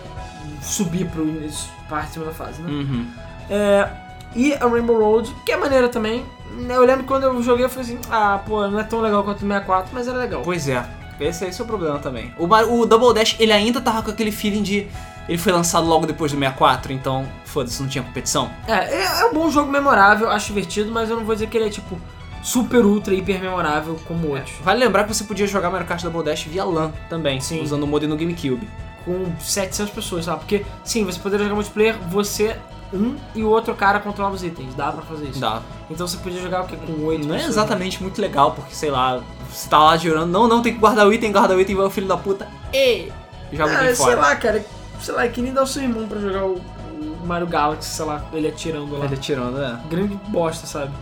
B: subir pro início, parte de cima da fase, né?
A: Uhum.
B: É, e a Rainbow Road, que é maneira também. Eu lembro que quando eu joguei, eu falei assim: ah, pô, não é tão legal quanto o 64, mas era legal.
A: Pois é. Esse, esse é o problema também. O, Mar- o Double Dash, ele ainda tava com aquele feeling de... Ele foi lançado logo depois do 64, então foda-se, não tinha competição.
B: É, é, é um bom jogo memorável, acho divertido, mas eu não vou dizer que ele é tipo super, ultra, hiper memorável como outros.
A: Vale lembrar que você podia jogar Mario Kart Double Dash via LAN também,
B: Sim.
A: usando o mod no GameCube.
B: Com 700 pessoas, sabe? Porque sim, você poderia jogar multiplayer, você, um e o outro cara controlava os itens, dá pra fazer isso.
A: Dá.
B: Então você podia jogar o quê? Com 8
A: Não é exatamente muito legal, porque sei lá, você tá lá girando, não, não, tem que guardar o item, guarda o item, vai o filho da puta, e joga o
B: Ah,
A: item
B: sei
A: fora.
B: lá, cara. Sei lá, é que nem dá o seu irmão pra jogar o, o Mario Galaxy, sei lá, ele atirando lá.
A: Ele atirando, né?
B: grande bosta, sabe?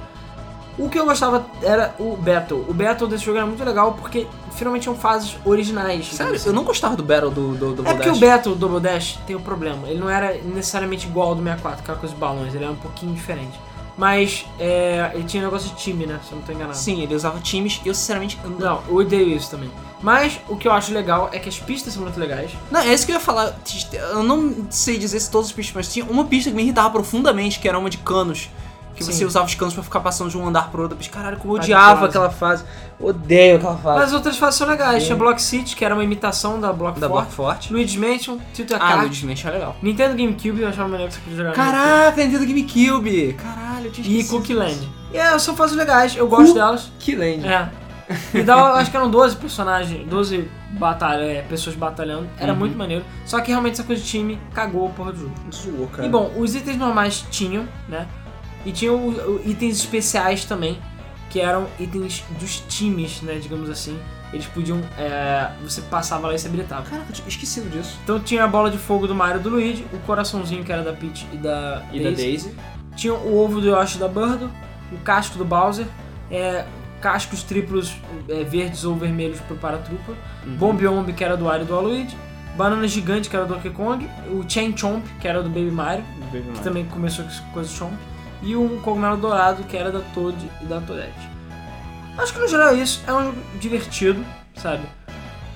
B: O que eu gostava era o Battle. O Battle desse jogo era muito legal porque finalmente são fases originais.
A: Sério,
B: entendeu?
A: eu não gostava do Battle do, do Double
B: É porque
A: Dash.
B: o Battle do Double Dash tem um problema. Ele não era necessariamente igual ao do 64, aquela coisa de balões, ele era um pouquinho diferente. Mas é, ele tinha negócio de time, né? Se eu não tô enganado.
A: Sim, ele usava times, e eu sinceramente... Eu não...
B: Não, eu odeio isso também. Mas o que eu acho legal é que as pistas são muito legais.
A: não, é isso que eu ia falar, eu não sei dizer se todas as pistas, mas tinha uma pista que me irritava profundamente, que era uma de canos. Que
B: Sim.
A: você usava os canos pra ficar passando de um andar pro outro. Mas, Caralho, como eu
B: Tá de
A: odiava
B: fase.
A: aquela fase. Odeio aquela fase.
B: Mas as outras fases são legais. Tinha Block City, que era uma imitação da Block
A: da Block
B: Forte.
A: Forte.
B: Luigi's Mansion, Tilted
A: Ah,
B: Card.
A: Luigi's Mansion é legal.
B: Nintendo GameCube, eu achava melhor que você podia jogar. no
A: Caraca, Nintendo GameCube! Caralho, eu tinha
B: E
A: esquecido
B: Cookie
A: disso.
B: Land. E é, são fases legais, eu gosto
A: Cu-
B: delas.
A: Cookie Land.
B: É. E dá, eu acho que eram 12 personagens, 12 batalha, é, pessoas batalhando. Era
A: Uhum.
B: muito maneiro. Só que realmente essa coisa de time cagou a porra do jogo.
A: Zoou, cara.
B: É. E bom, os itens normais tinham, né? E tinham o- o- itens especiais também, que eram itens dos times, né? Digamos assim. Eles podiam. é, você passava lá e se habilitava.
A: Caraca, eu tinha esquecido disso.
B: Então tinha a bola de fogo do Mario e do Luigi, o coraçãozinho que era da Peach e da Daisy.
A: Daisy.
B: Tinha o ovo do Yoshi da Birdo, o casco do Bowser, é, cascos triplos é, verdes ou vermelhos pro Paratrupa, Bomb Bomb, que era do Wario e do Aloyd, Banana Gigante, que era do Donkey Kong, o Chain Chomp, que era do Baby Mario,
A: Hum.
B: que também começou com essa coisa de Chomp, e um cogumelo dourado, que era da Toad e da Toadette. Acho que no geral é isso. É um jogo divertido, sabe?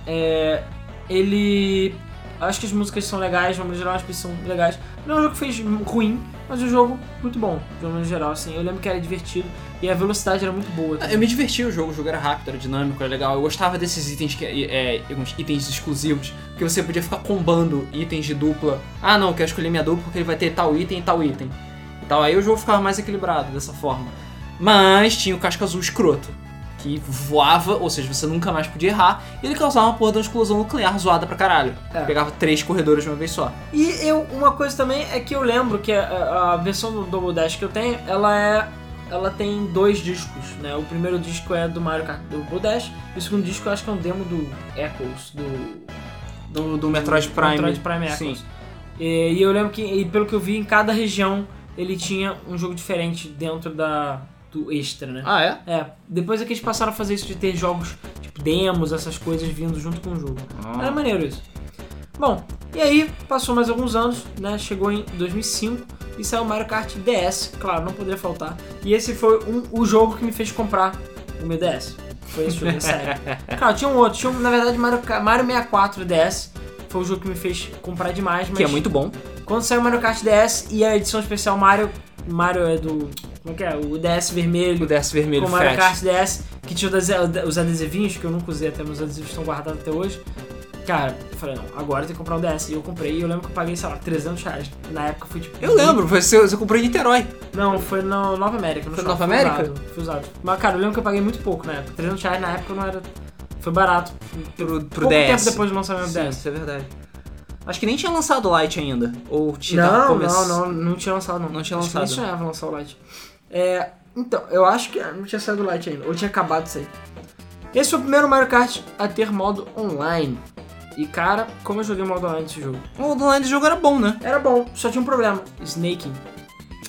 B: É, ele... Acho que as músicas são legais, de uma maneira geral as pistas são legais. Não é um jogo que fez ruim, mas é um jogo muito bom, de uma maneira geral, assim. Eu lembro que era divertido e a velocidade era muito boa.
A: Ah,
B: também.
A: Eu me diverti o jogo, o jogo era rápido, era dinâmico, era legal. Eu gostava desses itens que é, é, uns itens exclusivos, que você podia ficar combando itens de dupla. Ah não, eu quero escolher minha dupla porque ele vai ter tal item e tal item. Então aí o jogo ficava mais equilibrado dessa forma. Mas tinha o casca azul escroto, que voava, ou seja, você nunca mais podia errar, e ele causava uma porra de uma explosão nuclear zoada pra caralho.
B: É.
A: Pegava três corredores de uma vez só.
B: E eu, uma coisa também é que eu lembro que a, a versão do Double Dash que eu tenho, ela é. Ela tem dois discos, né? O primeiro disco é do Mario Kart Double Dash, e o segundo disco eu acho que é um demo do Echoes, do.
A: Do, do Metroid Prime.
B: Metroid Prime Echoes.
A: Sim.
B: E, e eu lembro que, e pelo que eu vi, em cada região ele tinha um jogo diferente dentro da. do extra, né?
A: Ah, é?
B: É, depois é que eles passaram a fazer isso de ter jogos, tipo, demos, essas coisas vindo junto com o jogo.
A: Ah,
B: Era Ah, maneiro isso. Bom, e aí passou mais alguns anos, né? Chegou em 2005 e saiu Mario Kart DS, claro, não poderia faltar. E esse foi um- o jogo que me fez comprar o meu DS. Foi esse jogo, é sério. Claro, tinha um outro, tinha um, na verdade Mario, Ka- Mario 64 DS. Foi o jogo que me fez comprar demais, mas
A: Que é muito bom.
B: quando saiu o Mario Kart DS e a edição especial Mario, Mario é do, como é que é? O DS vermelho
A: O DS vermelho
B: com Mario
A: fat.
B: Kart DS, que tinha os adese- os adesivinhos, que eu nunca usei até, meus adesivos estão guardados até hoje. Cara, eu falei, não, agora tem que comprar um DS. E eu comprei, e eu lembro que eu paguei, sei lá, 300 reais. Na época foi tipo...
A: Eu lembro, você, você comprou em Niterói.
B: Não, foi na Nova América. no
A: Foi na
B: shopping,
A: Nova América?
B: Usado, fui usado. Mas, cara, eu lembro que eu paguei muito pouco na época. 300 reais na época não era... Foi barato.
A: Pro, pro
B: Pouco
A: DS.
B: tempo depois do lançamento do
A: Sim,
B: DS.
A: isso é verdade. Acho que nem tinha lançado o Lite ainda. Ou tinha tava
B: Não,
A: come-
B: não, não, não tinha lançado, não.
A: Não tinha
B: Acho que
A: lançado.
B: Nem sonhava lançar o Light. É, então, eu acho que não tinha saído o Light ainda, ou tinha acabado de sair. Esse foi o primeiro Mario Kart a ter modo online. E cara, como eu joguei modo online desse jogo.
A: O online do jogo era bom, né?
B: Era bom, só tinha um problema: snaking.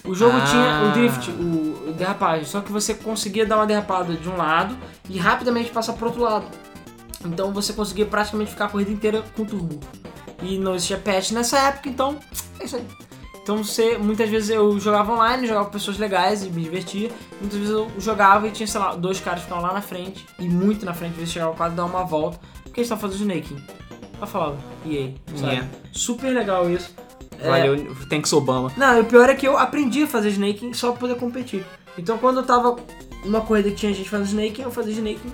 B: O jogo
A: Ah.
B: tinha o drift, o o derrapagem, só que você conseguia dar uma derrapada de um lado e rapidamente passar pro outro lado. Então você conseguia praticamente ficar a corrida inteira com turbo. E não existia patch nessa época, então é isso aí. Então você, muitas vezes eu jogava online, jogava com pessoas legais e me divertia. Muitas vezes eu jogava e tinha, sei lá, dois caras que ficavam lá na frente, e muito na frente, às vezes chegava quase dar uma volta, porque eles estavam fazendo snaking. Eu falava, e aí, sabe?
A: Yeah.
B: Super legal isso. É,
A: Valeu, Thanks Obama.
B: não, e o pior é que eu aprendi a fazer snaking só pra poder competir. Então quando eu tava numa corrida que tinha gente fazendo snaking, eu fazia snaking.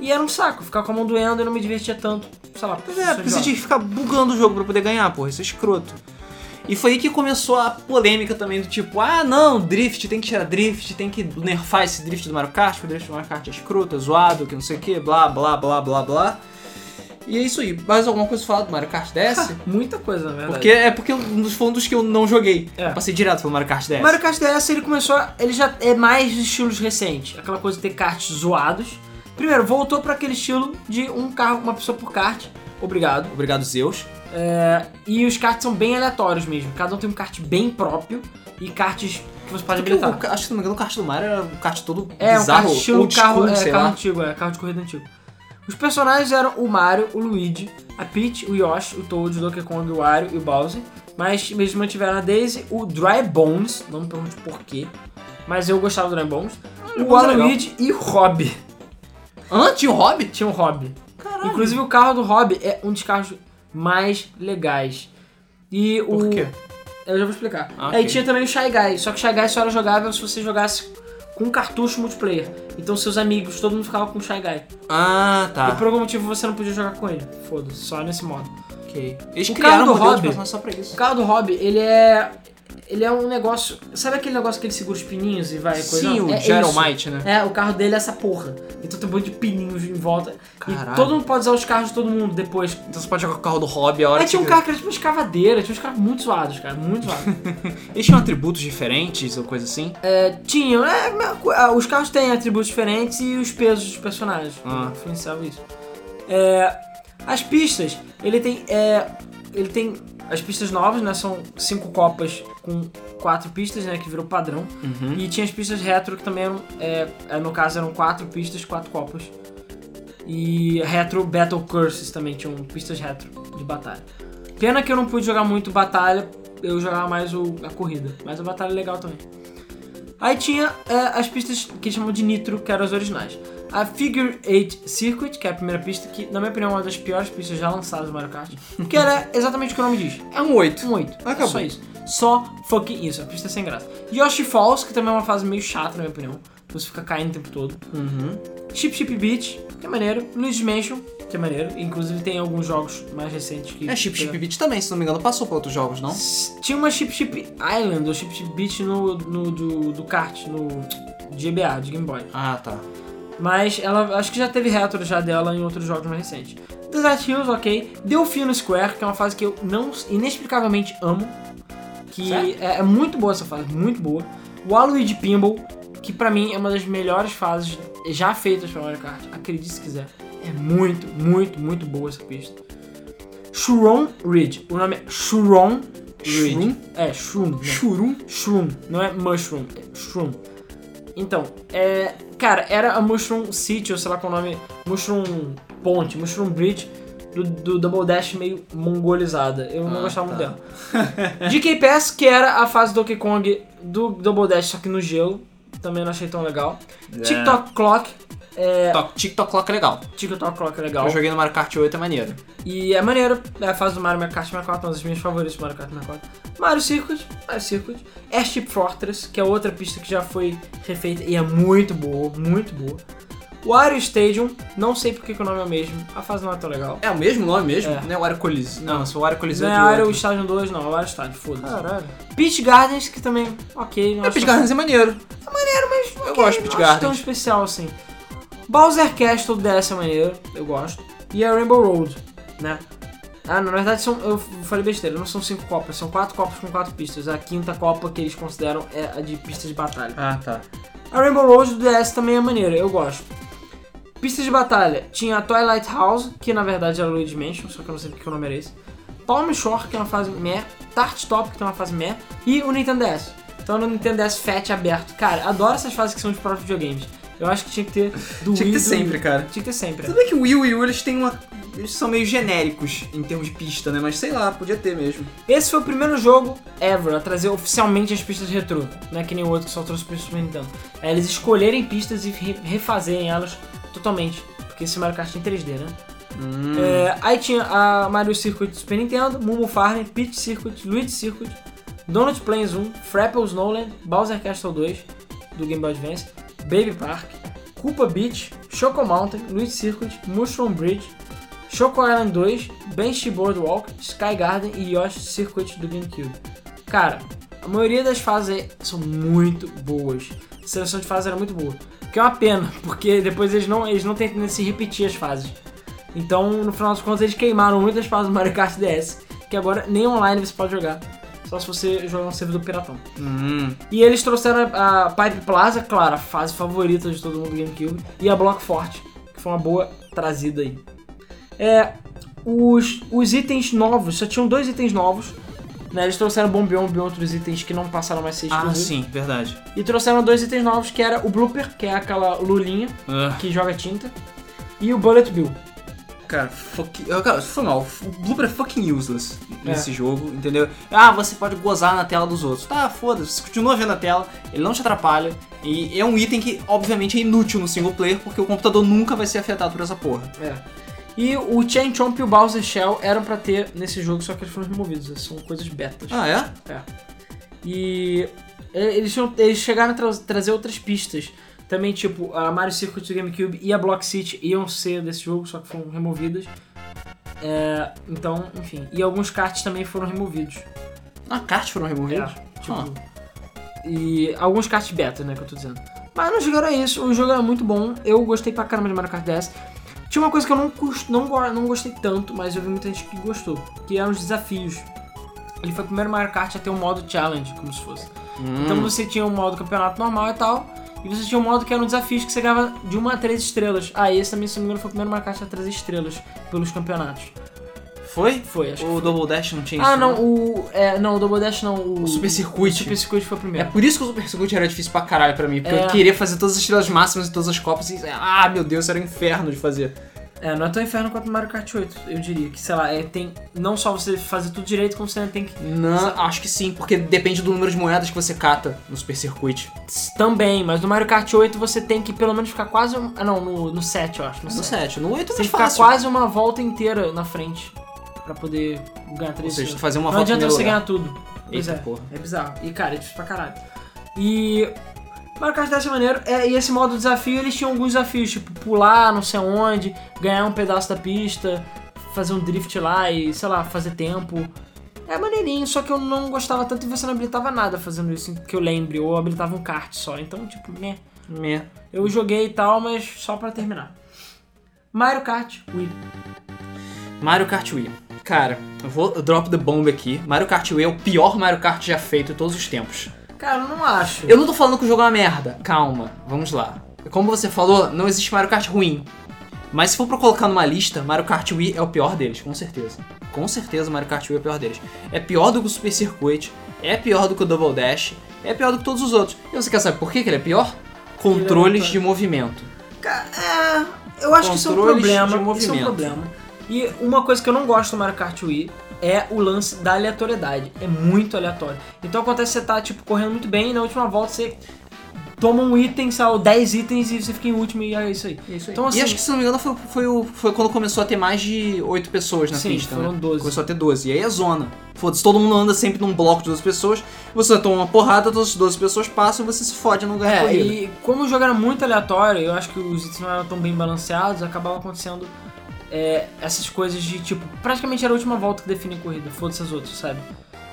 B: E era um saco, ficar com a mão doendo e não me divertia tanto. Sei lá,
A: Mas é, porque você
B: joga.
A: tinha que ficar bugando o jogo pra poder ganhar, porra, isso é escroto. E foi aí que começou a polêmica também do tipo, ah não, drift, tem que tirar drift, tem que nerfar esse drift do Mario Kart, porque o drift do Mario Kart é escroto, é zoado, que não sei o que, blá blá blá blá blá. E é isso aí. Mais alguma coisa pra falar do Mario Kart
B: é
A: DS?
B: Muita coisa, na verdade.
A: Porque é porque um dos- foi um dos que eu não joguei.
B: É.
A: Eu passei direto pelo Mario Kart DS.
B: Mario Kart DS, ele começou, a- ele já é mais de estilos recentes, aquela coisa de ter karts zoados. Primeiro, voltou pra aquele estilo de um carro, uma pessoa por kart, obrigado.
A: Obrigado, Zeus.
B: É, e os karts são bem aleatórios mesmo, cada um tem um kart bem próprio e karts que você pode
A: Porque
B: habilitar.
A: o ca- acho que não me engano, o kart do Mario era um kart todo
B: É, um
A: bizarro,
B: carro estilo
A: old
B: carro,
A: school,
B: é,
A: sei
B: carro
A: lá.
B: antigo, é carro de corrida antigo. Os personagens eram o Mario, o Luigi, a Peach, o Yoshi, o Toad, o Donkey Kong, o Wario e o Bowser. Mas eles mantiveram a Daisy, o Dry Bones, não me pergunte porquê, mas eu gostava do Dry Bones. O
A: Bones é legal.
B: Waluigi e o Hobby.
A: Hã? Tinha um hobby?
B: Tinha um Hobby. Inclusive o carro do Hobby é um dos carros mais legais. E o...
A: Por quê?
B: Eu já vou explicar.
A: Ah,
B: Aí
A: ok.
B: tinha também o Shy Guy, só que o Shy Guy só era jogável se você jogasse com cartucho multiplayer. Então seus amigos, todo mundo ficava com o Shy Guy.
A: Ah,
B: E
A: tá.
B: por algum motivo você não podia jogar com ele. Foda-se, só nesse modo.
A: Ok. Eles
B: O
A: criaram
B: carro do
A: um modelo de
B: hobby-
A: personagem só pra isso.
B: O carro do Hobby, ele é. Ele é um negócio. Sabe aquele negócio que ele segura os pininhos e vai coisando?
A: Sim, o
B: é,
A: Geromite, né?
B: isso. É, o carro dele é essa porra. Então tem um monte de pininhos em volta.
A: Caralho.
B: E todo mundo pode usar os carros de todo mundo depois.
A: Então você pode jogar com o carro do hobby a hora
B: Aí tinha um
A: É que-
B: carro que era tipo uma escavadeira, tinha uns carros muito zoados, cara, muito zoados.
A: Eles tinham atributos diferentes ou coisa assim?
B: Tinham, é, mas, ah, os carros têm atributos diferentes e os pesos dos personagens.
A: Ah.
B: Influenciava isso. É, as pistas, ele tem. é, ele tem. As pistas novas, né? São cinco copas com quatro pistas, né? Que virou padrão.
A: Uhum.
B: E tinha as pistas retro, que também eram. é, é, no caso, eram quatro pistas, quatro copas. E retro Battle Curses também tinham pistas retro de batalha. Pena que eu não pude jogar muito batalha, eu jogava mais o- a corrida. Mas a batalha é legal também. Aí tinha é, as pistas que eles chamam de Nitro, que eram as originais. A Figure 8 Circuit, que é a primeira pista, que na minha opinião é uma das piores pistas já lançadas no Mario Kart. Porque ela é exatamente o que o nome diz.
A: É um 8.
B: Um 8.
A: Acabou.
B: Só isso. Só fucking isso. A pista é sem graça. Yoshi Falls, que também é uma fase meio chata, na minha opinião. Então Você fica caindo o tempo todo.
A: Uhum.
B: Chip Chip Beach, que é maneiro. Luigi's Mansion, que é maneiro. Inclusive tem alguns jogos mais recentes que...
A: É Chip Chip Beat também, se não me engano, passou pra outros jogos, não?
B: Tinha uma Chip Chip Island, ou Chip Chip Beach no, no- do, do kart, no GBA, de Game Boy.
A: Ah, tá.
B: Mas ela acho que já teve retro já dela em outros jogos mais recentes. Desert Hills, ok. Delfino Square, que é uma fase que eu não inexplicavelmente amo. Que
A: Sério?
B: é, é muito boa essa fase, muito boa. Waluigi Pinball, que pra mim é uma das melhores fases já feitas pra Mario Kart. Acredite se quiser. É muito, muito, muito boa essa pista. Shroom Ridge. O nome é Shroom Ridge.
A: Shroom?
B: É, Shroom. né?
A: Churum?
B: Shroom, não é mushroom, é shroom. Então, é. Cara, era a Mushroom City, ou sei lá qual é o nome. Mushroom Ponte, Mushroom Bridge do, do Double Dash meio mongolizada. Eu não
A: Ah,
B: gostava muito
A: tá.
B: dela. DK Pass, que era a fase do Donkey Kong do Double Dash, só que no gelo. Também não achei tão legal.
A: É.
B: TikTok Clock. É,
A: Toc- TikTok Clock é legal.
B: TikTok Clock é
A: Eu
B: legal.
A: joguei no Mario Kart 8, é maneiro.
B: E é maneiro, é a fase do Mario Kart 64, uma das minhas favoritas do Mario Kart 64. Mario Circuit, Mario Circuit. Airship Fortress, que é outra pista que já foi refeita e é muito boa, muito boa. Wario Stadium, não sei porque que o nome é o mesmo, a fase não é tão legal.
A: É o mesmo nome mesmo?
B: É.
A: Não é o Wario Coliseu. Não, se o Wario Coliseu
B: Não é
A: de
B: Wario
A: outro.
B: Stadium 2, não, é Wario Stadium, foda-se.
A: Caralho.
B: Peach Gardens, que também, ok, não
A: É,
B: acho
A: Pit Gardens é maneiro. Eu gosto de Peach
B: não acho tão
A: Gardens.
B: especial assim. Bowser Castle é dessa maneira, eu gosto. E a Rainbow Road, né? Ah, na verdade são, eu falei besteira, não são cinco copas, são quatro copas com quatro pistas. A quinta copa que eles consideram é a de pista de batalha.
A: Ah, tá.
B: A Rainbow Road do DS também é maneira, eu gosto. Pista de batalha tinha a Twilight House, que na verdade era Luigi Mansion, só que eu não sei porque que o nome era esse. Palm Shore, que é uma fase meh. Tart Top, que tem uma fase meh. E o Nintendo DS. Então era o Nintendo DS Fat aberto. Cara, adoro essas fases que são de próprios videogames. Eu acho que tinha que ter
A: Tinha
B: do
A: que
B: Wii,
A: ter
B: do-
A: sempre, cara.
B: Tinha que ter sempre.
A: Tudo bem que o Wii e o Wii U, eles têm uma. Eles são meio genéricos em termos de pista, né? Mas sei lá, podia ter mesmo.
B: Esse foi o primeiro jogo ever a trazer oficialmente as pistas retrô, não é que nem o outro que só trouxe pistas do Super Nintendo. É eles escolherem pistas e re- refazerem elas totalmente, porque esse Mario Kart é em 3D, né?
A: Hum.
B: É, aí tinha a Mario Circuit do Super Nintendo, Mumu Farm, Peach Circuit, Luigi Circuit, Donut Plains 1, Frapples Snowland, Bowser Castle 2 do Game Boy Advance, Baby Park, Koopa Beach, Choco Mountain, Luigi Circuit, Mushroom Bridge, Choco Island 2, Banshee Boardwalk, Sky Garden e Yoshi Circuit do GameCube. Cara, a maioria das fases aí são muito boas. A seleção de fases era muito boa. Que é uma pena, porque depois eles não, eles não têm tendência de se repetir as fases. Então, no final das contas, eles queimaram muitas fases do Mario Kart DS, que agora nem online você pode jogar. Só se você jogar um servidor piratão.
A: Hum.
B: E eles trouxeram a, a Pipe Plaza, claro, a fase favorita de todo mundo do GameCube, e a Block Forte, que foi uma boa trazida aí. É, os, os itens novos, só tinham dois itens novos, né? Eles trouxeram Bombeon e outros itens que não passaram mais a ser
A: Ah,
B: exclusivos.
A: sim, verdade.
B: E trouxeram dois itens novos, que era o Blooper, que é aquela lulinha
A: Ah,
B: que joga tinta, e o Bullet Bill.
A: Cara, fuck... ah, cara, foi mal. O blooper é fucking useless nesse
B: É.
A: jogo, entendeu? Ah, você pode gozar na tela dos outros. Tá, foda-se, você continua vendo a tela, ele não te atrapalha. E é um item que, obviamente, é inútil no single player, porque o computador nunca vai ser afetado por essa porra.
B: É. E o Chain Chomp e o Bowser Shell eram pra ter nesse jogo, só que eles foram removidos, são coisas betas.
A: Ah, é?
B: E é, eles, tinham- eles chegaram a tra- trazer outras pistas. Também, tipo, a Mario Circuit do GameCube e a Block City iam ser desse jogo, só que foram removidas. É, então, enfim. E alguns karts também foram removidos.
A: Ah, kart foram Ah. removidos?
B: É, tipo, E alguns cartas beta, né, que eu tô dizendo. Mas no jogo era isso, o jogo era muito bom, eu gostei pra caramba de Mario Kart 10. Tinha uma coisa que eu não, cus- não, go- não gostei tanto, mas eu vi muita gente que gostou, que eram os desafios. Ele foi o primeiro Mario Kart a ter um modo challenge, como se fosse.
A: hum.
B: Então você tinha um modo campeonato normal e tal, e você tinha um modo que eram desafios que você ganhava de uma a três estrelas. Ah, e esse também, se não me engano, foi o primeiro Mario Kart a três estrelas pelos campeonatos.
A: Foi?
B: Foi, acho
A: O Double Dash não tinha
B: Ah,
A: isso, né?
B: não, o. É, não, o Double Dash não. O,
A: O Super Circuit.
B: O Super Circuit foi o
A: É
B: primeiro.
A: por isso que o Super Circuit era difícil pra caralho pra mim, porque
B: É.
A: eu queria fazer todas as estrelas máximas e todas as copas e. Ah, meu Deus, era um inferno de fazer.
B: É, não é tão inferno quanto Mario Kart 8, eu diria. Que, sei lá, é, tem não só você fazer tudo direito, como você ainda tem que.
A: Não, acho que sim, porque depende do número de moedas que você cata no Super Circuit.
B: Também, mas no Mario Kart 8 você tem que pelo menos ficar quase. um- Ah, não, no, no 7, eu acho. No
A: No
B: 7.
A: 7, no 8 é
B: Você tem
A: mais
B: que ficar
A: fácil.
B: quase uma volta inteira na frente pra poder ganhar
A: Ou
B: 3
A: seja, tu fazer uma
B: Não
A: volta em
B: adianta
A: primeiro
B: você
A: lugar.
B: ganhar tudo. Pois
A: Eita,
B: é.
A: porra.
B: É bizarro. E, cara, é difícil pra caralho. E. Mario Kart 10 é maneiro. É, e esse modo desafio, eles tinham alguns desafios, tipo pular não sei onde, ganhar um pedaço da pista, fazer um drift lá e, sei lá, fazer tempo. É maneirinho, só que eu não gostava tanto e você não habilitava nada fazendo isso, que eu lembre, ou habilitava um kart só. Então, tipo, né.
A: Meh.
B: Eu joguei e tal, mas só pra terminar. Mario Kart Wii.
A: Mario Kart Wii. Cara, eu vou eu drop the bomb aqui. Mario Kart Wii é o pior Mario Kart já feito em todos os tempos.
B: Cara, eu não acho.
A: Eu não tô falando que o jogo é uma merda. Calma, vamos lá. Como você falou, não existe Mario Kart ruim. Mas se for pra colocar numa lista, Mario Kart Wii é o pior deles, com certeza. Com certeza Mario Kart Wii é o pior deles. É pior do que o Super Circuit, é pior do que o Double Dash, é pior do que todos os outros. E você quer saber por que que ele é pior? Controles de movimento.
B: Ca- É, eu acho que isso é um
A: Controles
B: problema.
A: de
B: Isso é um
A: movimento.
B: problema. E uma coisa que eu não gosto do Mario Kart Wii é o lance da aleatoriedade. É muito aleatório. Então acontece que você tá, tipo, correndo muito bem e na última volta você toma um item, sei lá, 10 itens e você fica em último e é isso aí.
A: Isso
B: aí. Então, assim-
A: e acho que, se não me engano, foi, foi, o- foi quando começou a ter mais de 8 pessoas na
B: Sim,
A: pista,
B: foram
A: né?
B: 12.
A: Começou a ter 12. E aí é zona. Foda-se, todo mundo anda sempre num bloco de 12 pessoas. Você toma uma porrada, todas as 12 pessoas passam e você se fode no lugar
B: É,
A: corrida.
B: e como o jogo era muito aleatório, eu acho que os itens não eram tão bem balanceados, acabava acontecendo é, essas coisas de tipo, praticamente era a última volta que definia a corrida, foda-se as outras, sabe?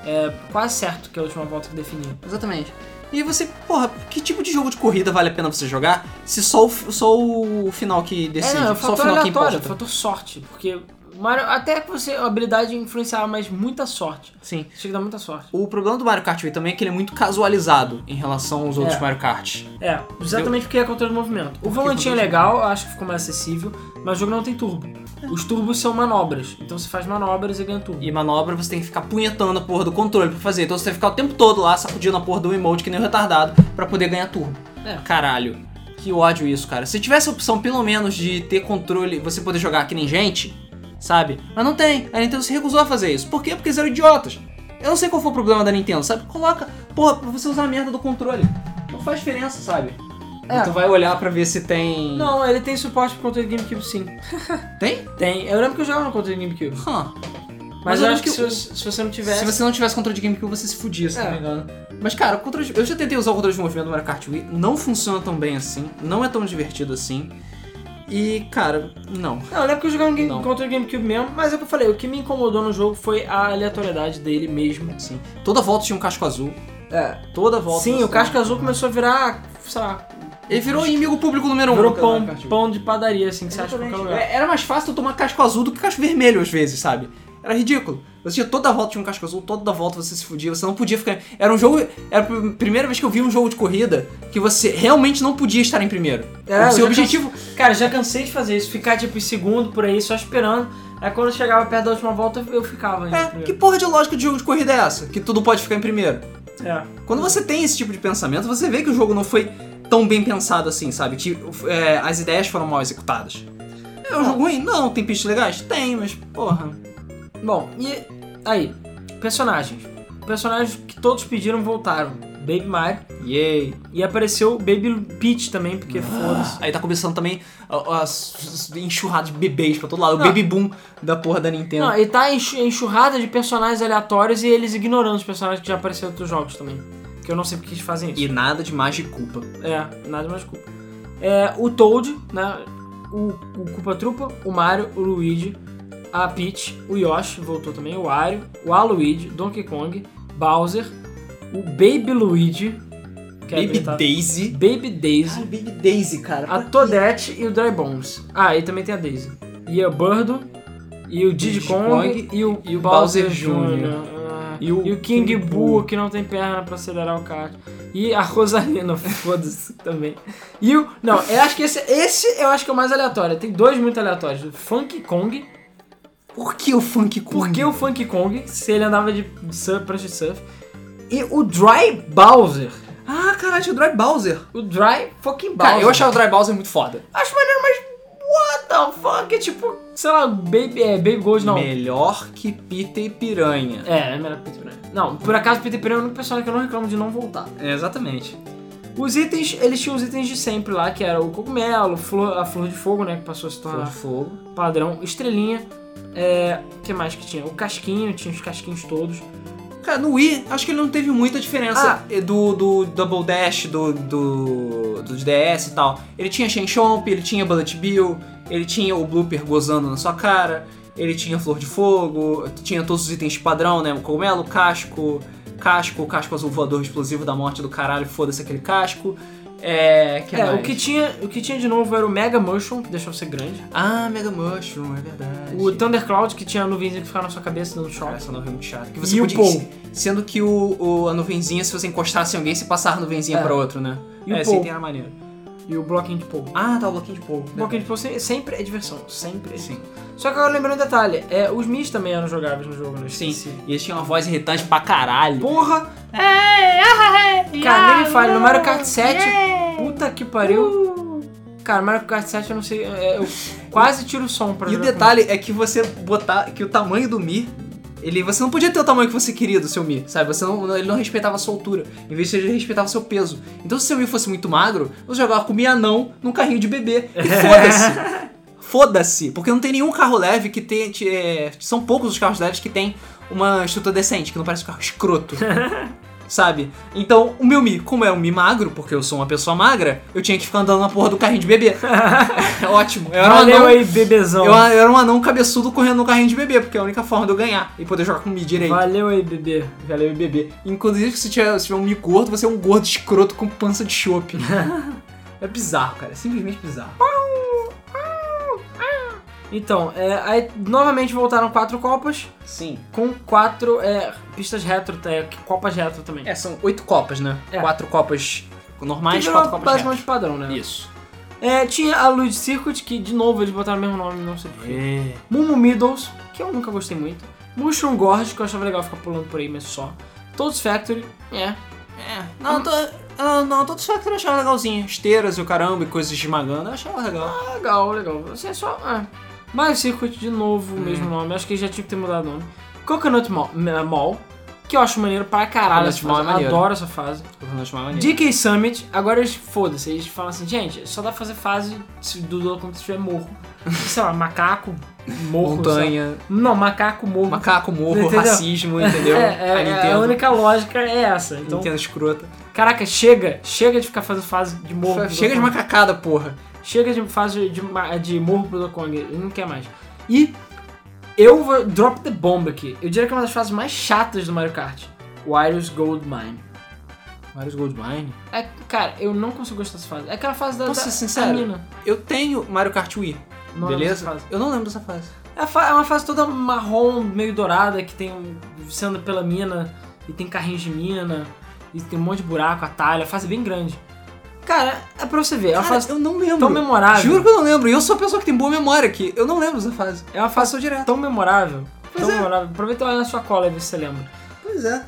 B: É quase certo que é a última volta que definia.
A: Exatamente. E você, porra, que tipo de jogo de corrida vale a pena você jogar se só o, fi- só o final que decide?
B: É, não, é o
A: só o
B: fator
A: final que
B: aleatório, é o
A: importa?
B: fator sorte, porque Mario, até que você, a habilidade influenciava, mas muita sorte.
A: Sim.
B: Chega a dar muita sorte.
A: O problema do Mario Kart Wii também é que ele é muito casualizado em relação aos outros
B: É.
A: Mario Kart.
B: É, exatamente porque é controle de movimento. O volantinho
A: controle
B: é
A: de
B: legal, eu acho que ficou mais acessível, mas o jogo não tem turbo. Os turbos são manobras, então você faz manobras e ganha turbo.
A: E manobra você tem que ficar punhetando a porra do controle pra fazer. Então você tem que ficar o tempo todo lá sacudindo a porra do emote que nem um retardado pra poder ganhar turbo.
B: É.
A: Caralho. Que ódio isso, cara. Se tivesse a opção, pelo menos, de ter controle, você poder jogar que nem gente, sabe? Mas não tem. A Nintendo se recusou a fazer isso. Por quê? Porque eles eram idiotas. Eu não sei qual foi o problema da Nintendo, sabe? Coloca, porra, pra você usar a merda do controle. Não faz diferença, sabe?
B: É.
A: Tu vai olhar pra ver se tem.
B: Não, ele tem suporte pro controle de GameCube sim.
A: Tem?
B: Tem. Eu lembro que eu jogava no controle de GameCube.
A: Hã.
B: Mas,
A: eu lembro
B: eu acho que,
A: que
B: se, você- se você não tivesse.
A: Se você não tivesse controle de GameCube, você se fudia, se
B: É.
A: não me engano. Mas, cara, o controle de- eu já tentei usar o controle de movimento do Mario Kart Wii, não funciona tão bem assim, não é tão divertido assim. E, cara, não.
B: Não, eu lembro que eu jogava no game,
A: Não.
B: controle de GameCube mesmo, mas é o que eu falei, o que me incomodou no jogo foi a aleatoriedade dele mesmo.
A: Sim. Toda volta tinha um casco azul.
B: É.
A: Toda volta.
B: Sim,
A: você-
B: o casco azul começou a virar, sei lá,
A: Ele virou inimigo público número um.
B: virou
A: do
B: pão,
A: Mario Kart Wii.
B: pão de padaria, assim, que você acha em
A: Exatamente.
B: qualquer lugar.
A: É, Era mais fácil eu tomar casco azul do que casco vermelho, às vezes, sabe? Era ridículo. Você tinha toda volta tinha um casco azul, toda volta você se fudia, você não podia ficar. Era um jogo. Era a primeira vez que eu vi um jogo de corrida que você realmente não podia estar em primeiro.
B: É, eu
A: o seu
B: já
A: objetivo.
B: Cara, já cansei de fazer isso, ficar tipo em segundo por aí, só esperando. Aí quando eu chegava perto da última volta, eu ficava ainda.
A: É, que porra de lógica de jogo de corrida é essa? Que tudo pode ficar em primeiro.
B: é.
A: Quando você tem esse tipo de pensamento, você vê que o jogo não foi tão bem pensado assim, sabe? Tipo, é, as ideias foram mal executadas. É um jogo ruim? Não. Tem pistas legais? Tem, mas porra.
B: Bom, e aí, personagens. Personagens que todos pediram voltaram. Baby Mario.
A: Yay.
B: E apareceu Baby Peach também, porque foda-se.
A: Aí tá começando também a, a s- s- enxurrada de bebês pra todo lado.
B: Não.
A: O baby boom da porra da Nintendo.
B: Não, e tá enxu- enxurrada de personagens aleatórios e eles ignorando os personagens que já apareceram em outros jogos também. Que eu não sei porque eles fazem isso.
A: E nada de mais de culpa.
B: É, nada mais culpa. É, o Toad, né? O, o Culpa Trupa, o Mario, o Luigi, a Peach, o Yoshi, voltou também, o Wario, o Aluigi, Donkey Kong, Bowser, o Baby Luigi, que é
A: Baby
B: habilitado-
A: Daisy. Ah,
B: Baby Daisy,
A: Cara, Baby Daisy, cara.
B: a Toadette e o Dry Bones. Ah, e também tem a Daisy. E o Birdo, e o Diddy
A: Diddy
B: Kong, e o,
A: e o Bowser Jr..
B: Ah,
A: E o
B: King
A: King
B: Boo,
A: Boo.
B: que não tem perna pra acelerar o kart. E a Rosalina, foda-se também. E o... Não, eu acho que esse, esse eu acho que é o mais aleatório. Tem dois muito aleatórios. O Funky Kong,
A: Por que o Funk Kong?
B: porque o Funky Kong, se ele andava de surf, prancha de surf. E o Dry Bowser.
A: Ah, caralho, tinha o Dry Bowser.
B: O Dry fucking Bowser.
A: Cara, eu achava o Dry Bowser muito foda.
B: Acho maneiro, mas what the fuck? É tipo, sei lá, Baby, é, baby Gold não.
A: Melhor que Pita e Piranha.
B: É, é melhor Peter Pan. Não, por acaso Peter Pan é o único personagem que eu não reclamo de não voltar.
A: É, exatamente.
B: Os itens, eles tinham os itens de sempre lá, que era o cogumelo, flor- a flor de fogo, né, que passou a se
A: Flor
B: tornar
A: de fogo.
B: padrão, estrelinha, é, o que mais que tinha? O casquinho, tinha os casquinhos todos.
A: Cara, no Wii, acho que ele não teve muita diferença
B: Ah.
A: eh, do, do Double Dash, do, do, do DS e tal. Ele tinha Shenchomp, ele tinha Bullet Bill, ele tinha o Blooper gozando na sua cara, ele tinha Flor de Fogo, tinha todos os itens padrão, né? O cogumelo, casco, casco, casco azul voador explosivo da morte do caralho, foda-se aquele casco. É, que
B: é,
A: mais?
B: o que, tinha, o que tinha de novo era o Mega Mushroom, que deixava você grande.
A: Ah, Mega Mushroom, é verdade.
B: O Thundercloud, que tinha a nuvenzinha que ficava na sua cabeça dando
A: Cara,
B: choque.
A: essa nuvem é muito chata. Que você
B: E o
A: podia,
B: Paul?
A: Sendo que o, o- a nuvenzinha, se você encostasse em alguém, você passava a nuvenzinha
B: É.
A: pra outro, né?
B: E o
A: é, esse
B: Paul?
A: item era maneiro.
B: E o bloquinho de povo.
A: Ah, tá, o bloquinho de Paul.
B: O bloquinho de povo se- sempre é diversão, sempre é
A: Sim.
B: Só que agora lembrando um detalhe, é, os Mis também eram jogáveis no jogo, né?
A: Sim, sim. E eles tinham uma voz irritante pra caralho.
B: Porra! Cara, nem me fale, no Mario Kart 7, puta que pariu. Cara, Mario Kart 7 eu não sei, é, eu quase tiro o som pra
A: E o
B: jogar com-
A: detalhe é que você botar. que o tamanho do Mi. Ele, você não podia ter o tamanho que você queria do seu Mi, sabe? Você não, ele não respeitava a sua altura. Em vez de ele respeitava o seu peso. Então, se seu Mi fosse muito magro, você jogava com o Mi anão num carrinho de bebê. E foda-se! foda-se! Porque não tem nenhum carro leve que tem. te- é, são poucos os carros leves que tem uma estrutura decente, que não parece um carro escroto. sabe? Então, o meu Mi, como é um Mi magro, porque eu sou uma pessoa magra, eu tinha que ficar andando na porra do carrinho de bebê. É Ótimo. Eu era um
B: Valeu
A: anão
B: aí, bebezão.
A: eu, eu era um anão cabeçudo correndo no carrinho de bebê, porque é a única forma de eu ganhar e poder jogar com o Mi direito.
B: Valeu aí, bebê.
A: Valeu, bebê. Inclusive, se tiver, se tiver um Mi gordo, você é um gordo escroto com pança de chope. é bizarro, cara. É simplesmente bizarro.
B: Então, é, aí novamente voltaram quatro copas
D: Sim.
B: com quatro é, pistas retro, é, copas retro também.
A: É, são oito copas, né?
B: É.
A: Quatro copas normais,
B: que
A: quatro
B: virou
A: copas
B: basicamente
A: retas.
B: padrão, né?
A: Isso.
B: É, tinha a Luigi Circuit, que de novo eles botaram o mesmo nome, não sei porquê. Mumu Middles, que eu nunca gostei muito. Mushroom Gorge, que eu achava legal ficar pulando por aí, mas só. Toads Factory, é.
A: É. Não, tô, não, não, todos os factores eu achava legalzinho. Esteiras e o caramba e coisas esmagando, eu achava legal.
B: Legal, legal. Você é só. É. Mario Circuit, de novo, o
A: Hum.
B: mesmo nome. Acho que já tinha que ter mudado o nome. Coconut Mall, Ma- Mall, que eu acho maneiro pra caralho
A: Coconut
B: essa
A: Mall
B: fase.
A: é maneiro. É.
B: Adoro essa fase.
A: Eu achava maneiro.
B: DK Summit, agora eles foda-se, eles falam assim, gente, só dá pra fazer fase se do Dodo quando tiver morro. Sei lá, macaco, morro.
A: Montanha,
B: sei lá. Não, macaco, morro.
A: macaco, morro,
B: Entendeu?
A: racismo, entendeu?
B: É, é,
A: a
B: é,
A: Nintendo,
B: a única lógica é essa. Então,
A: Nintendo escrota.
B: caraca, chega, chega de ficar fazendo fase de morro. pro
A: Chega de
B: Dodo Kong.
A: macacada, porra.
B: Chega de fase de, ma- de morro pro Dodo Kong, ele não quer mais. E eu vou drop the bomb aqui. Eu diria que é uma das fases mais chatas do Mario Kart. Wireless Gold Mine.
A: Vários Goldmine.
B: É, cara, eu não consigo gostar dessa fase. É aquela fase da,
A: Posso
B: da,
A: ser sincero?
B: da mina.
A: Eu tenho Mario Kart Wii,
B: Não lembro
A: beleza?
B: dessa fase.
A: Eu não lembro dessa fase.
B: É fa- é uma fase toda marrom, meio dourada, que tem. um- Você anda pela mina e tem carrinhos de mina, e tem um monte de buraco, atalho, a fase é bem grande. Cara, é pra você ver, é uma
A: Cara,
B: fase
A: eu não lembro.
B: tão memorável.
A: Juro que eu não lembro. E eu sou a pessoa que tem boa memória aqui. Eu não lembro dessa fase.
B: É uma fase
A: Passou direto.
B: tão memorável.
A: Pois
B: tão
A: é.
B: memorável. Aproveita e olha na sua cola e vê se você lembra.
A: Pois é.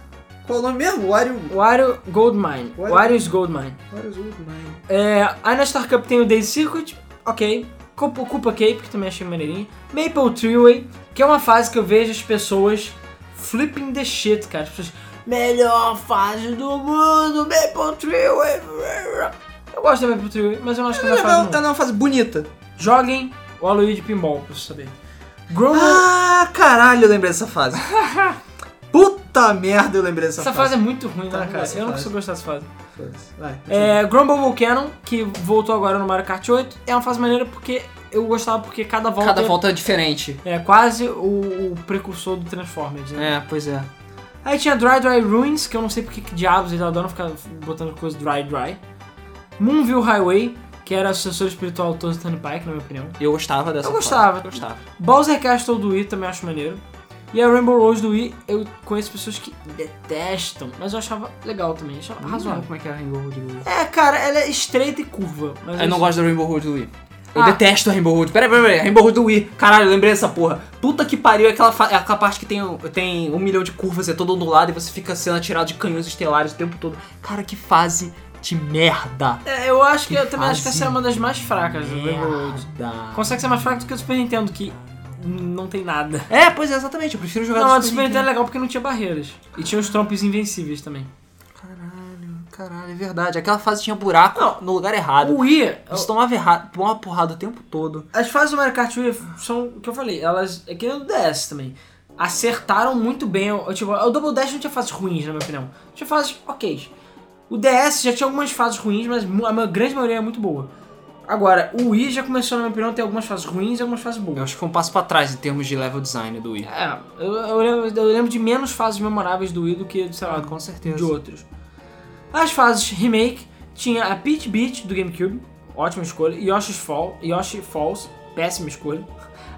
A: Qual o nome mesmo? Wario...
B: Wario Goldmine.
A: Wario-
B: Wario's Goldmine.
A: Wario's Goldmine.
B: É, aí na Star Cup tem o Daisy Circuit, ok. Cupa, Cupa Cape, que também achei maneirinho. Maple Treeway, que é uma fase que eu vejo as pessoas flipping the shit, cara. As pessoas, melhor fase do mundo, Maple Treeway. Eu gosto da Maple Treeway, mas eu não acho que é a
A: Ela
B: melhor fase do
A: é
B: mundo.
A: uma fase bonita.
B: Joguem o Aloysio de Pinball, pra você saber. Grumble,
A: Ah, caralho, eu lembrei dessa fase. Puta merda, eu lembrei dessa
B: essa
A: fase.
B: fase é muito ruim, né,
A: Tá,
B: cara?
A: essa
B: Eu não
A: fase.
B: consigo gostar dessa fase.
A: Foda-se. Vai.
B: É, Grumble Volcano, que voltou agora no Mario Kart 8, é uma fase maneira porque eu gostava porque cada volta...
A: Cada volta é diferente.
B: É quase o, o precursor do Transformers, né?
A: É, pois é.
B: Aí tinha Dry Dry Ruins, que eu não sei porque que diabos eles adoram ficar botando coisa dry dry. Moonville Highway, que era sucessor espiritual do Toast Turnpike, na minha opinião.
A: Eu gostava dessa
B: Eu
A: fase.
B: gostava.
A: Eu gostava.
B: Bowser Castle do Wii também acho maneiro. E a Rainbow Rose do Wii, eu conheço pessoas que detestam, mas eu achava legal também, achava razoável.
A: como é que é a Rainbow Road Wii.
B: É, cara, ela é estreita e curva. Mas
A: Eu É, não
B: isso-
A: gosto da Rainbow Road do Wii. Eu
B: Ah.
A: detesto a Rainbow Road. Peraí, peraí, peraí. Rainbow Road do Wii. Caralho, eu lembrei dessa porra. Puta que pariu, é aquela, fa- é aquela parte que tem, um- tem um milhão de curvas, é todo ondulado e você fica sendo atirado de canhões estelares o tempo todo. Cara, que fase de merda.
B: É, eu acho que,
A: Que
B: eu também acho que essa é
A: fase
B: uma das mais fracas do Rainbow Road.
A: Merda.
B: Consegue ser mais fraca do que o Super Nintendo, que não tem nada.
A: É, pois é, exatamente. Eu prefiro jogar
B: Não,
A: no
B: mas o Super Nintendo é legal porque não tinha barreiras. E tinha os trompos invencíveis também.
A: Caralho, caralho, é verdade. Aquela fase tinha buraco no lugar errado.
B: O Wii,
A: Você tomava errado, tomava porrada o tempo todo.
B: as fases do Mario Kart Wii são o que eu falei, elas. É que nem o DS também. Acertaram muito bem. o- Tipo, o Double Dash não tinha fases ruins, na minha opinião. Tinha fases ok. O DS já tinha algumas fases ruins, mas mu- a ma- grande maioria é muito boa. Agora, o Wii já começou, na minha opinião, a ter algumas fases ruins e algumas fases boas.
A: Eu acho que foi um passo pra trás em termos de level design do Wii.
B: É, eu, eu lembro, eu lembro de menos fases memoráveis do Wii do que, sei lá,
A: com certeza.
B: de outros. As fases remake tinha a Peach Beach do GameCube, ótima escolha, Yoshi's Fall, Yoshi Falls, péssima escolha.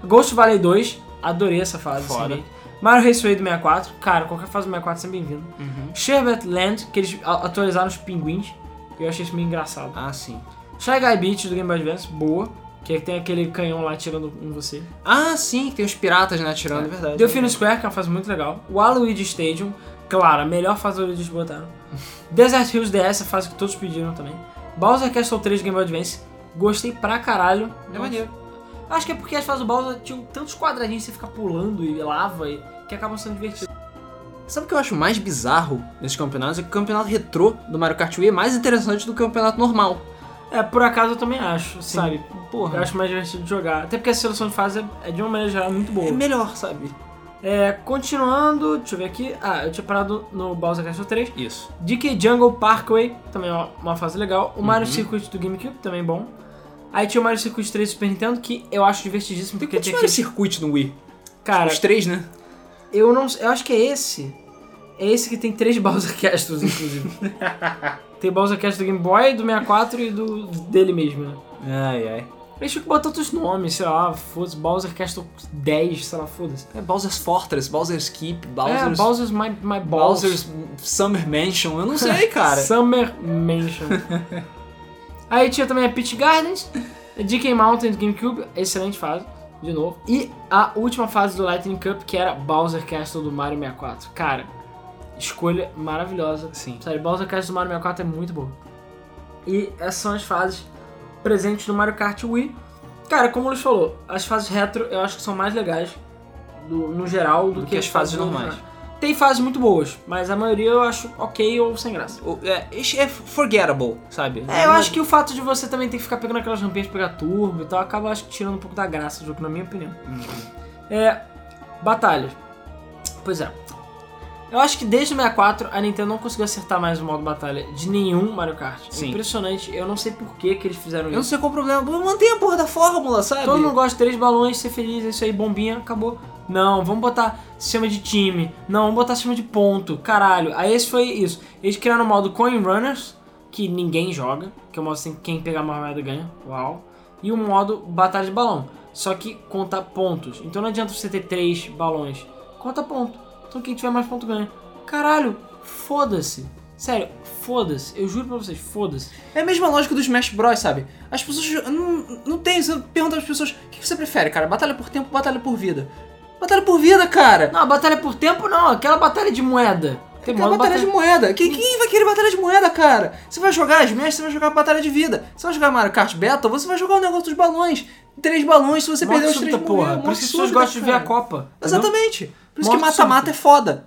B: Ghost Valley 2, adorei essa fase. esse
A: Foda.
B: remake. Mario Raceway do 64, cara, qualquer fase do 64 é sempre bem-vindo.
A: Uhum.
B: Sherbet Land, que eles a- atualizaram os pinguins, que eu achei isso meio engraçado.
A: Ah, sim.
B: Shy Guy Beach do Game Boy Advance, boa, que tem aquele canhão lá atirando em você.
A: Ah, sim, que tem os piratas, né, atirando, é verdade.
B: Delfino Square, que é uma fase muito legal. O Waluigi Stadium, claro, a melhor fase do eles botaram. Desert Hills DS, a fase que todos pediram também. Bowser Castle 3 Game Boy Advance, gostei pra caralho.
A: É maneiro.
B: Acho que é porque as fases do Bowser tinham tantos quadradinhos que você fica pulando e lava e que acabam sendo divertidas.
A: Sabe o que eu acho mais bizarro nesses campeonatos? É que o campeonato retrô do Mario Kart Wii é mais interessante do que o campeonato normal.
B: É, por acaso eu também acho, sabe? Eu
A: Porra.
B: acho mais divertido de jogar. Até porque a seleção de fase é, é de uma maneira geral muito
A: É
B: boa.
A: melhor, sabe?
B: É, continuando, deixa eu ver aqui. Ah, eu tinha parado no Bowser Castle 3.
A: Isso.
B: DK Jungle Parkway, também uma, uma fase legal.
A: Uhum.
B: O Mario Circuit do GameCube, também bom. Aí tinha o Mario Circuit 3 do Super Nintendo, que eu acho divertidíssimo,
A: Tem
B: porque
A: quantos
B: tem
A: Mario
B: aquele...
A: circuito no Wii?
B: Cara,
A: Os três, né?
B: eu não eu acho que é esse. É esse que tem três Bowser Castles, inclusive. tem Bowser Castle do Game Boy, do 64 e do dele mesmo, né?
A: Ai, ai.
B: Eles tinham que botar outros nomes, sei lá, foda-se, Bowser Castle 10, sei lá, foda-se.
A: É Bowser's Fortress, Bowser's Keep,
B: É,
A: Bowser's,
B: Bowser's My, My Balls.
A: Bowser's Summer Mansion, eu não sei, cara.
B: Summer Mansion. Aí tinha também a Peach Gardens, DK Mountain do GameCube, excelente fase, de novo. E a última fase do Lightning Cup, que era Bowser Castle do Mario 64. Cara, escolha maravilhosa.
A: Sim.
B: Sério, Bowser Castle do Mario 64 é muito boa. E essas são as fases presentes no Mario Kart Wii. Cara, como o Luiz falou, as fases retro eu acho que são mais legais, do- no geral, do,
A: Do que as fases normais.
B: Tem fases muito boas, mas a maioria eu acho ok ou sem graça.
A: O- É, esse é forgettable, sabe?
B: É, eu acho que o fato de você também ter que ficar pegando aquelas rampinhas pra pegar turbo e tal, acaba acho que tirando um pouco da graça do jogo, na minha opinião.
A: Uhum.
B: É. Batalhas. Pois é. Eu acho que desde o 64 a Nintendo não conseguiu acertar mais o modo batalha de nenhum Mario Kart. É
A: Sim.
B: Impressionante, eu não sei por que, que eles fizeram
A: Eu não
B: isso.
A: sei qual o problema. Mantém a porra da fórmula, sabe?
B: Todo mundo gosta de três balões, ser feliz, é isso aí, bombinha, acabou. Não, vamos botar sistema de time. Não, vamos botar sistema de ponto. Caralho. Aí esse foi isso. Eles criaram o modo Coin Runners, que ninguém joga, que é o modo assim, quem pegar mais moeda ganha. Uau. E o modo Batalha de Balão. Só que conta pontos. Então não adianta você ter três balões. Conta ponto. Então quem tiver mais ponto ganha. Caralho, foda-se. Sério, foda-se. Eu juro pra vocês, foda-se.
A: É a mesma lógica do Smash Bros, sabe? As pessoas. Não, não tem. Você pergunta às pessoas: o que você prefere, cara? Batalha por tempo ou batalha por vida? Batalha por vida, cara!
B: Não, a batalha é por tempo não, aquela batalha de moeda. Tem
A: É batalha,
B: modo batalha
A: de moeda. Quem, quem vai querer batalha de moeda, cara? Você vai jogar Smash, você vai jogar batalha de vida. Você vai jogar Mario Kart Battle, você vai jogar o negócio dos balões. Três balões, se você
B: Morte
A: perder os
B: súbita,
A: três
B: porra.
A: morreu.
B: Por isso que as pessoas
A: Morte súbita,
B: gostam de ver a
A: um cara.
B: Copa. entendeu?
A: Exatamente. Por isso que
B: Morte
A: mata-mata
B: súbita.
A: é foda.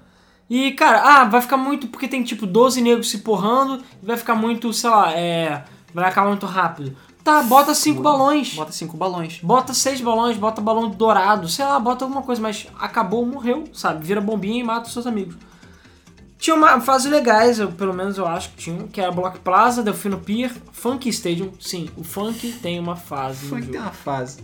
B: E, cara, ah, vai ficar muito. Porque tem tipo 12 negros se porrando e vai ficar muito, sei lá, é. Vai acabar muito rápido. Tá, bota cinco balões.
A: Bota cinco balões.
B: Bota seis balões, bota balão dourado, sei lá, bota alguma coisa, mas acabou, morreu, sabe? Vira bombinha e mata os seus amigos. Tinha uma fase legais, eu, pelo menos eu acho que tinha, que era Block Plaza, Delfino Pier, Funk Stadium. Sim, o Funk tem uma fase. no
A: Foi que
B: jogo.
A: tem uma fase.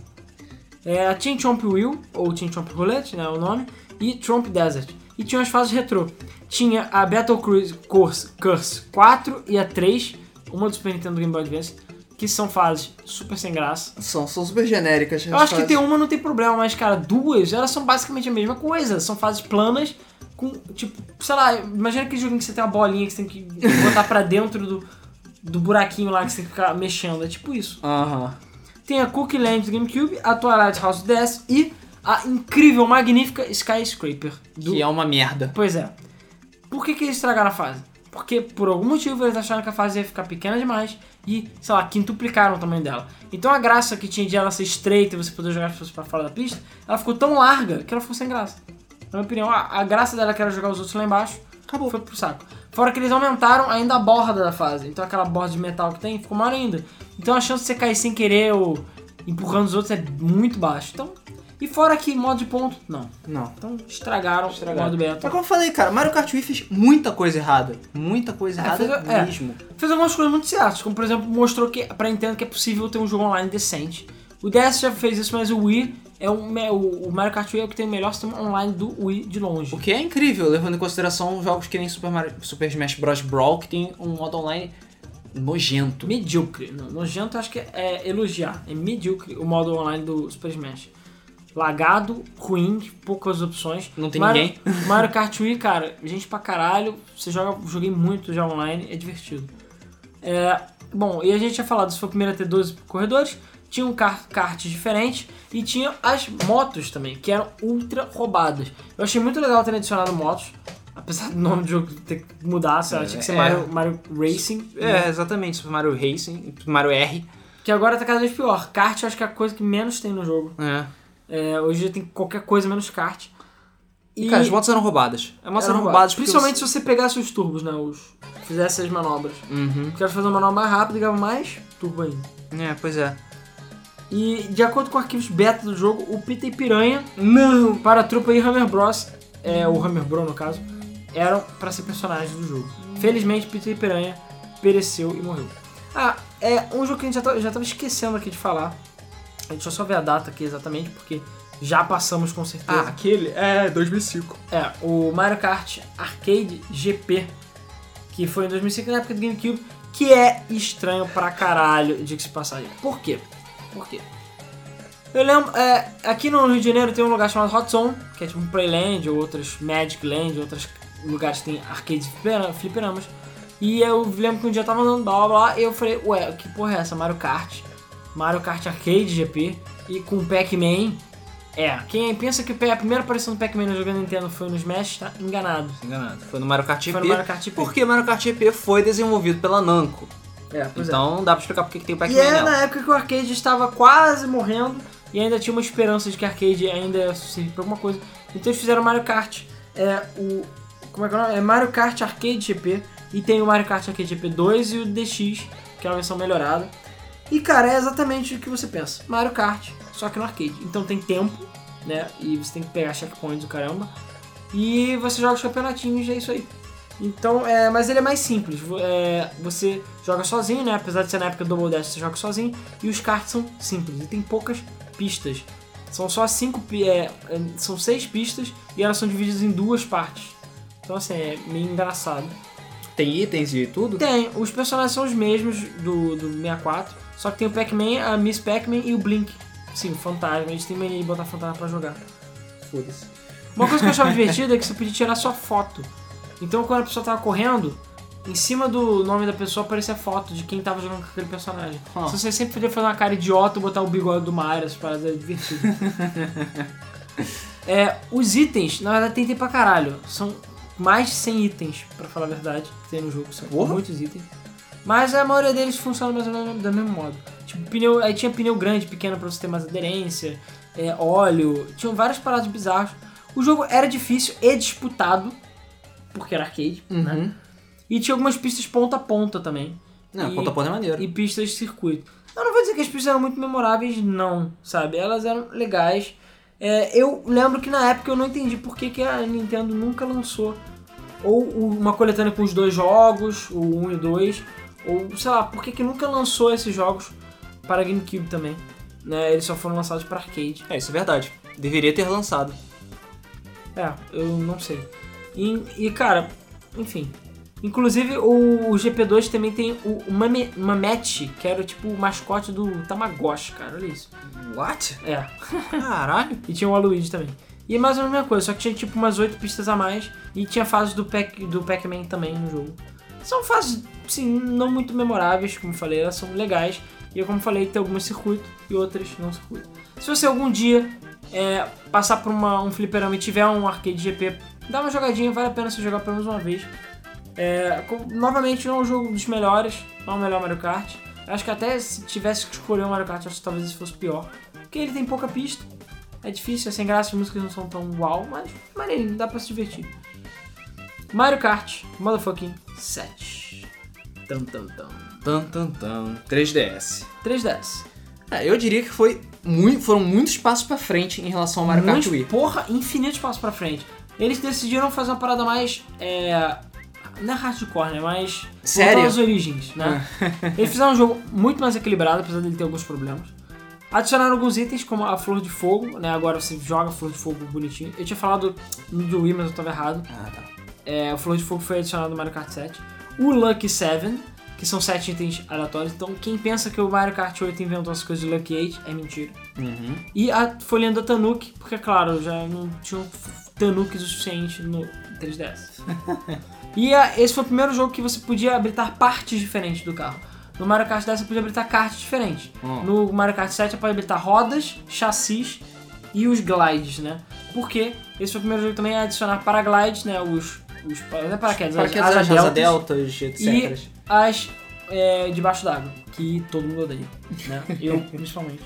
B: É a Teen Chomp Wheel, ou Teen Chomp Roulette, né, o nome, e Tromp Desert. E tinha as fases retrô. Tinha a Battle Cruise Curse, Curse 4 e a 3, uma do Super Nintendo Game Boy Advance, que são fases super sem graça.
A: São, são super genéricas.
B: Eu acho que tem um uma não tem problema, mas, cara, duas, elas são basicamente a mesma coisa. São fases planas, com, tipo, sei lá, imagina aquele joguinho que você tem uma bolinha que você tem que botar pra dentro do, do buraquinho lá que você tem que ficar mexendo. É tipo isso
A: Aham.
B: tem a Cookie Land do GameCube, a Twilight House DS e a incrível, magnífica Skyscraper do...
A: Que é uma merda.
B: Pois é. Por que, que eles estragaram a fase? Porque por algum motivo eles acharam que a fase ia ficar pequena demais e, sei lá, quintuplicaram o tamanho dela. Então a graça que tinha de ela ser estreita e você poder jogar as pessoas pra fora da pista, ela ficou tão larga que ela ficou sem graça. Na minha opinião, a, a graça dela que era jogar os outros lá embaixo, acabou, foi pro saco. Fora que eles aumentaram ainda a borda da fase. Então aquela borda de metal que tem ficou maior ainda. Então a chance de você cair sem querer ou empurrando os outros é muito baixa. Então, e fora que modo de ponto, não.
A: Não.
B: Então estragaram, o modo beta.
A: Mas como eu falei, cara, Mario Kart Wii fez muita coisa errada. Muita coisa
B: É,
A: errada
B: fez- é.
A: mesmo.
B: fez algumas coisas muito certas, como por exemplo, mostrou que pra Nintendo que é possível ter um jogo online decente. O DS já fez isso, mas o Wii é o, me- o- o Mario Kart Wii é o que tem o melhor sistema online do Wii de longe.
A: O que é incrível, levando em consideração jogos que nem Super, Mario- Super Smash Bros. Brawl, que tem um modo online nojento.
B: Medíocre, não, nojento eu acho que é, é elogiar, é medíocre o modo online do Super Smash. Lagado, ruim, poucas opções.
A: Não tem
B: Mario,
A: ninguém.
B: Mario Kart Wii, cara, gente pra caralho, você joga, joguei muito já online, é divertido. É, bom, e a gente tinha falado, isso foi o primeiro a ter 12 corredores, tinha um car kart diferente e tinha as motos também, que eram ultra roubadas. Eu achei muito legal terem adicionado motos, apesar do nome do jogo ter que mudar, sei lá, tinha que ser
A: É.
B: Mario, Mario Racing. né?
A: É, exatamente, Super Mario Racing, Super Mario R.
B: Que agora tá cada vez pior. Kart eu acho que é a coisa que menos tem no jogo.
A: É.
B: É, hoje em dia tem qualquer coisa menos kart.
A: E, cara, as é motos eram roubadas. As motos
B: Era
A: eram
B: roubado.
A: roubadas porque
B: Principalmente se você pegasse os turbos, né? Os... Fizesse as manobras.
A: você- Uhum.
B: Porque elas faziam uma manobra mais rápida e ganhavam mais turbo ainda.
A: É, pois é.
B: E de acordo com arquivos beta do jogo, o Peter e Piranha,
A: Não!
B: para a trupa e Hammer Bros, é, o Hammer Bro no caso, eram pra ser personagens do jogo. Felizmente, Peter e Piranha pereceu e morreu. Ah, é um jogo que a gente já, tá- já tava esquecendo aqui de falar. Deixa eu só ver a data aqui exatamente, porque já passamos com certeza.
A: Ah, aquele? É, 2005.
B: É, o Mario Kart Arcade GP, que foi em 2005 na época do GameCube, que é estranho pra caralho, diga-se de passagem. Por quê? Por quê? Eu lembro, é, aqui no Rio de Janeiro tem um lugar chamado Hot Zone, que é tipo um Playland, ou outras Magic Land, outros lugares que tem arcade flipera- fliperamas. E eu lembro que um dia eu tava andando, blá blá blá, e eu falei, ué, que porra é essa? Mario Kart. Mario Kart Arcade GP e com Pac-Man. É, quem pensa que a primeira aparição do Pac-Man no jogo da Nintendo foi no Smash, tá enganado.
D: Enganado. Foi no Mario Kart
B: Foi
D: GP.
B: no Mario Kart GP.
D: Porque Mario Kart GP foi desenvolvido pela Namco.
B: É, pois é.
D: então dá pra explicar porque que tem o Pac-Man
B: E
A: é,
B: era
A: né?
D: nela.
B: na época que o arcade estava quase morrendo e ainda tinha uma esperança de que o arcade ainda servisse pra alguma coisa. Então eles fizeram Mario Kart. É o. Como é que é o nome? É Mario Kart Arcade GP. E tem o Mario Kart Arcade GP 2 e o DX, que é uma versão melhorada. E cara, é exatamente o que você pensa. Mario Kart, só que no arcade. Então tem tempo, né? E você tem que pegar checkpoints do caramba. E você joga os campeonatinhos, é isso aí. Então, é, mas ele é mais simples. Vo- é, você joga sozinho, né? Apesar de ser na época do Double Dash, você joga sozinho. E os karts são simples. E tem poucas pistas. São só cinco... pi- é, é, são seis pistas e elas são divididas em duas partes. Então, assim, é meio engraçado.
D: Tem itens e tudo?
B: Tem, os personagens são os mesmos do, do 64, só que tem o Pac-Man, a Miss Pac-Man e o Blink. Sim, o Fantasma, eles têm mania de botar Fantasma pra jogar.
D: Foda-se.
B: Uma coisa que eu achava divertida é que você podia tirar sua foto. Então quando a pessoa tava correndo, em cima do nome da pessoa aparecia a foto de quem tava jogando com aquele personagem.
D: Ah.
B: Então você sempre podia fazer uma cara idiota e botar o bigode do Mario, essas paradas eram divertidas. é, os itens, na verdade tem item pra caralho. São mais de 100 itens, pra falar a verdade, que tem no jogo. São
D: Porra.
B: muitos itens. Mas a maioria deles funciona mais ou menos do mesmo modo. Tipo, pneu, aí tinha pneu grande, pequeno pra você ter mais aderência, é, óleo, tinham várias paradas bizarras. O jogo era difícil e disputado, porque era arcade,
D: Uhum.
B: né? E tinha algumas pistas ponta a ponta também.
D: Não,
B: E-
D: conta ponta é maneiro.
B: E pistas de circuito. Eu não vou dizer que as pistas eram muito memoráveis, não, sabe? Elas eram legais. É, eu lembro que na época eu não entendi por que, que a Nintendo nunca lançou ou o- uma coletânea com os dois jogos, o 1 e o 2, ou sei lá, por que, que nunca lançou esses jogos para GameCube também? Né? Eles só foram lançados para arcade.
D: É, isso é verdade. Deveria ter lançado.
B: É, eu não sei. E, e, cara, enfim. Inclusive o, o GP2 também tem o, o Mame- Mamete, que era tipo o mascote do Tamagotchi, cara. Olha isso.
D: What?
B: É.
D: Caralho.
B: E tinha o Aluigi também. E é mais ou menos a mesma coisa, só que tinha tipo umas oito pistas a mais. E tinha fases do, Pac, do Pac-Man também no jogo. São fases, sim, não muito memoráveis, como eu falei, elas são legais. E como eu falei, tem algumas circuito e outras não circuito. Se você algum dia é, passar por uma- um fliperama e tiver um arcade GP, dá uma jogadinha, vale a pena você jogar pelo menos uma vez. É, com- novamente, não é um jogo dos melhores, não é o melhor Mario Kart. Acho que até se tivesse que escolher o Mario Kart, acho que talvez esse fosse pior. Porque ele tem pouca pista, é difícil, é sem graça, as músicas não são tão uau, mas maneirinho, dá pra se divertir. Mario Kart, motherfucking 7.
D: Tam, tam, tam. Tam, tam, tam. 3DS.
B: 3DS.
D: É, eu diria que foi muito, foram muitos passos pra frente em relação ao Mario Kart
B: Muito-
D: Wii.
B: Porra, infinito espaço pra frente. Eles decidiram fazer uma parada mais. É, não é hardcore, né? Mas.
D: Sério?
B: voltar às origens, né? Eles fizeram um jogo muito mais equilibrado, apesar dele ter alguns problemas. Adicionaram alguns itens, como a flor de fogo, né? Agora você joga a flor de fogo bonitinho. Eu tinha falado do Wii, mas eu tava errado.
D: Ah, tá.
B: É, o Flor de Fogo foi adicionado no Mario Kart 7. O Lucky 7, que são 7 itens aleatórios. Então, quem pensa que o Mario Kart 8 inventou as coisas do Lucky 8 é mentira.
D: Uhum.
B: E a folhinha da Tanuki, porque, é claro, já não tinham Tanuki o suficiente no 3DS. e a- esse foi o primeiro jogo que você podia habilitar partes diferentes do carro. No Mario Kart 10 você podia habilitar cartas diferentes.
D: Hum.
B: No Mario Kart 7 você pode habilitar rodas, chassis e os glides, né? Porque esse foi o primeiro jogo também a adicionar paraglides, né? Os, os pa- não é paraquedas,
D: Para
B: as
D: que as
B: asa
D: asa
B: deltas
D: deltas,
B: e
D: etc.
B: as é, debaixo d'água, que todo mundo odeia, né? Eu, principalmente,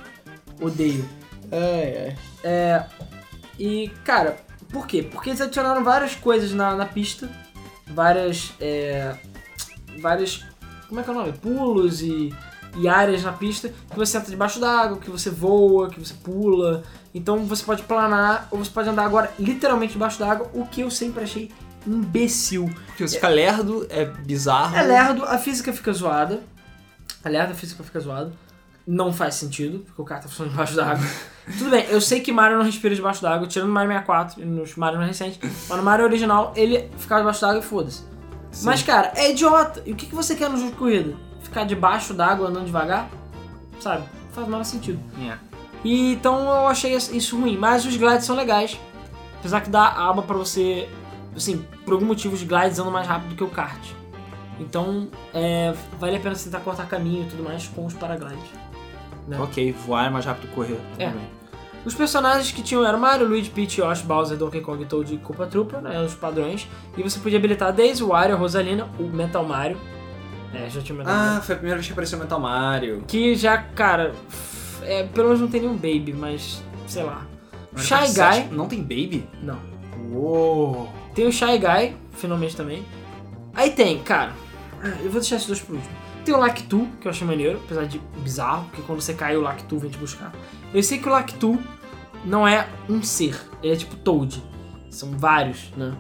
B: odeio. É,
D: Ai, ai.
B: E, cara, por quê? Porque eles adicionaram várias coisas na, na pista. Várias. É, várias. Como é que é o nome? Pulos e, e áreas na pista que você entra debaixo d'água, que você voa, que você pula. Então você pode planar ou você pode andar agora literalmente debaixo d'água, o que eu sempre achei imbecil.
D: Porque você fica lerdo, é bizarro.
B: É lerdo, a física fica zoada. É lerdo, a física fica zoada. Não faz sentido, porque o cara tá funcionando debaixo d'água. Tudo bem, eu sei que Mario não respira debaixo d'água, tirando o Mario 64 e nos Mario mais recentes, mas no Mario original ele ficava debaixo d'água e foda-se. Mas, cara, é idiota. E o que, que você quer no jogo de corrida? Ficar debaixo d'água andando devagar? Sabe? Faz faz o menor sentido.
A: É.
B: E, então eu achei isso ruim, mas os glides são legais. Apesar que dá a aba pra você. Assim, por algum motivo os glides andam mais rápido que o kart. Então, é, vale a pena você tentar cortar caminho e tudo mais com os paraglides. É.
A: Ok, voar é mais rápido que correr. tudo
B: É.
A: bem.
B: Os personagens que tinham eram Mario, Luigi, Peach, Yoshi, Bowser, Donkey Kong, Toad e Koopa Troopa, né, os padrões. E você podia habilitar Daisy, Wario, Rosalina, o Metal Mario. É, já tinha o Metal Mario.
A: Ah, foi a primeira vez que apareceu o Metal Mario.
B: Que já, cara, f- é, pelo menos não tem nenhum Baby, mas sei lá.
A: Mario
B: Shy
A: Kart
B: Guy,
A: 7 Não tem Baby?
B: não.
A: Uou.
B: Tem o Shy Guy, finalmente também. Aí tem, cara. ah, Eu vou deixar esses dois por último. Tem o Lactu, que eu achei maneiro, apesar de bizarro, porque quando você cai o Lactu vem te buscar. Eu sei que o Lactu não é um ser, ele é tipo Toad. São vários, né?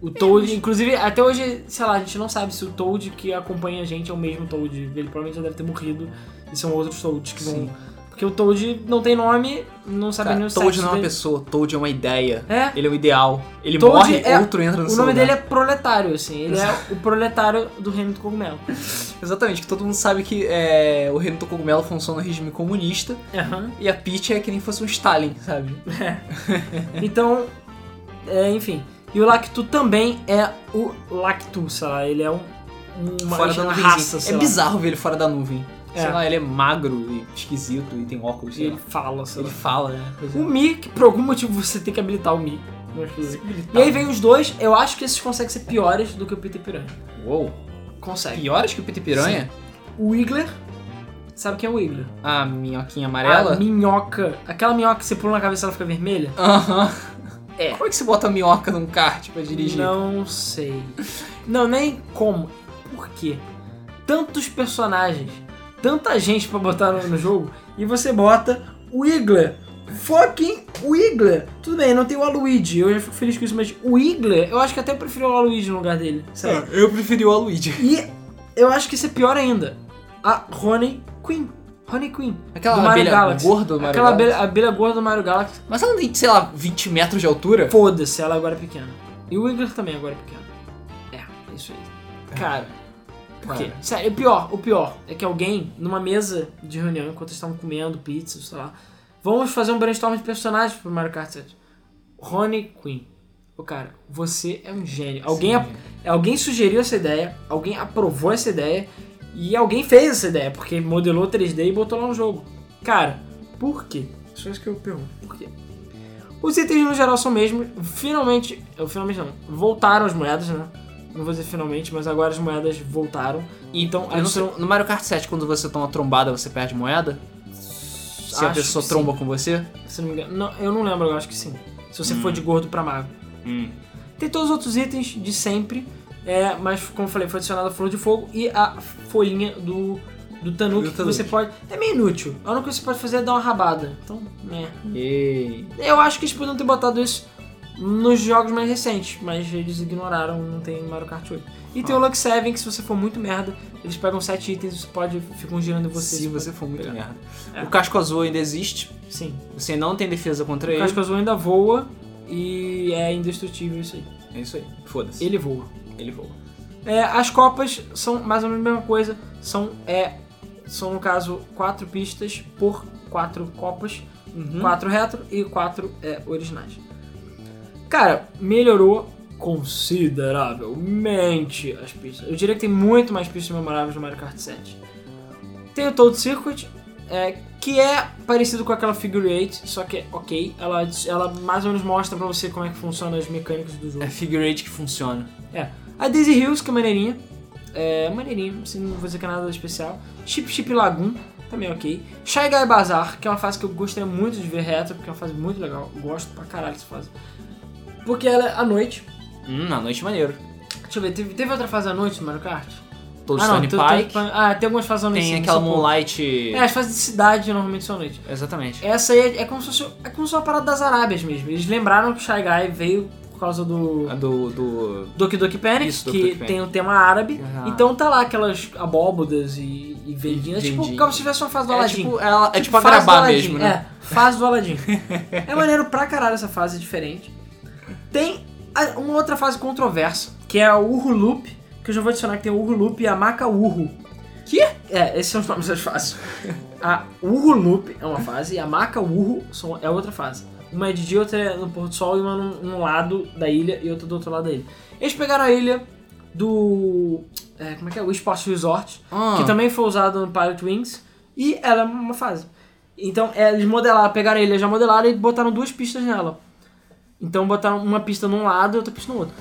B: O
A: É,
B: Toad, inclusive, até hoje, sei lá, a gente não sabe se o Toad que acompanha a gente é o mesmo Toad. Ele provavelmente já deve ter morrido e são outros Toads que vão.
A: Sim.
B: Porque o Toad não tem nome, não sabe nem
A: Cara,
B: o
A: Toad
B: sexo
A: não é uma
B: dele.
A: pessoa, Toad é uma ideia.
B: É,
A: Ele é um ideal. Ele
B: Toad
A: morre,
B: é-
A: outro entra no
B: O nome dele é proletário, assim. Ele é o proletário do reino do cogumelo. é-
A: Exatamente, que todo mundo sabe que é, o reino do cogumelo funciona no regime comunista e a Peach é que nem fosse um Stalin, sabe?
B: Então, é, enfim. E o Lactu também é o Lactu, sei lá. Ele é um, uma,
A: fora da
B: uma
A: nuvem.
B: raça,
A: é
B: sei lá.
A: bizarro ver ele fora da nuvem.
B: É.
A: Sei lá, ele é magro e esquisito e tem óculos,
B: E
A: sei
B: ele
A: lá.
B: fala, sei lá.
A: Ele fala, né? Pois é.
B: O Mi, que por algum motivo você tem que habilitar o Mi. Não sei. E
A: Habilitado.
B: aí vem os dois. Eu acho que esses conseguem ser piores do que o Peter Piranha.
A: Uou.
B: Consegue.
A: Piores É que o Piti Piranha?
B: O Wiggler... Sabe quem é o Wiggler?
A: A minhoquinha amarela?
B: A minhoca. Aquela minhoca que você pula na cabeça e ela fica vermelha?
A: Aham.
B: É.
A: Como é que você bota a minhoca num kart pra dirigir?
B: Não sei. Não, nem como. Por quê? Tantos personagens, tanta gente pra botar no, no jogo, e você bota o Igler. Fucking Wiggler! Tudo bem, não tem o Aluigi, eu já fico feliz com isso, mas o Wiggler, eu acho que até eu prefiro o Aluigi no lugar dele. sei lá.
A: É, eu preferi o Aluigi.
B: E eu acho que isso é pior ainda. A Rony Queen. Rony Queen.
A: Aquela
B: do Mario
A: abelha
B: Galaxy.
A: gorda do Mario
B: Aquela
A: Galaxy.
B: abelha, abelha gorda do Mario Galaxy.
A: Mas ela não tem, sei lá, 20 metros de altura?
B: Foda-se, ela agora é pequena. E o Wiggler também agora é pequeno. É, isso aí. Cara, por quê? Sério, o pior, o pior é que alguém, numa mesa de reunião, enquanto eles estavam comendo pizza, sei lá, vamos fazer um brainstorm de personagens pro Mario Kart 7. Rony Quinn. Ô, cara, você é um gênio. Alguém, ap- alguém sugeriu essa ideia, alguém aprovou essa ideia e alguém fez essa ideia, porque modelou 3D e botou lá no jogo. Cara, por quê? Só isso que eu pergunto. Por quê? Os itens no geral são mesmos. Finalmente. Eu, finalmente não. Voltaram as moedas, né? Não vou dizer finalmente, mas agora as moedas voltaram. Então,
A: Eu não sei,
B: adicionam-
A: no Mario Kart 7, quando você toma trombada, você perde moeda? Se a
B: Acho
A: pessoa
B: que
A: tromba com você?
B: se não me engano. Não, eu não lembro, eu acho que sim. Se você
A: Hum.
B: for de gordo pra magro. Tem todos os outros itens de sempre, é, mas como eu falei, foi adicionada a flor de fogo e a folhinha do, do tanuki,
A: Do
B: que
A: tanuki.
B: você pode... É meio inútil. A única coisa que você pode fazer é dar uma rabada. Então, né.
A: Ei.
B: Eu acho que eles podiam ter botado isso nos jogos mais recentes, mas eles ignoraram, não tem Mario Kart 8. E tem o Luck 7, que se você for muito merda, eles pegam 7 itens e você pode... Ficam girando em você.
A: Se você for muito merda.
B: É.
A: O casco azul ainda existe.
B: Sim.
A: Você não tem defesa contra
B: O
A: ele.
B: Casco Azul ainda voa e é indestrutível isso aí.
A: É isso aí. Foda-se.
B: Ele voa.
A: Ele voa.
B: É, as copas são mais ou menos a mesma coisa. São, é, são no caso, quatro pistas por quatro copas.
A: Uhum.
B: Quatro retro e quatro é, originais. Cara, melhorou consideravelmente as pistas. Eu diria que tem muito mais pistas memoráveis no Mario Kart 7. Tem o Toad Circuit, é, que é parecido com aquela Figure 8, só que é ok. Ela, ela mais ou menos mostra pra você como é que funcionam as mecânicas do jogo.
A: É figure eight que funciona.
B: É. A Daisy Hills, que é maneirinha. É, maneirinha, assim, não vou dizer que é nada especial. Chip Chip Lagoon, também ok. Shy Guy Bazaar, que é uma fase que eu gostaria muito de ver reto, porque é uma fase muito legal. Eu gosto pra caralho dessa fase. Porque ela é à noite.
A: Hum, na noite maneiro.
B: Deixa eu ver, teve, teve outra fase à noite no Mario Kart?
A: Todos
B: ah,
A: Stone
B: tem-
A: Pike.
B: tem- ah, tem algumas fases à noite.
A: Tem
B: sim,
A: aquela
B: são poucas.
A: Moonlight.
B: É, as fases de cidade normalmente são à noite.
A: Exatamente.
B: Essa aí é, é como se fosse é como se fosse uma parada das Arábias mesmo. Eles lembraram que o Shy Guy veio por causa do.
A: A do. do.
B: Doki Doki Panic,
A: Isso, Doki
B: que
A: Doki Panic.
B: tem o tema árabe.
A: Ah.
B: Então tá lá aquelas abóbodas e, e vendinhas,
A: E
B: tipo
A: vendinhas.
B: como se tivesse uma fase do
A: É
B: Aladdin.
A: tipo, ela, é tipo a
B: fase do
A: gravar
B: Aladdin,
A: mesmo, né?
B: É, fase do Aladdin. é maneiro pra caralho essa fase, é diferente. Tem a- uma outra fase controversa, que é a Urru Loop, que eu já vou adicionar que tem o Urru Loop e a Maca Urru.
D: Que?
B: É, esses são os nomes das fases. A Urro Loop é uma fase e a Maca Urro são- é outra fase. Uma é de dia, outra é no pôr do sol e uma num, num lado da ilha e outra do outro lado da ilha. Eles pegaram a ilha do... é, como é que é? O Sports Resort,
D: Ah.
B: que também foi usado no Pilot Wings e ela é uma fase. Então, é, eles modelaram, pegaram a ilha já modelaram e botaram duas pistas nela. Então botaram uma pista num lado e outra pista no outro.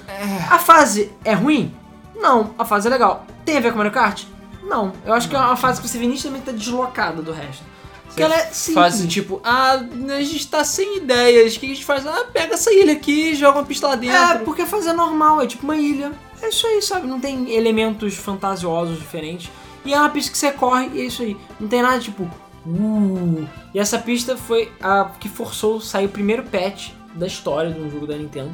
B: A fase é ruim? Não. A fase é legal. Tem a ver com Mario Kart? Não. Eu acho que é uma fase que você vê nitidamente tá deslocada do resto. Porque ela é simples.
D: Faz tipo, ah, a gente tá sem ideias, o que a gente faz? Ah, pega essa ilha aqui, joga uma pista lá
B: É,
D: dentro.
B: porque a fase é normal, é tipo uma ilha. É isso aí, sabe? Não tem elementos fantasiosos diferentes. E é uma pista que você corre e é isso aí. Não tem nada tipo... Uh. E essa pista foi a que forçou sair o primeiro patch da história de um jogo da Nintendo.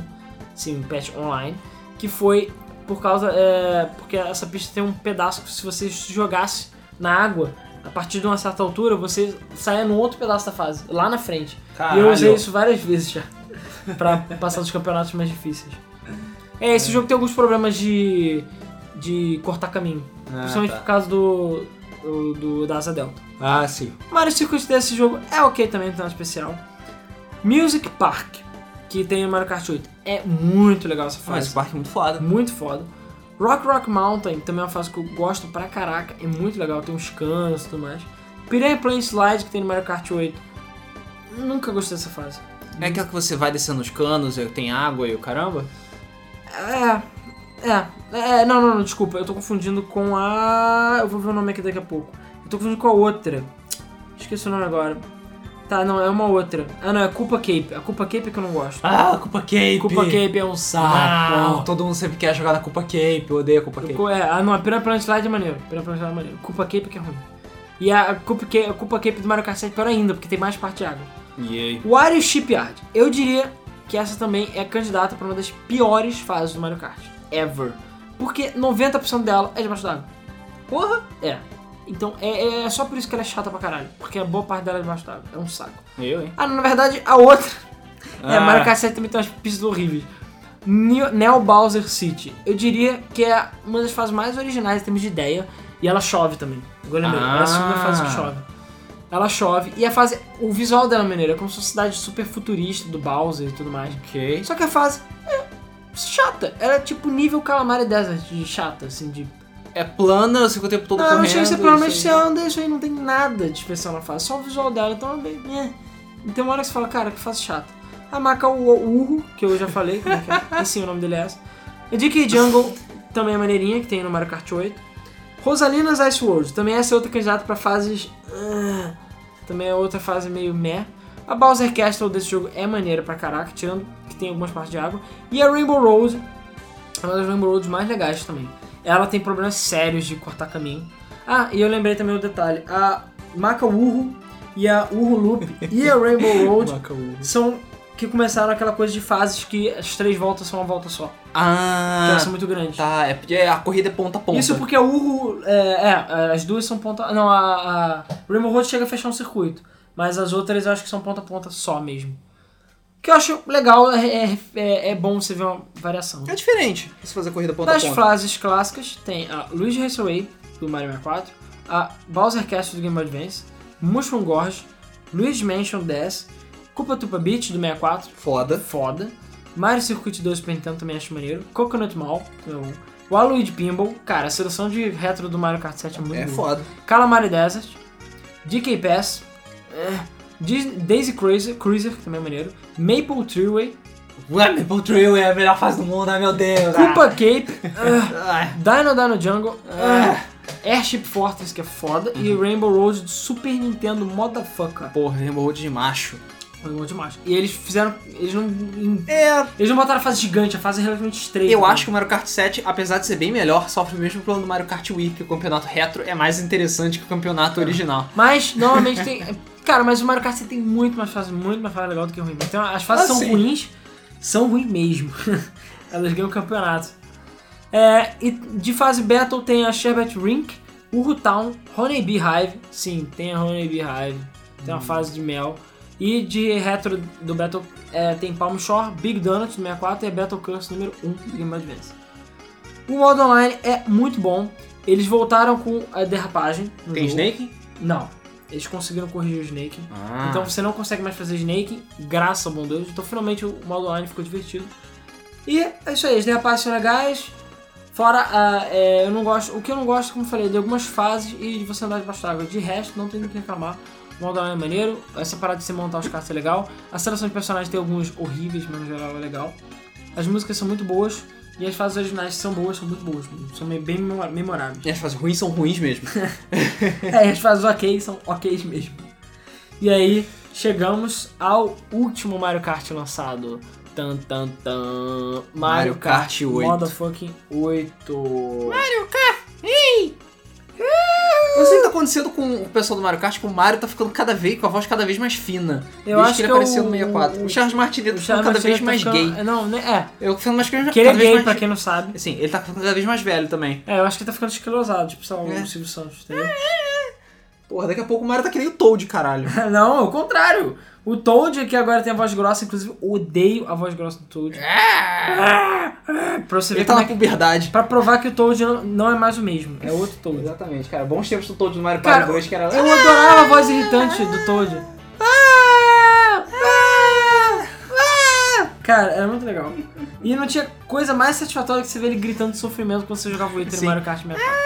B: Sim, um patch online. Que foi por causa... é, porque essa pista tem um pedaço que se você jogasse na água... A partir de uma certa altura, você saia num outro pedaço da fase, lá na frente. E eu usei isso várias vezes já. pra passar dos campeonatos mais difíceis. É, esse jogo tem alguns problemas de. de cortar caminho.
A: Ah,
B: principalmente
A: tá.
B: por causa do. do, do- da Asa Delta.
D: Ah, sim.
B: Mas o circuito desse jogo é ok também, não tem nada especial. Music Park, que tem no Mario Kart 8, é muito legal essa
D: Mas
B: fase.
D: esse parque é muito foda.
B: Muito foda. Rock Rock Mountain também é uma fase que eu gosto pra caraca, é muito legal, tem uns canos e tudo mais. Piranha Plane Slide, que tem no Mario Kart 8, nunca gostei dessa fase.
D: É aquela que você vai descendo os canos, e tem água e o caramba?
B: É, é, é, não, não, não, desculpa, eu tô confundindo com a. Eu vou ver o nome aqui daqui a pouco. Eu tô confundindo com a outra. Esqueci o nome agora. Tá, não, é uma outra. Ah, não, é Culpa Cape. A Culpa Cape é que eu não gosto.
D: Ah, Culpa Cape!
B: Culpa Cape é um
D: Ah,
B: saco.
D: todo mundo sempre quer jogar na Culpa Cape, eu odeio a Culpa Cape.
B: É, ah, não, a Piranha Planet Slide é maneiro. Piranha Planet Slide é maneiro. Culpa Cape que é ruim. E a Culpa Cape, a Culpa Cape do Mario Kart 7 é pior ainda, porque tem mais parte de água.
D: Yay.
B: Wario Shipyard. Eu diria que essa também é candidata pra uma das piores fases do Mario Kart. Ever. Porque 90% dela é debaixo d'água. Porra! É. Então é, é só por isso que ela é chata pra caralho. Porque a boa parte dela é debaixo d'água. É um saco.
D: Eu, hein?
B: Ah, não, na verdade, a outra. É,
D: Ah.
B: Mario Kart 7 também tem umas pistas horríveis. Neo, Neo Bowser City. Eu diria que é uma das fases mais originais em termos de ideia. E ela chove também. Agora eu lembrei. É a segunda
D: Ah.
B: fase que chove. Ela chove. E a fase. O visual dela é maneiro. É como se fosse uma cidade super futurista do Bowser e tudo mais.
D: Ok.
B: Só que a fase é chata. Ela é tipo nível Calamari Desert de chata, assim, de
D: É plana, você fica o tempo todo
B: não, eu
D: correndo.
B: achei que você
D: isso
B: provavelmente
D: aí.
B: você anda, isso aí não tem nada de especial na fase, só o visual dela, então é bem. É. E tem uma hora que você fala, cara, que fase chata. A maca o o Urro, que eu já falei, como é que é? E sim, o nome dele é essa. E DK Jungle também é maneirinha, que tem no Mario Kart 8. Rosalina's Ice World, também essa é outra candidata pra fases. ah, também é outra fase meio meh. A Bowser Castle desse jogo é maneira pra caraca, tirando que tem algumas partes de água. E a Rainbow Road, é uma das Rainbow Roads mais legais também. Ela tem problemas sérios de cortar caminho. Ah, e eu lembrei também o detalhe. A Maca Urro e a Urro Loop e a Rainbow Road são que começaram aquela coisa de fases que as três voltas são uma volta só. Que
D: Ah,
B: elas são muito grandes.
D: tá. É, porque a corrida é ponta a ponta.
B: Isso porque a Urro... É, é, as duas são ponta... Não, a, a Rainbow Road chega a fechar um circuito. Mas as outras eu acho que são ponta a ponta só mesmo. Que eu acho legal, é, é- é, é bom você ver uma variação.
D: É diferente. Se fazer corrida ponta a
B: Das
D: ponta.
B: frases clássicas tem a Luigi Raceway, do Mario 64, a Bowser Castle do Game Boy Advance, Mushroom Gorge, Luigi Mansion 10, Koopa Tupa Beach do 64,
D: Foda.
B: foda, Mario Circuit 2 Super Nintendo também acho maneiro, Coconut Mall, meu bom, Waluigi um, Pinball, cara, a seleção de retro do Mario Kart 7 é muito
D: É
A: Uhum.
B: boa.
D: foda.
B: Calamari Desert, DK Pass, eh, Dis- Daisy Cruiser, Cruiser, que também é maneiro, Maple Treeway,
D: Ué, Maple Trail é a melhor fase do mundo, ai meu Deus.
B: Koopa Cape, ah,
D: Ah,
B: Dino Dino Jungle, ah, Airship Fortress, que é foda, e
D: Uhum.
B: Rainbow Road do Super Nintendo Motherfucker.
D: porra, Rainbow Road de macho.
B: Foi bom demais. E eles fizeram. Eles não.
D: É,
B: Eles não botaram a fase gigante, a fase é relativamente estreita.
D: eu
B: né?
D: acho que o Mario Kart 7, apesar de ser bem melhor, sofre o mesmo plano do Mario Kart Wii, que o campeonato retro é mais interessante que o campeonato original.
B: Mas, normalmente tem. Cara, mas o Mario Kart tem muito mais fase, muito mais fase legal do que ruim. Então, as fases
D: Ah,
B: são
D: sim.
B: ruins, são ruins mesmo. Elas ganham o campeonato. É, e de fase Battle tem a Sherbet Rink, Uru Town, Honey Bee Hive. Sim, tem a Honey Bee Hive. Tem uma fase de mel. E de retro do Battle é, tem Palm Shore, Big Donuts do um, 64 e a Battle Curse número 1 do Game Boy Advance. O modo online é muito bom. Eles voltaram com a derrapagem. no
E: Tem
B: jogo.
E: Snake?
B: Não. Eles conseguiram corrigir o Snake.
E: Ah.
B: Então você não consegue mais fazer Snake, graças ao bom Deus. Então finalmente o modo online ficou divertido. E é isso aí, as derrapagens são legais. Fora, a, é, eu não gosto, o que eu não gosto, como eu falei, de algumas fases e de você andar debaixo d'água. De resto, não tem do que reclamar. O modo online é maneiro, essa parada de você montar os carros é legal. A seleção de personagens tem alguns horríveis, mas no geral é legal. As músicas são muito boas e as fases originais são boas, são muito boas, são bem memora- memoráveis.
A: E as fases ruins são ruins mesmo.
B: É, as fases ok são ok mesmo. E aí, chegamos ao último Mario Kart lançado. Tan, tan, tan.
A: Mario
B: Mario,
A: Kart 8.
B: Motherfucking 8.
A: Eu não sei o que tá acontecendo com o pessoal do Mario Kart, que o Mario tá ficando cada vez, com a voz cada vez mais fina.
B: Eu
A: desde
B: acho
A: que ele
B: que é
A: apareceu
B: o-
A: no 64. O Charles Martinet tá
B: O
A: ficando
B: Charles
A: cada vez
B: Martinet tá
A: mais
B: ficando-
A: gay.
B: Não, né? é.
A: Eu ficando mais
B: Que ele é
A: cada vez
B: gay,
A: mais...
B: pra quem não sabe.
A: Sim, ele tá ficando cada vez mais velho também.
B: É, eu acho que ele tá ficando esquilosado, tipo, sei lá, o
A: É.
B: Silvio Santos, entendeu?
A: Porra, daqui a pouco o Mario tá que nem o Toad, caralho.
B: não, ao contrário. O Toad, que agora tem a voz grossa, inclusive odeio a voz grossa do Toad. Ah, pra você ver
A: É. Ele tá
B: como
A: na
B: é que...
A: puberdade.
B: Pra provar que o Toad não- não é mais o mesmo, é outro Toad.
A: Exatamente, cara. Bons tempos do Toad no Mario
B: Cara, Ah!
A: Party 2, que era...
B: Eu adorava a voz irritante do Toad. Cara, era muito legal. E não tinha coisa mais satisfatória que você ver ele gritando de sofrimento quando você jogava o Inter
A: Sim.
B: Mario Kart 64.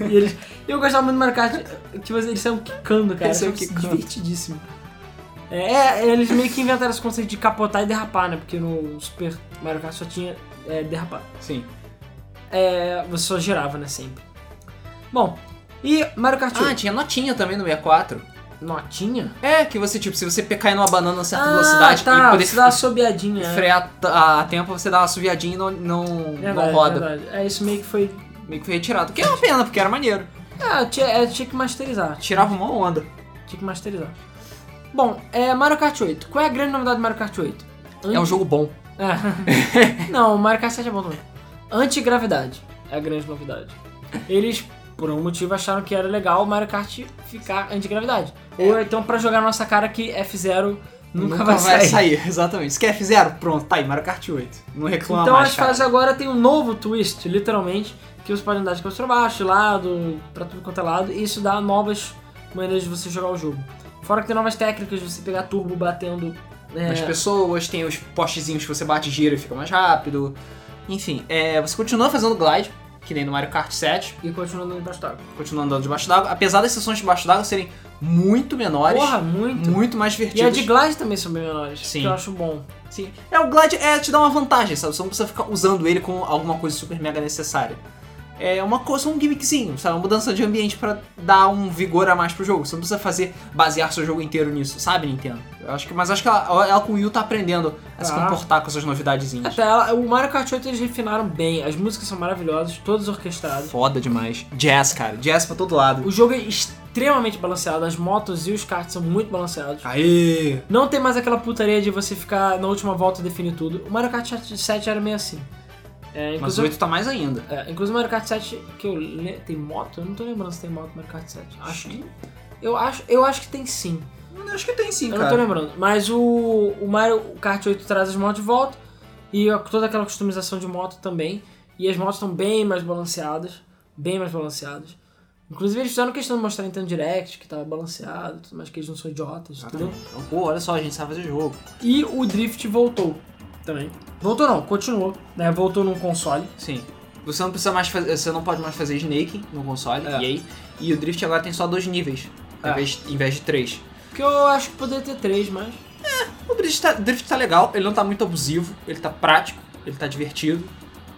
B: e eles, eu gostava muito do Mario Kart, tipo, eles saiam quicando, cara.
A: Eles saiam
B: Eu achava isso
A: quicando.
B: Divertidíssimo. É, é, eles meio que inventaram esse conceito de capotar e derrapar, né? Porque no Super Mario Kart só tinha é, derrapar
A: Sim.
B: é, você só girava, né, sempre. Bom, e Mario Kart 8?
A: Ah, tinha notinha também no 64.
B: Notinha?
A: É, que você, tipo, se você cair numa banana a certa velocidade
B: tá,
A: e poder
B: você dá uma sobeadinha. né?
A: frear a, a tempo, você dá uma suviadinha e não, não,
B: Verdade,
A: não roda.
B: verdade. É, isso meio que foi...
A: Meio que foi retirado. Que é uma pena, porque era maneiro.
B: Ah, tinha, é, tinha que masterizar,
A: Tirava uma onda.
B: tinha que masterizar. Bom, é Mario Kart 8. Qual é a grande novidade do Mario Kart 8?
A: É um jogo bom.
B: É. Não, o Mario Kart 7 é bom também. Antigravidade é a grande novidade. Eles, por um motivo, acharam que era legal o Mario Kart ficar antigravidade.
A: É.
B: Ou então pra jogar na nossa cara que F0 nunca, vai, sair.
A: Exatamente. Se quer F0, pronto, tá aí, Mario Kart 8. Não reclama
B: Então
A: mais,
B: as
A: cara.
B: fases agora tem um novo twist, literalmente, que você pode andar de cabeça pra baixo, de lado, pra tudo quanto é lado, e isso dá novas maneiras de você jogar o jogo. Fora que tem novas técnicas de você pegar turbo batendo. é,
A: As pessoas, tem os postezinhos que você bate, gira e fica mais rápido. Enfim, é, você continua fazendo glide, que nem no Mario Kart 7,
B: e continuando embaixo d'água.
A: continua andando debaixo d'água, apesar das sessões debaixo d'água serem muito menores,
B: Porra, muito.
A: muito mais
B: E
A: divertidas.
B: a de glide também são bem menores,
A: Sim.
B: que eu acho bom.
A: Sim. É, o glide é te dá uma vantagem, sabe? Você não precisa ficar usando ele com alguma coisa super mega necessária. É uma coisa, um gimmickzinho, sabe? Uma mudança de ambiente pra dar um vigor a mais pro jogo. Você não precisa fazer, basear seu jogo inteiro nisso, sabe, Nintendo? Eu acho que, mas acho que ela, ela com o Wii U tá aprendendo a se
B: Tá.
A: comportar com essas novidadezinhas.
B: Até ela- o Mario Kart 8 eles refinaram bem, as músicas são maravilhosas, todas orquestradas.
A: Foda demais. Jazz, cara. Jazz pra todo lado.
B: O jogo é extremamente balanceado, as motos e os karts são muito balanceados.
A: Aê!
B: Não tem mais aquela putaria de você ficar na última volta e definir tudo. O Mario Kart 7 era meio assim. É,
A: Mas
B: inclusive,
A: o 8 tá mais ainda.
B: é, inclusive o Mario Kart 7, que eu le... tem moto? Eu não tô lembrando se tem moto no Mario Kart 7. Acho que. Eu acho, eu acho que tem sim.
A: Acho que tem sim,
B: Eu não tô lembrando. Mas o, o Mario Kart 8 traz as motos de volta. E a- toda aquela customização de moto também. E as motos estão bem mais balanceadas. Bem mais balanceadas. Inclusive eles fizeram questão de mostrar em Nintendo Direct que tava balanceado, e tudo mais que eles não são idiotas, entendeu?
A: Então, pô, olha só, a gente sabe fazer jogo.
B: E o Drift voltou também. Voltou não, continuou, né? Voltou num console.
A: Sim. Você não precisa mais fazer. Você não pode mais fazer Snake no console,
B: É.
A: yay. E o Drift agora tem só dois níveis,
B: É.
A: em, vez, em vez de três.
B: Que eu acho que poderia ter três, mas.
A: O Drift tá, Drift tá legal, ele não tá muito abusivo, ele tá prático, ele tá divertido.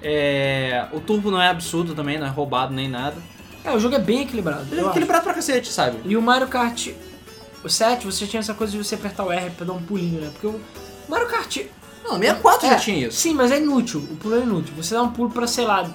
A: É, o turbo não é absurdo também, não é roubado nem nada.
B: É, o jogo é bem equilibrado.
A: Ele
B: eu
A: é
B: acho.
A: equilibrado pra cacete, sabe?
B: E o Mario Kart 7, você tinha essa coisa de você apertar o R pra dar um pulinho, né? Porque o Mario Kart.
A: Não, 64
B: É.
A: já tinha isso.
B: Sim, mas é inútil. O pulo é inútil. Você dá um pulo pra, sei lá,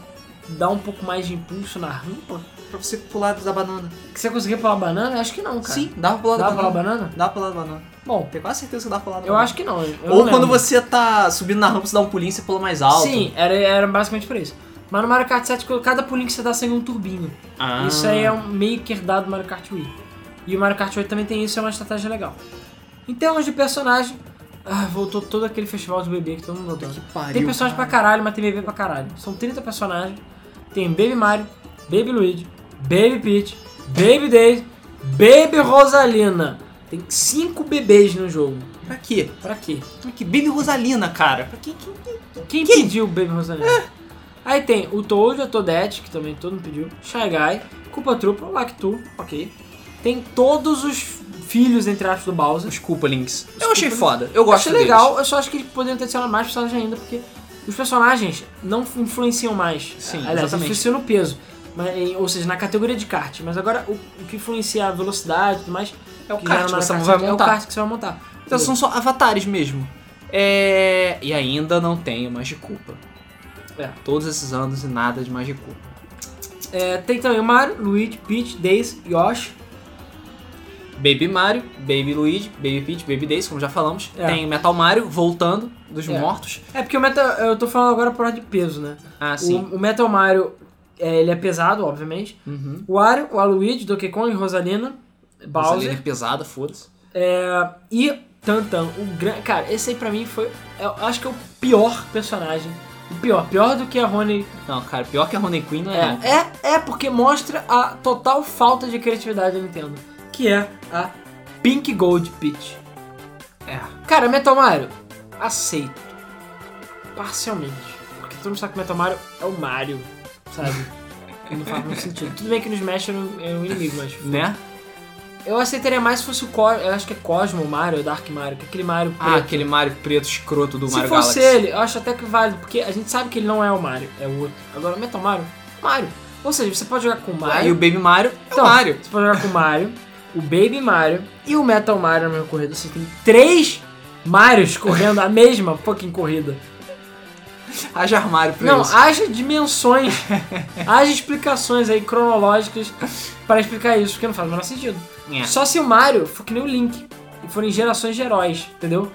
B: dar um pouco mais de impulso na rampa.
A: Pra você pular da banana.
B: Que você conseguia pular banana? Acho que não, cara.
A: Sim, dá pra pular da
B: Dá pra pular
A: banana.
B: banana?
A: Dá pra pular da banana.
B: Bom,
A: Tenho quase certeza que dá pra pular da
B: eu
A: banana.
B: acho que não. eu não
A: Ou
B: lembro.
A: quando você tá subindo na rampa, você dá um pulinho e você pula mais alto.
B: Sim, era, era basicamente por isso. Mas no Mario Kart 7, cada pulinho que você dá saiu um turbinho.
A: Ah.
B: Isso aí é um meio que herdado do Mario Kart Wii. E o Mario Kart 8 também tem isso, é uma estratégia legal. Em termos de personagem, ah, voltou todo aquele festival de bebê que todo mundo
A: Puta que
B: adora.
A: pariu.
B: Tem personagem
A: cara.
B: pra caralho, mas tem bebê pra caralho. São 30 personagens. tem Baby Mario, Baby Luigi, Baby Peach, Baby Daisy, Baby Rosalina. Tem cinco bebês no jogo.
A: Pra quê?
B: Pra quê?
A: Pra quê? Baby Rosalina, cara. Pra quê? quê?
B: Quem
A: Quem?
B: pediu o Baby Rosalina? É. Aí tem o Toad, a Toadette, que também todo mundo pediu, Shy Guy, Culpa Troopa, Lactu, ok. Tem todos os filhos, entre aspas, do Bowser.
A: Os Koopalings. Eu
B: Os
A: achei
B: Koopalings.
A: foda. Eu gosto
B: Achei
A: deles.
B: legal, eu só acho que eles poderiam ter adicionado mais personagens ainda, porque os personagens não influenciam mais.
A: Sim,
B: Aliás,
A: exatamente.
B: influenciam no peso, mas, em- ou seja, na categoria de kart. Mas agora o, o que influencia a velocidade e tudo mais
A: É o
B: que já
A: kart
B: era
A: que
B: na
A: você
B: kart,
A: vai
B: É o
A: montar.
B: kart que você vai montar.
A: Então são só avatares mesmo. É... E ainda não tenho Magicupa.
B: É.
A: Todos esses anos e nada de Magicupa.
B: É, tem também o Mario, Luigi, Peach, Daisy, Yoshi.
A: Baby Mario, Baby Luigi, Baby Peach, Baby Daisy, como já falamos.
B: É.
A: Tem Metal Mario voltando dos
B: É.
A: mortos.
B: É porque o Metal, eu tô falando agora por ordem de peso, né?
A: Ah, sim.
B: O, o Metal Mario, é, ele é pesado, obviamente.
A: Uhum.
B: O Wario, o Waluigi, Donkey Kong, Rosalina,
A: Rosalina
B: Bowser.
A: é pesada, foda-se.
B: É, e Tantan, o grande. Cara, esse aí pra mim foi. Eu acho que é o pior personagem. O pior, pior do que a Rony.
A: Não, cara, pior que a Rony Queen não é, não.
B: É, é, é porque mostra a total falta de criatividade da Nintendo. Que é a Pink Gold Peach.
A: É.
B: Cara, Metal Mario, aceito. Parcialmente. Porque todo mundo sabe que Metal Mario é o Mario, sabe? Não faz muito sentido. Tudo bem que nos Smash era um- é um inimigo, mas.
A: Né?
B: Eu aceitaria mais se fosse o Co Eu acho que é Cosmo Mario, Dark Mario, que é aquele Mario
A: Ah,
B: preto.
A: aquele Mario preto escroto do
B: se
A: Mario
B: fosse
A: Galaxy.
B: ele, eu acho até que válido, porque a gente sabe que ele não é o Mario, é o outro. Agora, Metal Mario, Mario. Ou seja, você pode jogar com o
A: Ah, E o
B: Mario.
A: Baby Mario é
B: Então,
A: o Mario.
B: Você pode jogar com o Mario, o Baby Mario e o Metal Mario na mesma corrida. Você tem três Marios correndo a mesma fucking corrida.
A: Haja armário pra
B: Não,
A: isso.
B: haja dimensões, haja explicações aí cronológicas para explicar isso, porque não faz o menor sentido.
A: É.
B: Só se o Mario for que nem o Link e forem gerações de heróis, entendeu?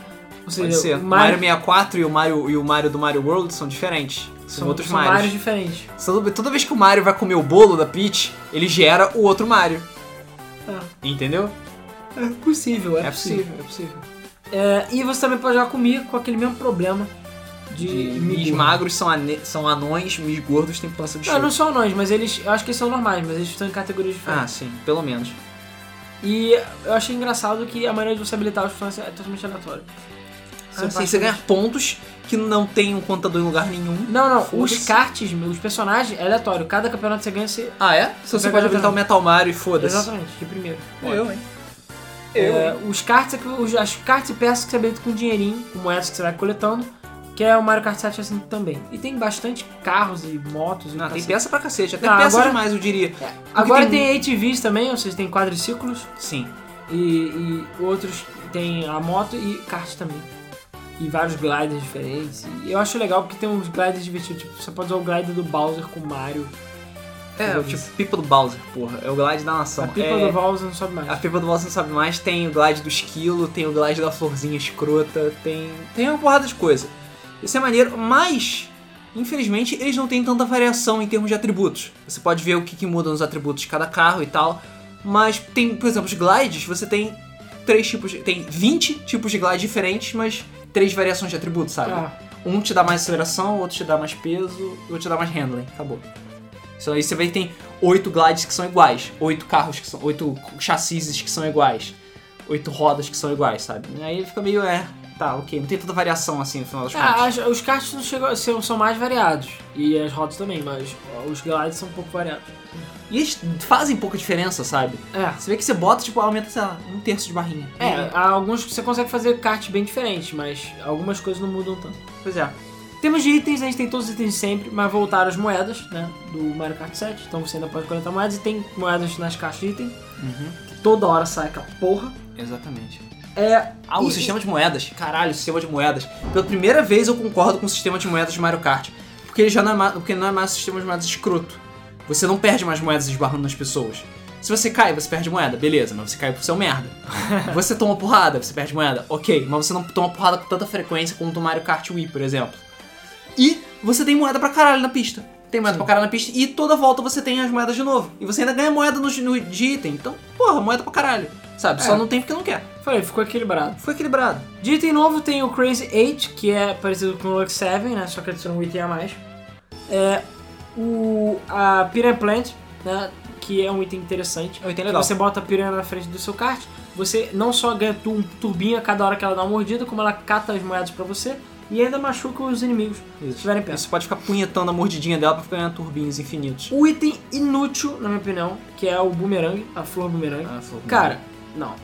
B: Ou seja,
A: Pode ser.
B: o
A: O Mario 64 e o Mario, e o Mario do Mario World são diferentes. São, outros
B: são
A: Marios.
B: Marios diferentes.
A: Toda- Toda vez que o Mario vai comer o bolo da Peach, ele gera o outro Mario. Entendeu?
B: É possível,
A: É possível, é possível.
B: É, e você também pode jogar comigo com aquele mesmo problema de,
A: De
B: Migo.
A: mis magros são, ane- são anões, mis gordos têm população de
B: Não, não
A: chute.
B: são anões, mas eles. Eu acho que eles são normais, mas eles estão em categorias diferentes.
A: Ah, sim, pelo menos. Ah.
B: E eu achei engraçado que a maneira de você habilitar os personagens é totalmente Então, aleatória.
A: Você, assim, você ganha pontos que não tem um contador em lugar nenhum.
B: Não, não.
A: Foda-se.
B: Os cartes, os personagens, é aleatório. Cada campeonato que você ganha, você.
A: Ah, é? Então você
B: Pega
A: pode habilitar
B: também.
A: o Metal Mario e foda-se.
B: Exatamente, de primeiro.
A: hein?
B: É, os cartes, é que- os, as cartas e peças que você habilita com dinheirinho, com moedas que você vai coletando, que é o Mario Kart 7 assim também. E tem bastante carros e motos e
A: Não, tem
B: cacete.
A: peça pra cacete. Até
B: Não,
A: peça
B: Tá, agora- É.
A: demais, eu diria. Porque
B: Agora
A: tem-
B: tem ATVs também, ou seja, tem quadriciclos
A: Sim.
B: e, e outros. Tem a moto e kart também. E vários gliders diferentes. E eu acho legal porque tem uns gliders divertidos. Tipo, você pode usar o glider do Bowser com o Mario.
A: É,
B: Eu
A: tipo, pipa do Bowser, porra. É o glide da nação.
B: a pipa
A: É-
B: do Bowser não sobe mais.
A: A pipa do Bowser não sabe mais, tem o glide do esquilo, tem o glide da florzinha escrota, tem. tem uma porrada de coisa. Isso é maneiro, mas. Infelizmente, eles não têm tanta variação em termos de atributos. Você pode ver o que, que muda nos atributos de cada carro e tal. Mas tem, por exemplo, os glides, você tem três tipos. de- Tem 20 tipos de glide diferentes, mas três variações de atributos, sabe?
B: Ah,
A: Um te dá mais aceleração, outro te dá mais peso, e outro te dá mais handling. Acabou. Isso aí você vê que tem oito glides que são iguais, oito carros que são. oito chassis que são iguais, oito rodas que são iguais, sabe? E aí fica meio, é, tá, ok. Não tem tanta variação assim no final das
B: Ah,
A: contas.
B: as- os karts não chegam, a ser- são mais variados. E as rodas também, mas os glides são um pouco variados.
A: E eles fazem pouca diferença, sabe?
B: É.
A: Você vê que você bota, tipo, aumenta, sei lá, um terço de barrinha.
B: É, há alguns que você consegue fazer karts bem diferentes, mas algumas coisas não mudam tanto.
A: Pois é.
B: Temos de itens, né? a gente tem todos os itens de sempre, mas voltaram as moedas, né? Do Mario Kart 7, então você ainda pode coletar moedas e tem moedas nas caixas de item,
A: Uhum.
B: que toda hora sai aquela porra.
A: Exatamente.
B: É.
A: Ah, o
B: E-
A: sistema de moedas. Caralho, o sistema de moedas. Pela primeira vez eu concordo com o sistema de moedas de Mario Kart. Porque ele já não é mais, porque não é mais um sistema de moedas escroto. Você não perde mais moedas esbarrando nas pessoas. Se você cai, você perde moeda, beleza, mas você cai por seu merda. Você toma porrada, você perde moeda, ok, mas você não toma porrada com tanta frequência como no Mario Kart Wii, por exemplo. E você tem moeda pra caralho na pista. Tem moeda
B: Sim.
A: pra caralho na pista e toda volta você tem as moedas de novo. E você ainda ganha moeda no, no de item. Então, porra, moeda pra caralho. Sabe? Só
B: É.
A: não tem porque não quer.
B: Falei, ficou equilibrado.
A: Foi equilibrado.
B: De item novo tem o Crazy 8, que é parecido com o Lux 7, né? Só que adiciona um item a mais. É, o a Piranha Plant, né, que é um item interessante.
A: É um item
B: Que
A: legal.
B: Você bota a piranha na frente do seu kart, você não só ganha tu- um turbinho a cada hora que ela dá uma mordida, como ela cata as moedas pra você e ainda machuca os inimigos se estiverem perto.
A: Você pode ficar punhetando a mordidinha dela pra ficar ganhando turbinhos infinitos.
B: O um item inútil, na minha opinião, que é o boomerang, a flor boomerang.
A: Ah,
B: Cara,
A: né?
B: não.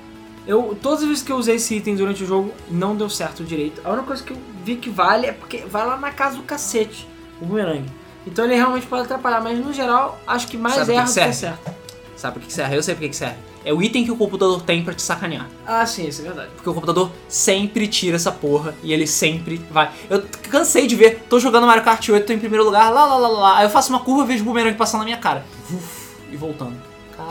B: Eu, todas as vezes que eu usei esse item durante o jogo, não deu certo direito. A única coisa que eu vi que vale é porque vai lá na casa do cacete, o boomerang. Então ele realmente pode atrapalhar, mas no geral, acho que mais
A: Sabe o que
B: erra
A: que
B: do
A: serve?
B: que certo.
A: Sabe pra que serve? Eu sei pra que serve. É o item que o computador tem pra te sacanear.
B: Ah, sim, isso é verdade.
A: Porque o computador sempre tira essa porra e ele sempre vai. Eu cansei de ver, tô jogando Mario Kart 8, tô em primeiro lugar, lá lá lá lá, lá. Aí eu faço uma curva, vejo o bumerangue passando na minha cara. Vuf, e voltando.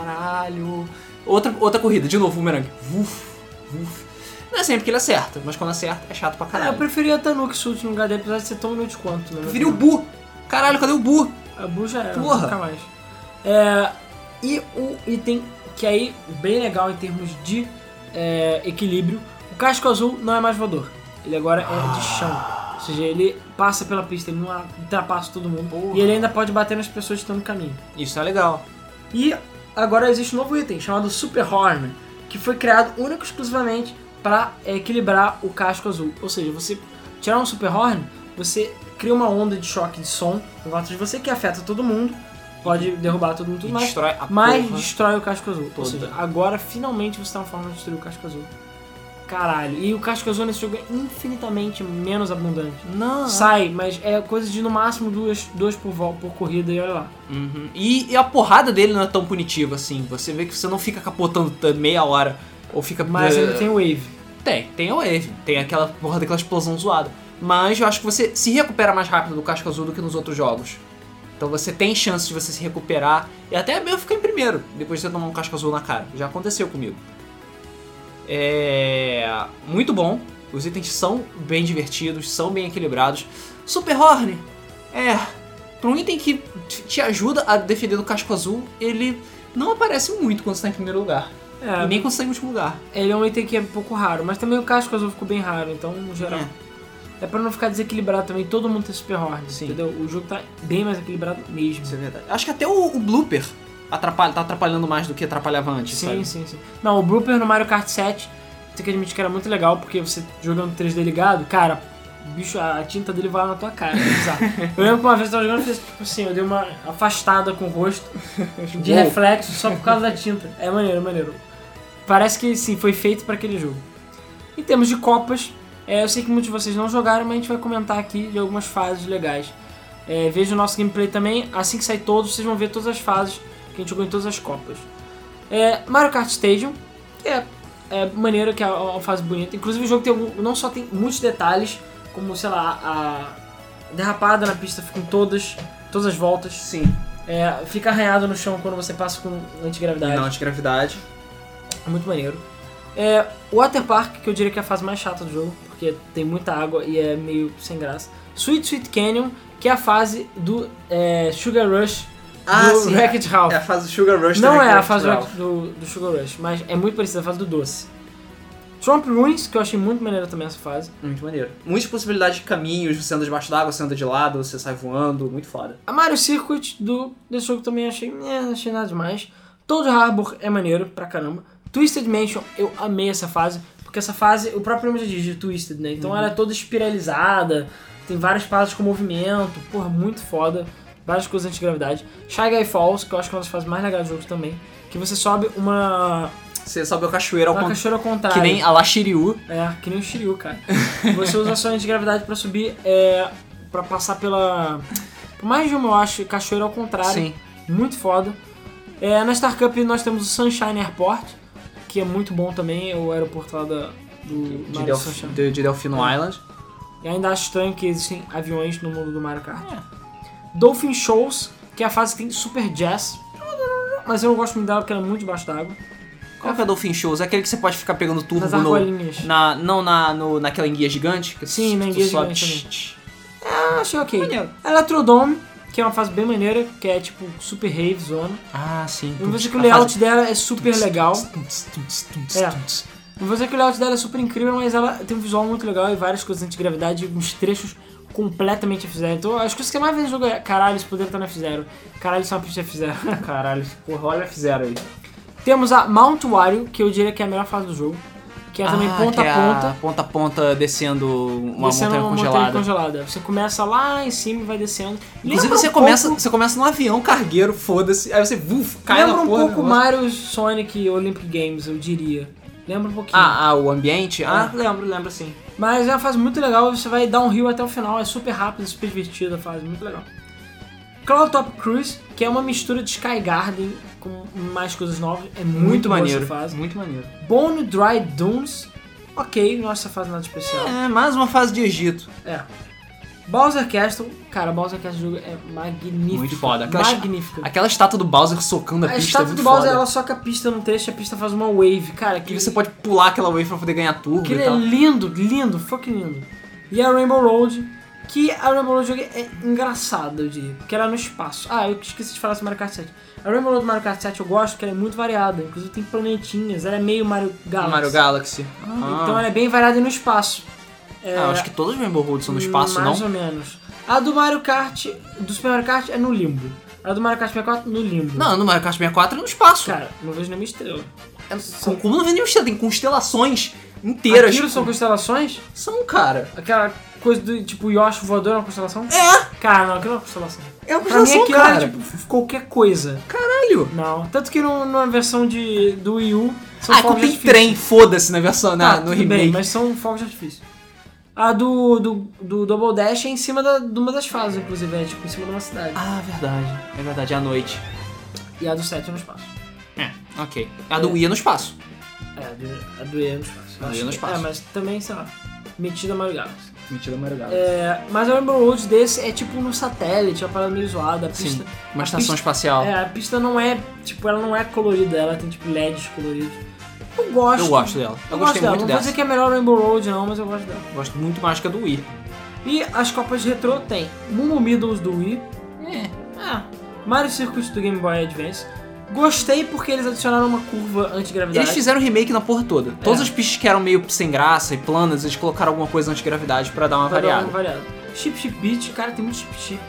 A: Caralho. Outra, outra corrida, de novo, bumerangue. Vuf, vuf. Não é sempre que ele acerta, mas quando acerta é chato pra
B: Ah, eu
A: caralho.
B: preferia a Tanuki Suit no lugar dele, apesar de ser tão inútil quanto. Né?
A: Eu preferi o Bu. Caralho, cadê o Bu?
B: A Bu já era,
A: Porra.
B: nunca mais. É, e o item que aí, bem legal em termos de é, equilíbrio, o casco azul não é mais voador. Ele agora
A: Ah.
B: é de chão. Ou seja, ele passa pela pista, ele não ultrapassa todo mundo.
A: Porra.
B: E ele ainda pode bater nas pessoas que estão no caminho.
A: Isso é legal.
B: E agora existe um novo item chamado Super Horn, que foi criado único e exclusivamente para equilibrar o casco azul. Ou seja, você tirar um Super Horn, você cria uma onda de choque de som no volta de você que afeta todo mundo, pode derrubar todo mundo, e
A: Uhum.
B: tudo
A: E
B: mais,
A: destrói a
B: mas
A: porra.
B: destrói o casco azul. Ou
A: toda.
B: seja, agora finalmente você tem uma forma de destruir o casco azul. Caralho, e o casco azul nesse jogo é infinitamente menos abundante.
A: Não.
B: Sai, mas é coisa de no máximo duas, duas por, vol- por corrida e olha lá.
A: Uhum. E, e a porrada dele não é tão punitiva assim. Você vê que você não fica capotando t- meia hora. Ou fica.
B: Mas ainda
A: eh,
B: tem o Wave.
A: Tem, tem a Wave, tem aquela porra daquela explosão zoada. Mas eu acho que você se recupera mais rápido do casco azul do que nos outros jogos. Então você tem chance de você se recuperar e até mesmo ficar em primeiro, depois de você tomar um casco azul na cara. Já aconteceu comigo. É. Muito bom. Os itens são bem divertidos, são bem equilibrados. Super Horn! É. Pra um item que te te ajuda a defender do casco azul, ele não aparece muito quando você tá em primeiro lugar.
B: É,
A: E nem quando você tá em último lugar.
B: Ele é um item que é um pouco raro, mas também o casco azul ficou bem raro, então no geral. É. pra não ficar desequilibrado também, todo mundo tem super horn,
A: Sim.
B: entendeu? O jogo tá bem mais equilibrado mesmo.
A: Isso é verdade. Acho que até o, o blooper atrapalha, tá atrapalhando mais do que atrapalhava antes,
B: Sim,
A: sabe?
B: sim, sim. Não, o Blooper no Mario Kart 7, tem que admitir que era muito legal, porque você jogando 3D ligado, cara, o bicho, a a tinta dele vai lá na tua cara, é bizarro. Eu lembro que uma vez eu tava jogando e fiz tipo assim, eu dei uma afastada com o rosto, de
A: Uou.
B: reflexo, só por causa da tinta. É maneiro, é maneiro. Parece que sim, foi feito pra aquele jogo. Em termos de copas, é, eu sei que muitos de vocês não jogaram, mas a gente vai comentar aqui de algumas fases legais. É, veja o nosso gameplay também, assim que sair todos, vocês vão ver todas as fases que a gente jogou em todas as copas. É, Mario Kart Stadium, que é, é maneiro, que é uma fase bonita. Inclusive o jogo tem algum- não só tem muitos detalhes, como, sei lá, a derrapada na pista ficam todas, todas as voltas. Sim. fica arranhado no chão quando você passa com antigravidade.
A: Não, de gravidade.
B: É muito maneiro. É, Water Park, que eu diria que é a fase mais chata do jogo, porque tem muita água e é meio sem graça. Sweet Sweet Canyon, que é a fase do é, Sugar Rush
A: Ah,
B: do
A: sim.
B: Wreck-It Ralph.
A: fase do Sugar Rush
B: Não é a fase do, do Sugar Rush, mas é muito parecida a fase do doce. Trump Ruins, que eu achei muito maneira também essa fase.
A: Muito maneiro. Muitas possibilidades de caminhos, você anda debaixo d'água, você anda de lado, você sai voando, muito foda.
B: A Mario Circuit do, desse jogo também achei, né, não achei nada demais. Toad Harbor é maneiro pra caramba. Twisted Mansion, eu amei essa fase, porque essa fase, o próprio nome já diz, de Twisted, né? Então ela é toda espiralizada, tem várias fases com movimento, porra, muito foda. Várias coisas antigravidade. Shy Guy Falls, que eu acho que é uma das fases mais legais do jogo também. Que você sobe uma,
A: Você sobe a cachoeira ao
B: uma
A: contrário.
B: cachoeira ao contrário.
A: Que nem a La Shiryu.
B: É, que nem o Shiryu, cara. Você usa sua antigravidade pra subir, é, pra passar pela... Por mais de uma, eu acho, cachoeira ao contrário.
A: Sim.
B: Muito foda. É, na Star Cup nós temos o Sunshine Airport, que é muito bom também, é o aeroporto lá da, do
A: De,
B: Mario
A: Delf-
B: Sunshine.
A: de, de Delfino
B: É.
A: Island.
B: E ainda acho estranho que existem aviões no mundo do Mario Kart. Dolphin Shows, que é a fase que tem Super Jazz. Mas eu não gosto muito dela porque ela é muito debaixo d'água.
A: Qual que é o Dolphin Shows? É aquele que você pode ficar pegando turbo
B: Nas
A: no,
B: argolinhas.
A: na, não na, no, naquela enguia gigante? que
B: Sim, na
A: tu
B: enguia
A: sobe,
B: gigante
A: tch, tch.
B: Ah, achei ok.
A: Maneiro.
B: Electrodome, que é uma fase bem maneira, que é tipo super rave zona.
A: Ah, sim.
B: Eu vou dizer que o
A: A
B: layout
A: fase-
B: dela é super legal.
A: Tuts, tuts, tuts,
B: É.
A: tuts.
B: Não vou dizer que o layout dela é super incrível, mas ela tem um visual muito legal e várias coisas antigravidade, uns trechos completamente F0. Então, acho que isso que mais vezes jogo é caralho, eles poderiam estar no F0. Caralho, isso é uma pista F0. caralho, porra, olha F0 aí. Temos a Mount Wario, que eu diria que é a melhor fase do jogo. Que é também
A: Ah,
B: ponta
A: que é
B: a ponta.
A: Ponta a ponta descendo uma
B: descendo
A: montanha
B: uma
A: congelada.
B: congelada. Você começa lá em cima e vai descendo.
A: Inclusive
B: Lembra
A: você,
B: um
A: começa,
B: pouco-
A: você começa num avião cargueiro, foda-se, aí você vuf, cai
B: lembra
A: na
B: um
A: porra. do
B: pouco
A: negócio.
B: Mario Sonic Olympic Games, eu diria. Lembra um pouquinho. É.
A: Ah, ah, o ambiente? Ah, lembro, lembro sim.
B: Mas é uma fase muito legal, você vai dar um rio até o final, é super rápido, super divertida a fase, muito legal. Cloud Top Cruise, que é uma mistura de Sky Garden com mais coisas novas, é muito,
A: Muito,
B: boa
A: maneiro.
B: essa fase.
A: Muito maneiro.
B: Bone Dry Dunes, ok, nossa fase nada especial.
A: É, mais uma fase de Egito.
B: É. Bowser Castle, cara, Bowser Castle jogo é magnífico.
A: Muito foda. Aquela-
B: magnífico.
A: Aquela estátua do Bowser socando a,
B: A
A: pista. é
B: estátua
A: muito
B: do Bowser,
A: foda.
B: ela soca a pista no texto, a pista faz uma wave, cara.
A: Que
B: Que,
A: você então. pode pular aquela wave pra poder ganhar turbo
B: aquilo
A: e
B: é
A: tal.
B: lindo, lindo, fucking lindo. E a Rainbow Road, que a Rainbow Road é engraçada, eu diria, porque ela é no espaço. Ah, eu esqueci de falar sobre Mario Kart 7. A Rainbow Road do Mario Kart 7 eu gosto, porque ela é muito variada, inclusive tem planetinhas, ela é meio Mario Galaxy.
A: Mario Galaxy. Ah.
B: Então ela é bem variada e no espaço. É,
A: Ah, acho que todos os Rainbow Road são no espaço,
B: mais
A: não?
B: ou menos. A do Mario Kart, do Super Mario Kart é no limbo. A do Mario Kart 64 no limbo.
A: Não, no Mario Kart 64 é no espaço.
B: Cara, não vejo nenhuma estrela.
A: É- com- como não vem nenhum estrela, tem constelações inteiras. tipo,
B: Aquilo são constelações?
A: São, cara.
B: Aquela coisa do tipo Yoshi voador é uma constelação? É! Cara, não, aquilo é uma constelação.
A: É uma
B: Pra mim
A: constelação,
B: aquilo era
A: cara.
B: tipo f- qualquer coisa.
A: Caralho.
B: Não. Tanto que no- numa versão de, do Wii U são
A: Ah,
B: fogos
A: quando
B: de
A: tem
B: artifício.
A: trem, foda-se na versão, na,
B: Tá,
A: no
B: tudo
A: remake.
B: bem, mas são fogos de artifício. A do, do, do Double Dash é em cima da, de uma das fases, inclusive, é tipo em cima de uma cidade.
A: Ah, verdade. É verdade, é à noite.
B: E a do 7 é no espaço.
A: É, ok. A do Wii é no espaço.
B: É, a do, a do E é no espaço. Eu
A: A do E
B: acho
A: é no
B: que-
A: espaço.
B: É, mas também, sei lá, metida Mario Galaxy.
A: Mentira, Mario
B: É, mas a Rainbow Road desse é tipo no satélite, é uma parada meio zoada. A
A: Sim,
B: pista,
A: uma
B: a
A: estação
B: pista-
A: espacial.
B: É, a pista não é, tipo, ela não é colorida, ela tem tipo LEDs coloridos. Eu gosto.
A: Eu gosto dela. Eu,
B: Eu gosto
A: gostei
B: dela.
A: muito
B: não vou
A: dessa.
B: dizer que é melhor Rainbow Road, não, mas eu gosto dela.
A: Gosto muito mais que a do Wii.
B: E as copas de retrô tem Mumu Middles do Wii.
A: É.
B: Ah, Mario Circuit do Game Boy Advance. Gostei porque eles adicionaram uma curva antigravidade.
A: Eles fizeram remake na porra toda. Todas
B: É.
A: as pistas que eram meio sem graça e planas, eles colocaram alguma coisa anti-gravidade pra dar uma
B: Pra dar
A: variada.
B: Tá uma variada. Chip Chip Beat, cara, tem muito Chip Chip.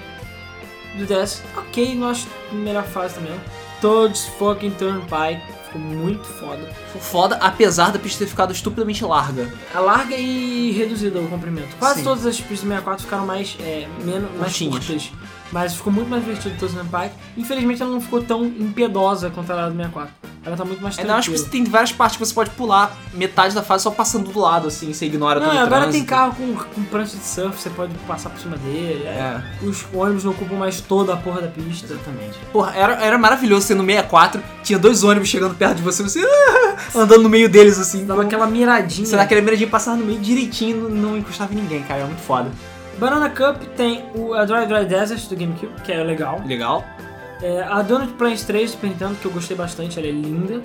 B: Do DS, ok, não acho a melhor fase também. Toads fucking Turnpike, ficou muito foda.
A: Foda, apesar da pista ter ficado estupidamente larga.
B: A larga e reduzida o comprimento. Quase
A: Sim.
B: todas as pistas do 64 ficaram mais, é, menos, mais
A: Curtinhas.
B: curtas. Mas ficou muito mais divertido do Toads Turnpike. Infelizmente ela não ficou tão impedosa quanto a do 64. Ela tá muito mais
A: Ainda É, acho que você tem várias partes que você pode pular metade da fase só passando do lado, assim, você ignora
B: Não,
A: todo o
B: agora tem
A: trânsito.
B: carro com, com prancha de surf, você pode passar por cima dele.
A: É,
B: Os ônibus não ocupam mais toda a porra da pista.
A: exatamente. Porra, era, era maravilhoso ser no 64, tinha dois ônibus chegando perto de você, você ah, andando no meio deles, assim.
B: Dava aquela miradinha.
A: Você naquela primeira dia passava no meio direitinho, não, não encostava em ninguém, cara, é muito foda.
B: Banana Cup tem o, a Dry Dry Desert do GameCube, que é legal.
A: Legal.
B: É, a Donut Plains 3 do Super Nintendo, que eu gostei bastante, ela é linda.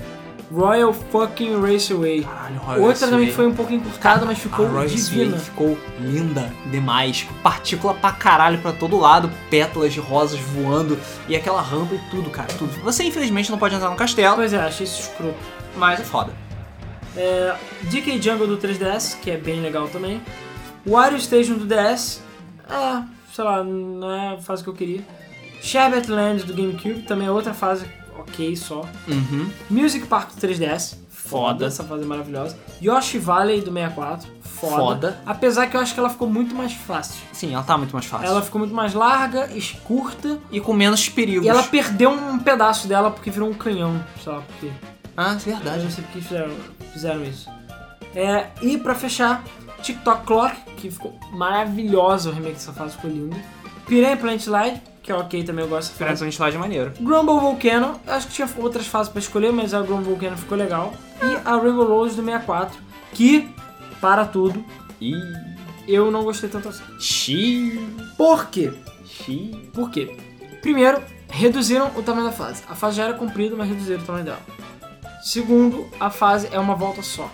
B: Royal Fucking Raceway.
A: Caralho,
B: Outra também foi um pouco encurtada, mas ficou
A: a Royal
B: divina.
A: Swing ficou linda demais. com Partícula pra caralho pra todo lado, pétalas de rosas voando e aquela rampa e tudo, cara, tudo. Você infelizmente não pode entrar no castelo,
B: Pois é, achei isso escroto.
A: mas é foda.
B: DK Jungle do 3DS, que é bem legal também. Wario Station do DS. É, sei lá, não é a fase que eu queria. Sherbet Land do GameCube, também é outra fase ok só.
A: Uhum.
B: Music Park do 3DS.
A: Foda.
B: Essa fase é maravilhosa. Yoshi Valley do 64. Foda.
A: Foda.
B: Apesar que eu acho que ela ficou muito mais fácil.
A: Sim, ela tá muito mais fácil.
B: Ela ficou muito mais larga, es- curta.
A: E com menos perigos.
B: E ela perdeu um pedaço dela porque virou um canhão. Sei lá por quê.
A: Ah, é
B: Eu
A: verdade.
B: não sei por que fizeram, fizeram isso. É, e pra fechar, TikTok Clock, que ficou maravilhosa o remake dessa fase, ficou lindo. Piranha Plant Light, que é ok também, eu gosto dessa fase.
A: Diferença lá de maneiro.
B: Grumble Volcano, eu acho que tinha outras fases pra escolher, mas a Grumble Volcano ficou legal. E a Rainbow Rose do 64, que, para tudo,
A: E
B: eu não gostei tanto assim.
A: xi,
B: Por quê?
A: xi.
B: Por quê? Primeiro, reduziram o tamanho da fase. A fase já era comprida, mas reduziram o tamanho dela. Segundo, a fase é uma volta só.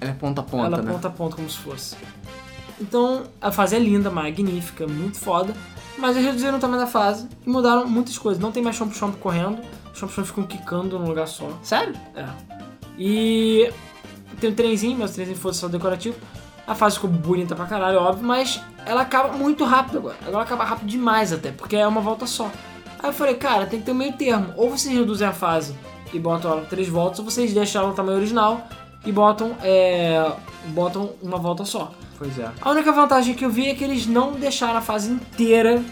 A: Ela é ponta a ponta,
B: Ela
A: né?
B: ponta a ponta como se fosse. Então, a fase é linda, magnífica, muito foda. Mas eles reduziram o tamanho da fase e mudaram muitas coisas. Não tem mais chomp chomp correndo. Os chomp chomp ficam quicando num lugar só.
A: Sério?
B: É. E tem um trenzinho, mas o trenzinho fosse só decorativo. A fase ficou bonita pra caralho, óbvio, mas ela acaba muito rápido agora. Agora ela acaba rápido demais até, porque é uma volta só. Aí eu falei, cara, tem que ter um meio termo. Ou vocês reduzem a fase e botam ela três voltas, ou vocês deixam ela no tamanho original e botam, é, botam uma volta só.
F: Pois é.
B: A única vantagem que eu vi é que eles não deixaram a fase inteira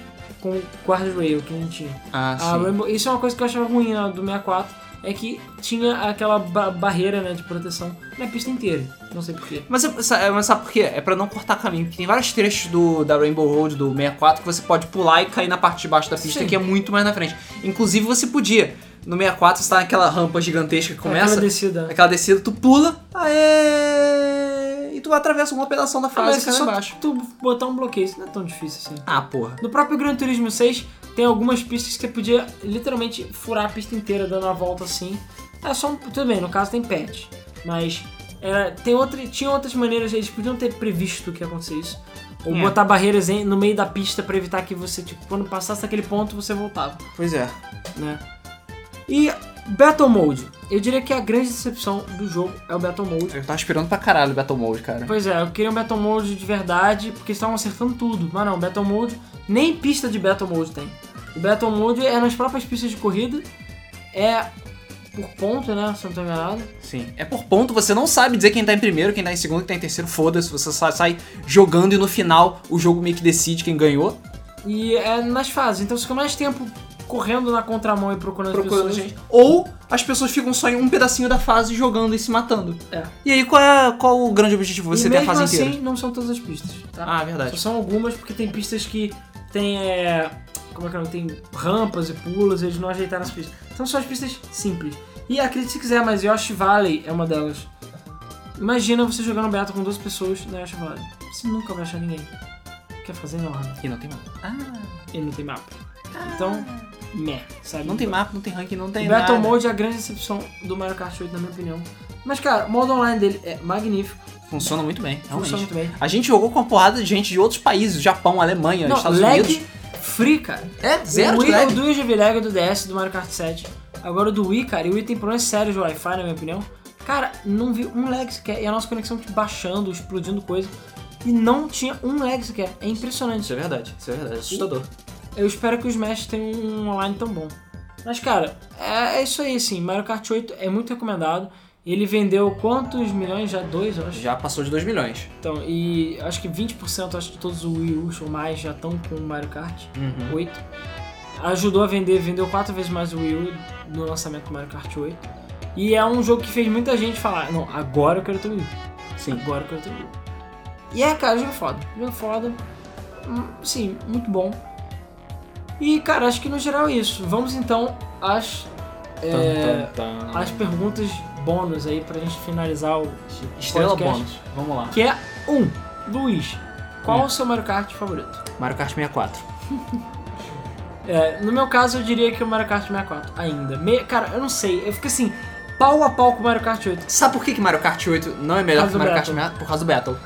B: com o guardrail que a gente tinha.
A: Ah,
B: A Rainbow- isso é uma coisa que eu achava ruim na do 64, é que tinha aquela ba- barreira né, de proteção na pista inteira. Não sei porquê.
A: Mas, é- sa- é- mas sabe por quê? É pra não cortar caminho, porque tem vários trechos do, da Rainbow Road do 64 que você pode pular e cair na parte de baixo da pista,
B: Sim.
A: que é muito mais na frente. Inclusive, você podia. No 64, você tá naquela rampa gigantesca que começa,
B: Aquela descida.
A: aquela descida, tu pula, aê! E tu atravessa uma pedação da
B: Ah,
A: fase
B: mas
A: e
B: se
A: cai lá
B: só
A: né, embaixo.
B: tu botar um bloqueio, isso não é tão difícil assim.
A: Ah, porra.
B: No próprio Gran Turismo 6, tem algumas pistas que você podia literalmente furar a pista inteira dando a volta assim. É só um, tudo bem, no caso tem patch, mas era- tem outra, tinha outras maneiras, eles podiam ter previsto que ia acontecer isso. Ou
A: É.
B: botar barreiras em- no meio da pista pra evitar que você, tipo, quando passasse daquele ponto, você voltava.
A: Pois é.
B: né? E Battle Mode. Eu diria que a grande decepção do jogo é o Battle Mode.
A: Eu tava esperando pra caralho o Battle Mode, cara.
B: Pois é, eu queria um Battle Mode de verdade, porque eles estavam acertando tudo. Mas não, Battle Mode, nem pista de Battle Mode tem. O Battle Mode é nas próprias pistas de corrida, é por ponto, né? Se eu não tô enganado.
A: Sim. É por ponto, você não sabe dizer quem tá em primeiro, quem tá em segundo, quem tá em terceiro, foda-se. Você sa- sai jogando e no final o jogo meio que decide quem ganhou.
B: E é nas fases, então você fica mais tempo correndo na contramão e procurando,
A: procurando
B: as pessoas.
A: gente. Ou as pessoas ficam só em um pedacinho da fase jogando e se matando.
B: É.
A: E aí, qual é qual o grande objetivo? Você
B: e
A: ter a
B: mesmo
A: fase
B: assim,
A: inteira.
B: não são todas as pistas, tá?
A: Ah, verdade.
B: Só são algumas porque tem pistas que tem. é, como é que é? o nome? Tem rampas e pulos, eles não ajeitaram as pistas. Então são as pistas simples. E acredite se quiser, mas Yoshi Valley é uma delas. Imagina você jogando Beto com duas pessoas né? na Yoshi Valley. Você nunca vai achar ninguém. Quer fazer enorme.
A: E não tem mapa. Ah,
B: E não tem mapa. Então, meh, sabe?
A: Não tem mapa, não tem ranking, não tem
B: O Battle
A: nada.
B: Mode é a grande decepção do Mario Kart 8, na minha opinião. Mas, cara, o modo online dele é magnífico,
A: Funciona muito bem, realmente.
B: funciona muito bem.
A: A gente jogou com uma porrada de gente de outros países, Japão, Alemanha,
B: Não,
A: É, Estados
B: lag
A: Unidos.
B: free, cara.
A: É, zero
B: o
A: de
B: Wii,
A: lag.
B: Eu duas de lag do DS, do Mario Kart 7. Agora o do Wii, cara, e o Wii tem problemas sérios de Wi-Fi, na minha opinião. Cara, não vi um lag sequer. E a nossa conexão tipo, baixando, explodindo coisa. E não tinha um lag sequer. É impressionante.
A: Isso é verdade, isso é verdade, é assustador.
B: Eu espero que os Smash tenham um online tão bom. Mas, cara, é, é isso aí, assim. Mario Kart 8 é muito recomendado. Ele vendeu quantos milhões? Já dois, eu acho.
A: Já passou de 2 milhões.
B: Então, e acho que 20% acho de todos os Wii U ou mais já estão com o Mario Kart.
A: Uhum.
B: 8. Ajudou a vender, vendeu quatro vezes mais o Wii U no lançamento do Mario Kart 8. E é um jogo que fez muita gente falar, não, agora eu quero ter o Wii U,
A: Sim.
B: agora eu quero ter o Wii U. E é, cara, jogo foda. Jogo foda. Hum, Sim, muito bom. E, cara, acho que no geral é isso. Vamos então às,
A: Tá,
B: é,
A: Tan, tan, tan.
B: às perguntas bônus aí pra gente finalizar o
A: Estrela
B: podcast.
A: bônus. Hum. Vamos lá.
B: Que é um, Luiz, qual o seu Mario Kart favorito?
A: Mario Kart 64.
B: É, no meu caso, eu diria que o Mario Kart 64 ainda. Me- cara, eu não sei. Eu fico assim, pau a pau com o Mario Kart 8.
A: Sabe por que, que Mario Kart 8 não é melhor que
B: Por causa do
A: Mario Kart
B: Battle.
A: 64? Por causa do Battle.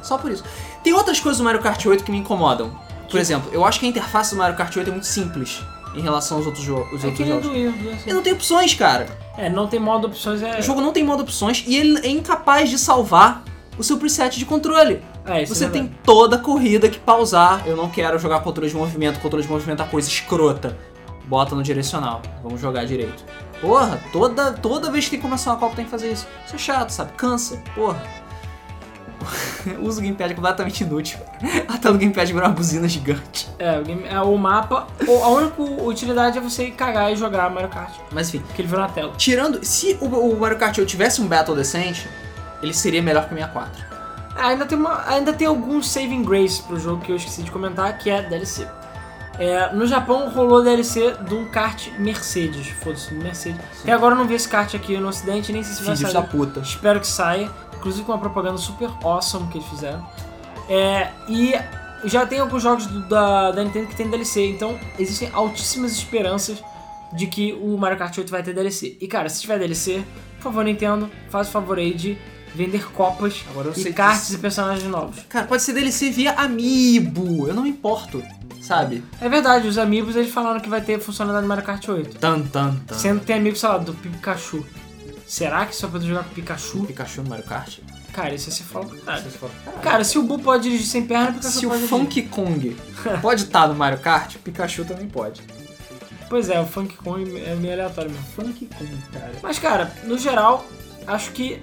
A: É. Só por isso. Tem outras coisas do Mario Kart 8 que me incomodam. Por exemplo, eu acho que a interface do Mario Kart 8 é muito simples em relação aos outros, jo os
B: É
A: outros
B: aquele
A: jogos.
B: do erro. né?
A: Ele não tem opções, cara.
B: É, não tem modo opções. É,
A: O jogo não tem modo opções e ele é incapaz de salvar o seu preset de controle.
B: é isso
A: Você
B: é
A: tem
B: verdade.
A: toda a corrida que pausar. Eu não quero jogar controle de movimento. Controle de movimento é uma coisa escrota. Bota no direcional. Vamos jogar direito. Porra, toda, toda vez que tem que começar uma Copa tem que fazer isso. Isso é chato, sabe? Cansa. Porra. Usa o gamepad completamente inútil. Até o gamepad virar uma buzina gigante.
B: É, o, game- é, o mapa. ou a única utilidade é você cagar e jogar Mario Kart.
A: Mas enfim.
B: Porque ele virou na tela.
A: Tirando. Se o, o Mario Kart 8 tivesse um Battle decente, ele seria melhor que o 64.
B: Ah, ainda tem, uma, ainda tem algum saving grace pro jogo que eu esqueci de comentar, que é DLC. É, no Japão rolou DLC de um kart Mercedes. Foda-se, Mercedes.
A: Sim.
B: E agora eu não vi esse kart aqui no ocidente, nem sei se vai
A: Filhos
B: sair.
A: da puta.
B: Espero que saia. Inclusive com uma propaganda super awesome que eles fizeram. É, e já tem alguns jogos do- da, da Nintendo que tem DLC, então existem altíssimas esperanças de que o Mario Kart 8 vai ter DLC. E cara, se tiver DLC, por favor, Nintendo, faz o favor aí de vender copas
A: Agora eu sei
B: e
A: que-
B: cartas e personagens novos.
A: Cara, pode ser DLC via Amiibo. Eu não me importo, sabe?
B: É verdade, os amigos eles falaram que vai ter funcionalidade do Mario Kart 8.
A: Tan, tan, tan.
B: Sendo que tem amigos, sei lá, do Pikachu. Será que só pode jogar com o Pikachu?
A: Pikachu no Mario Kart?
G: Cara, isso ia ser foda.
A: Vocês falam, "Caralho,
B: Cara, se o Boo pode dirigir sem perna, porque
A: Se
B: você
A: o
B: pode dirigir.
A: Funky Kong pode estar no Mario Kart, o Pikachu também pode.
G: Pois é, o Funk Kong é meio aleatório mesmo.
A: Funky Kong, cara.
B: Mas, cara, no geral, acho que.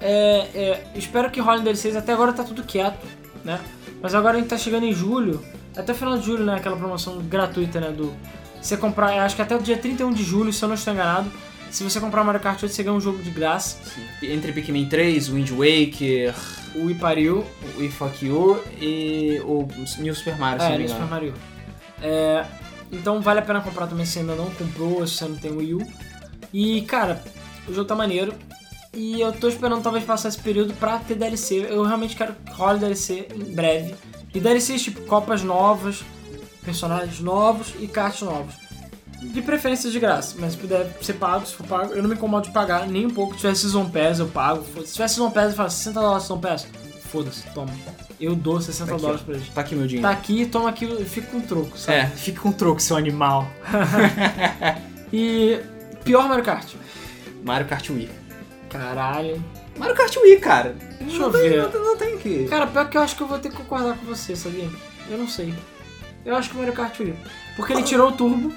B: é, é, espero que role um DLC. Até agora tá tudo quieto, né? Mas agora a gente tá chegando em julho. Até final de julho, né? Aquela promoção gratuita, né? Do. Você comprar. eu Acho que até o dia 31 de julho, se eu não estou enganado. Se você comprar Mario Kart 8, você ganha um jogo de graça.
A: Entre Pikmin 3, Wind Waker,
B: O Ipariu.
A: o If Fuck You e o New Super Mario, se não
B: É,
A: me
B: New Super
A: engano.
B: Mario. É, então vale a pena comprar também se ainda não comprou, se você não tem Wii U. E, cara, o jogo tá maneiro. E eu tô esperando talvez passar esse período pra ter DLC. Eu realmente quero que role DLC em breve. E DLCs tipo copas novas, personagens novos e cartas novos. De preferência de graça, mas se puder ser pago, se for pago, eu não me incomodo de pagar nem um pouco. Se tiver Season Pass, eu pago. Foda-se. Se tiver Season Pass, eu falo 60 dólares Season Pass. Foda-se, toma. Eu dou 60
A: Tá aqui,
B: dólares
A: ó.
B: pra eles
A: Tá aqui meu dinheiro.
B: tá aqui, toma aqui e fica com troco, sabe?
A: É, fica com troco, seu animal.
B: E pior Mario Kart.
A: Mario Kart Wii.
B: Caralho.
A: Mario Kart Wii, cara.
B: Deixa
A: não
B: eu
A: tem,
B: ver.
A: Não, tem- não tem que...
B: Cara, pior que eu acho que eu vou ter que concordar com você, sabia? Eu não sei. Eu acho que o Mario Kart Wii. Porque ele tirou o turbo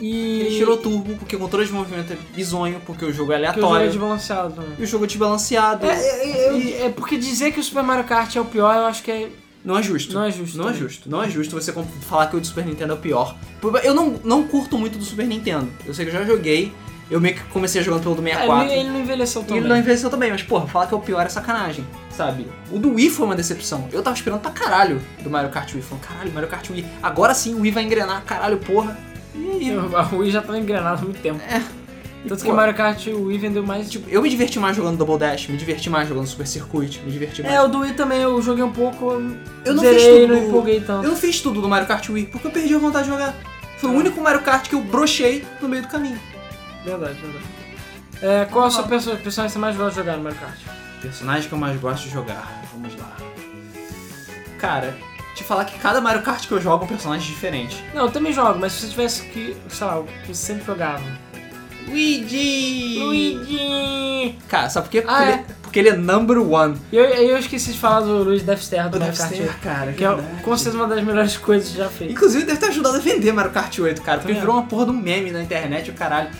B: e.
A: Ele tirou turbo, porque o controle de movimento é bizonho, porque o jogo é
B: que o jogo é
A: aleatório.
B: desbalanceado também.
A: E o jogo é desbalanceado.
B: É, é, é, é porque dizer que o Super Mario Kart é o pior, eu acho que é,
A: Não é justo.
B: não é justo.
A: Não é
B: também.
A: justo, não é justo você com- falar que o do Super Nintendo é o pior. Por- Eu não, não curto muito do Super Nintendo. Eu sei que eu já joguei, eu meio que comecei jogando pelo do
B: É,
A: 64.
B: ele, ele não envelheceu
A: e
B: tão
A: ele
B: bem.
A: não envelheceu também, mas porra, falar que é o pior é sacanagem, sabe? O do Wii foi uma decepção. Eu tava esperando pra caralho do Mario Kart Wii. Falando, caralho, Mario Kart Wii. Agora sim o Wii vai engrenar, caralho, porra. E aí,
B: O Wii já tá engrenado há muito tempo.
A: e,
B: Tanto que
A: pô,
B: o Mario Kart Wii vendeu mais.
A: tipo, eu me diverti mais jogando Double Dash, me diverti mais jogando Super Circuit, me diverti mais.
B: É, o do Wii também, eu joguei um pouco.
A: Eu não
B: zerei,
A: fiz tudo.
B: não empolguei tanto. Ah.
A: Eu não fiz tudo do Mario Kart Wii, porque eu perdi a vontade de jogar. Foi o único Mario Kart que eu brochei no meio do caminho.
B: Verdade, verdade. É, qual é o seu perso- personagem que você mais gosta de jogar no Mario Kart?
A: Personagem que eu mais gosto de jogar. Vamos lá. Cara, te falar que cada Mario Kart que eu jogo é um personagem diferente.
B: Não, eu também jogo, mas se você tivesse que, sei lá, o que você sempre jogava.
A: Luigi!
B: Luigi!
A: Cara, sabe por quê? Porque,
B: Ah,
A: ele, porque ele é number one.
B: E eu, eu esqueci de falar do Luigi Death Star do
A: O
B: Mario
A: Death
B: Kart.
A: Star, Né? cara.
B: Que é
A: verdade.
B: com certeza uma das melhores coisas já feitas.
A: Inclusive deve ter ajudado a vender Mario Kart 8, cara. Porque
B: Também
A: virou uma porra de um meme na internet, o caralho.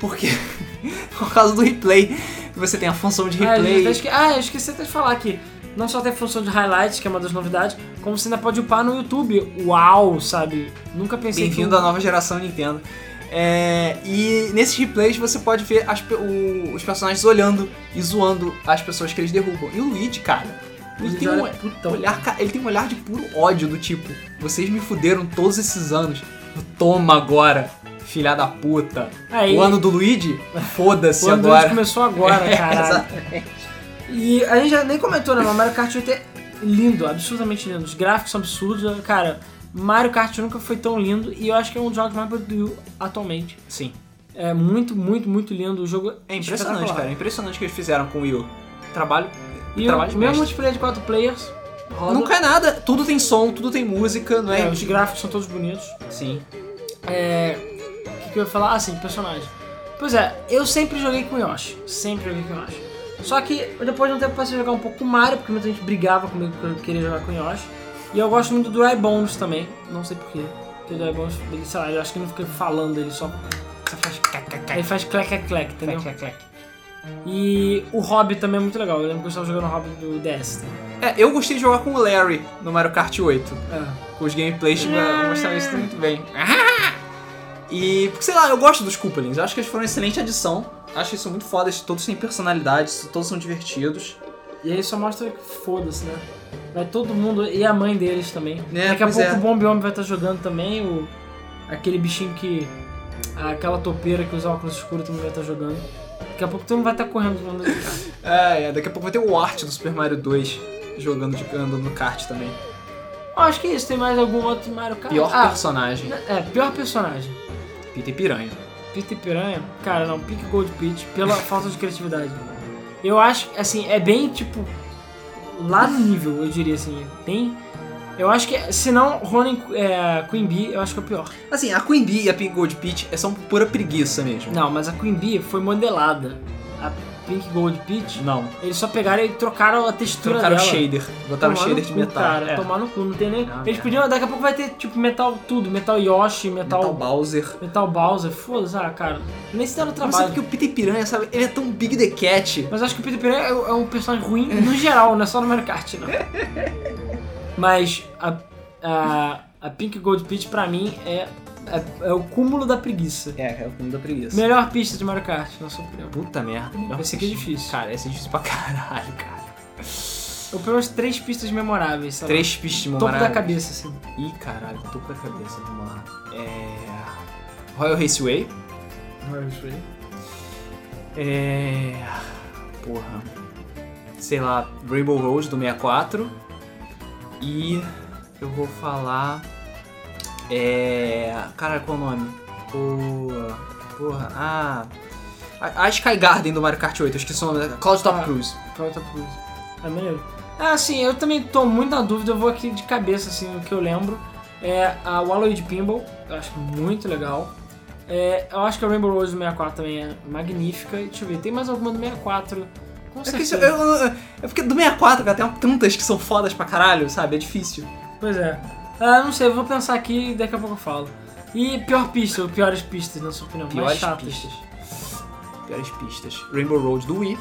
A: Porque... por causa do replay. Você tem a função de
B: Ah, eu
A: replay.
B: até esque- ah, eu esqueci até de falar aqui. Não só tem a função de highlights, que é uma das novidades, como você ainda pode upar no YouTube. Uau, sabe? Nunca pensei
A: Bem-vindo à nova geração Nintendo. É, e nesses replays você pode ver as pe- o- os personagens olhando e zoando as pessoas que eles derrubam. E o Luigi, cara, ele tem, um,
B: putão.
A: olhar, ca- ele tem um olhar de puro ódio do tipo, vocês me fuderam todos esses anos. Toma agora, filha da puta.
B: Aí,
A: O ano do Luigi? Foda-se
B: Quando agora.
A: agora.
B: começou agora, caralho. E a gente já nem comentou, né? Mas Mario Kart 8 é lindo, absurdamente lindo. Os gráficos são absurdos. Cara, Mario Kart nunca foi tão lindo e eu acho que é um dos jogos mais bonito do Wii atualmente.
A: Sim.
B: É muito, muito, muito lindo. O jogo
A: É impressionante,
B: espetacular.
A: cara. É impressionante o que eles fizeram com o Wii U. Trabalho.
B: E o
A: trabalho de
B: mesmo
A: mestre.
B: multiplayer de 4 players. roda.
A: Não cai nada. Tudo tem som, tudo tem música, não é?
B: É, os gráficos são todos bonitos.
A: Sim.
B: É. O que, que eu ia falar? Ah, sim, personagem. Pois é, eu sempre joguei com Yoshi. Sempre joguei com Yoshi. Só que depois de um tempo eu passei a jogar um pouco com Mario, porque muita gente brigava comigo porque eu queria jogar com Yoshi. E eu gosto muito do Dry Bones também, não sei porquê. Porque o Dry Bones, ele, sei lá, eu acho que ele não fica falando, ele só, só faz Ele faz clec-clec, entendeu? E o Hobby também é muito legal, eu lembro que eu estava jogando o Hobby do né? DS.
A: É, eu gostei de jogar com o Larry no Mario Kart 8.
B: É.
A: Com os gameplays tipo, ma- mostraram isso muito bem. E, porque sei lá, eu gosto dos Koopalings. Eu acho que eles foram uma excelente adição. Acho isso muito foda. eles Todos têm personalidade, todos são divertidos.
B: E aí só mostra que foda-se, né? Vai todo mundo, e a mãe deles também.
A: É,
B: Daqui a
A: pois
B: pouco
A: é.
B: o Bomb Homem vai estar jogando também, o, aquele bichinho que. aquela topeira que usa óculos escuros também vai estar jogando. Daqui a pouco todo mundo vai estar correndo todo mundo.
A: É, é, daqui a pouco vai ter o Art do Super Mario 2 jogando de andando no kart também.
B: Eu acho que é isso, tem mais algum outro Mario Kart?
A: Pior
B: ah,
A: personagem,
B: né, É, pior personagem.
A: Peter Piranha.
B: Peter Piranha? Cara, não, Pink Gold Peach, pela falta de criatividade. Eu acho, assim, é bem tipo. lá no nível, eu diria assim. Bem. Eu acho que, se não, Ronin é, Queen Bee, eu acho que é o pior.
A: Assim, a Queen Bee e a Pink Gold Peach é são pura preguiça mesmo.
B: Não, mas a Queen Bee foi modelada. A Pink Gold Peach,
A: Não.
B: eles só pegaram e trocaram a textura
A: Trocaram o
B: dela.
A: shader. Botaram
B: Tomar
A: shader
B: no
A: de
B: cu,
A: metal.
B: Cara,
A: É.
B: Tomar no cu, não tem nem.
A: Ah,
B: Eles
A: cara.
B: podiam, daqui a pouco vai ter tipo metal tudo, metal Yoshi, metal.
A: Metal
B: Metal,
A: Bowser.
B: Bowser, foda-se, ah, cara. Nem se deram
A: Não sei
B: trabalho.
A: porque o Peter Piranha, sabe? Ele é tão Big The Cat.
B: Mas acho que o Peter Pan é, é um personagem ruim no geral, não é só no Mario Kart, não. Mas a, a, a Pink Gold Peach pra mim é, é, é o cúmulo da preguiça.
A: É, é o fundo da preguiça.
B: Melhor pista de Mario Kart, na sua opinião.
A: Puta merda. Tá Melhor
B: Esse aqui é difícil.
A: Cara, esse é difícil pra caralho, cara.
B: Eu pelo menos três pistas memoráveis, sabe?
A: Três pistas de
B: Topo
A: Momarada.
B: da cabeça, assim.
A: Ih, caralho, topo da cabeça. Vamos lá. É. Royal Raceway. É. Porra. Sei lá, Rainbow Road do 64. E. Eu vou falar. É. Cara, qual o nome? O. Porra. Ah. A, a Sky Garden do Mario Kart 8. Eu esqueci o nome da. Cloud Top
B: Ah.
A: Cruise.
B: Pronto, Cruz. É maneiro. Ah, sim, eu também tô muito na dúvida, eu vou aqui de cabeça, assim, o que eu lembro. É a Wallow de Pinball, eu acho muito legal. É, eu acho que a Rainbow Rose do 64 também é magnífica. Deixa eu ver, tem mais alguma do 64? Com
A: É porque,
B: certeza.
A: isso- eu, eu, é porque do 64, cara, tem tantas que são fodas pra caralho, sabe? É difícil.
B: Pois é. Ah, não sei, eu vou pensar aqui e daqui a pouco eu falo. E pior pista, ou piores pistas, na sua opinião?
A: Piores
B: mais chatas.
A: pistas. Piores pistas. Rainbow Road do Wii.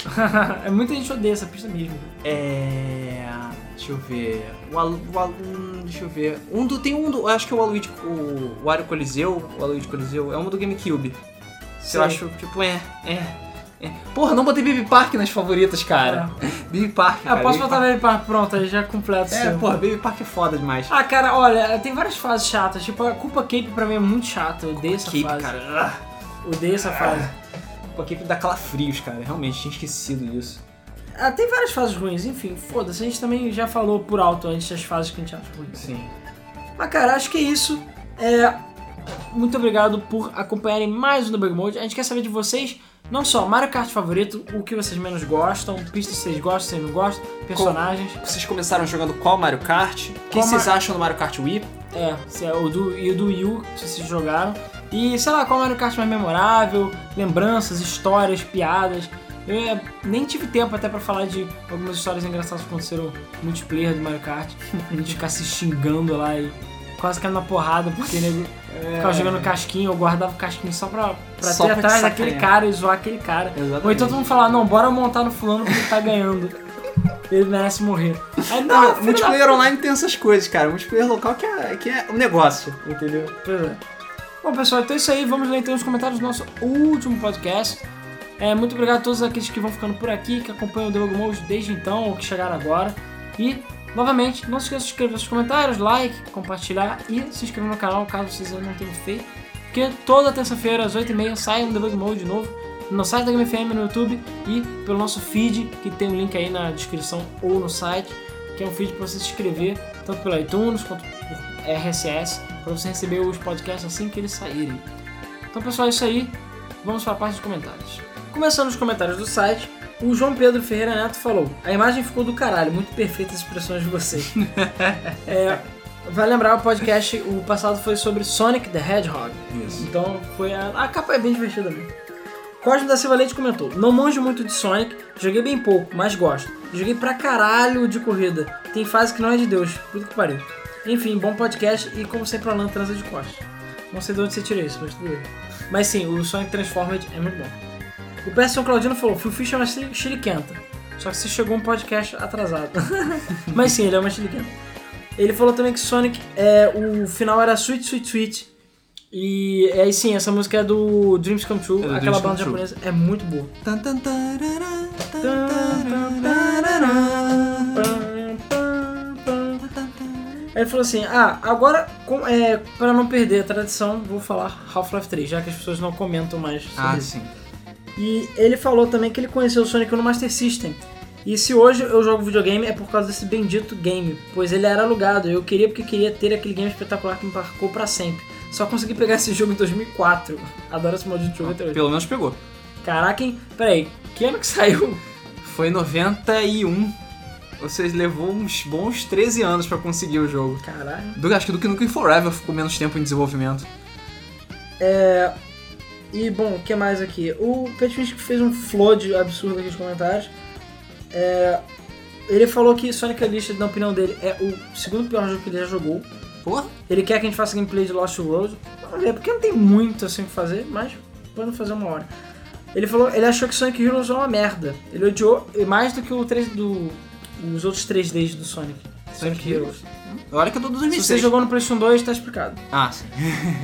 B: é muita gente odeia essa pista mesmo.
A: É. Deixa eu ver. O, Alu, o Alu- hum, Deixa eu ver. Um do. Tem um do. Acho que é o Aluigi. O, o Wario Coliseu. O Aluigi Coliseu. É um do GameCube. Que eu
B: Sei.
A: acho, tipo, é. É. é. Porra, não botei Baby Park nas favoritas, cara. Baby Park.
B: Ah,
A: cara,
B: posso
A: Baby
B: botar Baby Park? Pronto, aí já completo o
A: Park. É,
B: seu.
A: porra, Baby Park é foda demais.
B: Ah, cara, olha, tem várias fases chatas. Tipo, a Culpa Cape pra mim é muito chata. Eu odeio essa
A: Cape,
B: fase.
A: cara. Ah,
B: Odeio essa fase.
A: Pô, Cape dá calafrios, cara. Realmente, tinha esquecido disso.
B: Ah, tem várias fases ruins, enfim, foda-se. A gente também já falou por alto antes das fases que a gente acha ruins.
A: Sim.
B: Mas, cara, acho que é isso. É, Muito obrigado por acompanharem mais um Debug Mode. A gente quer saber de vocês, não só Mario Kart favorito, o que vocês menos gostam, pistas que vocês gostam, vocês não gostam, personagens.
A: Vocês começaram jogando qual Mario Kart? O que
B: Qual
A: vocês acham do Mario Kart Wii?
B: É, se é o do, e o do Yu que vocês jogaram. E sei lá, qual Mario Kart mais memorável, lembranças, histórias, piadas. Eu eh, nem tive tempo até pra falar de algumas histórias engraçadas que aconteceram no multiplayer do Mario Kart. A gente ficar se xingando lá e quase caindo na porrada, porque nego ficava jogando casquinho, eu guardava o casquinho só pra, pra
A: É. Só
B: ter
A: pra te
B: atrás daquele
A: sacanear.
B: cara e zoar aquele cara.
A: Exatamente.
B: Ou então todo mundo falar, não, bora montar no fulano porque ele tá ganhando. Ele merece morrer. Aí, não,
A: Não,
B: filho da
A: multiplayer online tem essas coisas, cara. Multiplayer local que é, que é um negócio, entendeu?
B: Pois é. Bom, pessoal, então é isso aí. Vamos ler então os comentários do nosso último podcast. É, muito obrigado a todos aqueles que vão ficando por aqui, que acompanham o Debug Mode desde então ou que chegaram agora. E, novamente, não se esqueça de escrever seus comentários, like, compartilhar e se inscrever no canal caso vocês ainda não tenham feito. Porque toda terça-feira, às 8h30, sai um Debug Mode novo no site da GameFM, no YouTube e pelo nosso feed, que tem um link aí na descrição ou no site, que é um feed para você se inscrever, tanto pelo iTunes quanto por RSS, para você receber os podcasts assim que eles saírem. Então, pessoal, é isso aí. Vamos para a parte dos comentários.
H: Começando nos comentários do site, o João Pedro Ferreira Neto falou: A imagem ficou do caralho, muito perfeita as expressões de vocês. É, vai lembrar o podcast, o passado foi sobre Sonic the Hedgehog.
A: Isso.
H: Então foi a, a capa é bem divertida mesmo. Cosmo da Silva Leite comentou: Não manjo muito de Sonic, joguei bem pouco, mas gosto. Joguei pra caralho de corrida. Tem fase que não é de Deus, tudo que pariu. Enfim, bom podcast e como sempre a Alan transa de costas. Não sei de onde você tirou isso, mas tudo bem. Mas sim, o Sonic Transformed é muito bom. O Peterson Claudino falou: Phil Fish é uma chili- chiliquenta. Só que você chegou um podcast atrasado. mas sim, ele é uma chiliquenta. Ele falou também que Sonic, é, o final era Sweet, Sweet, Sweet. E aí sim, essa música é do Dreams Come True,
A: É do
H: aquela
A: Dreams
H: banda
A: Come True.
H: japonesa, é muito boa.
A: Tan, tan, tarará, tan, tan, tarará.
H: Aí ele falou assim: Ah, agora, com, é, para não perder a tradição, vou falar Half-Life 3, já que as pessoas não comentam mais sobre
A: Ah,
H: isso.
A: sim.
H: E ele falou também que ele conheceu o Sonic no Master System. E se hoje eu jogo videogame é por causa desse bendito game, pois ele era alugado. Eu queria porque queria ter aquele game espetacular que me marcou pra sempre. Só consegui pegar esse jogo em 2004. Adoro esse maldito jogo até hoje.
A: Pelo menos pegou.
H: Caraca, hein? Peraí, que ano que saiu?
A: Foi 91. Vocês levou uns bons 13 anos pra conseguir o jogo.
H: Caralho.
A: Do, acho que do que Nukem Forever ficou menos tempo em desenvolvimento.
B: E bom, o que mais aqui? O Petfish fez um flood absurdo aqui nos comentários. É, ele falou que Sonic Unleashed, na opinião dele, é o segundo pior jogo que ele já jogou.
A: Porra.
B: Ele quer que a gente faça gameplay de Lost World. Vamos ver, porque não tem muito assim o que fazer, mas podemos fazer uma hora. Ele falou, ele achou que Sonic Heroes é uma merda. Ele odiou mais do que o 3 do os outros 3Ds do Sonic. Sonic, Heroes.
A: Olha que eu tô do
B: Se você
A: 2006.
B: jogou no PlayStation 2, tá explicado.
A: Ah, sim.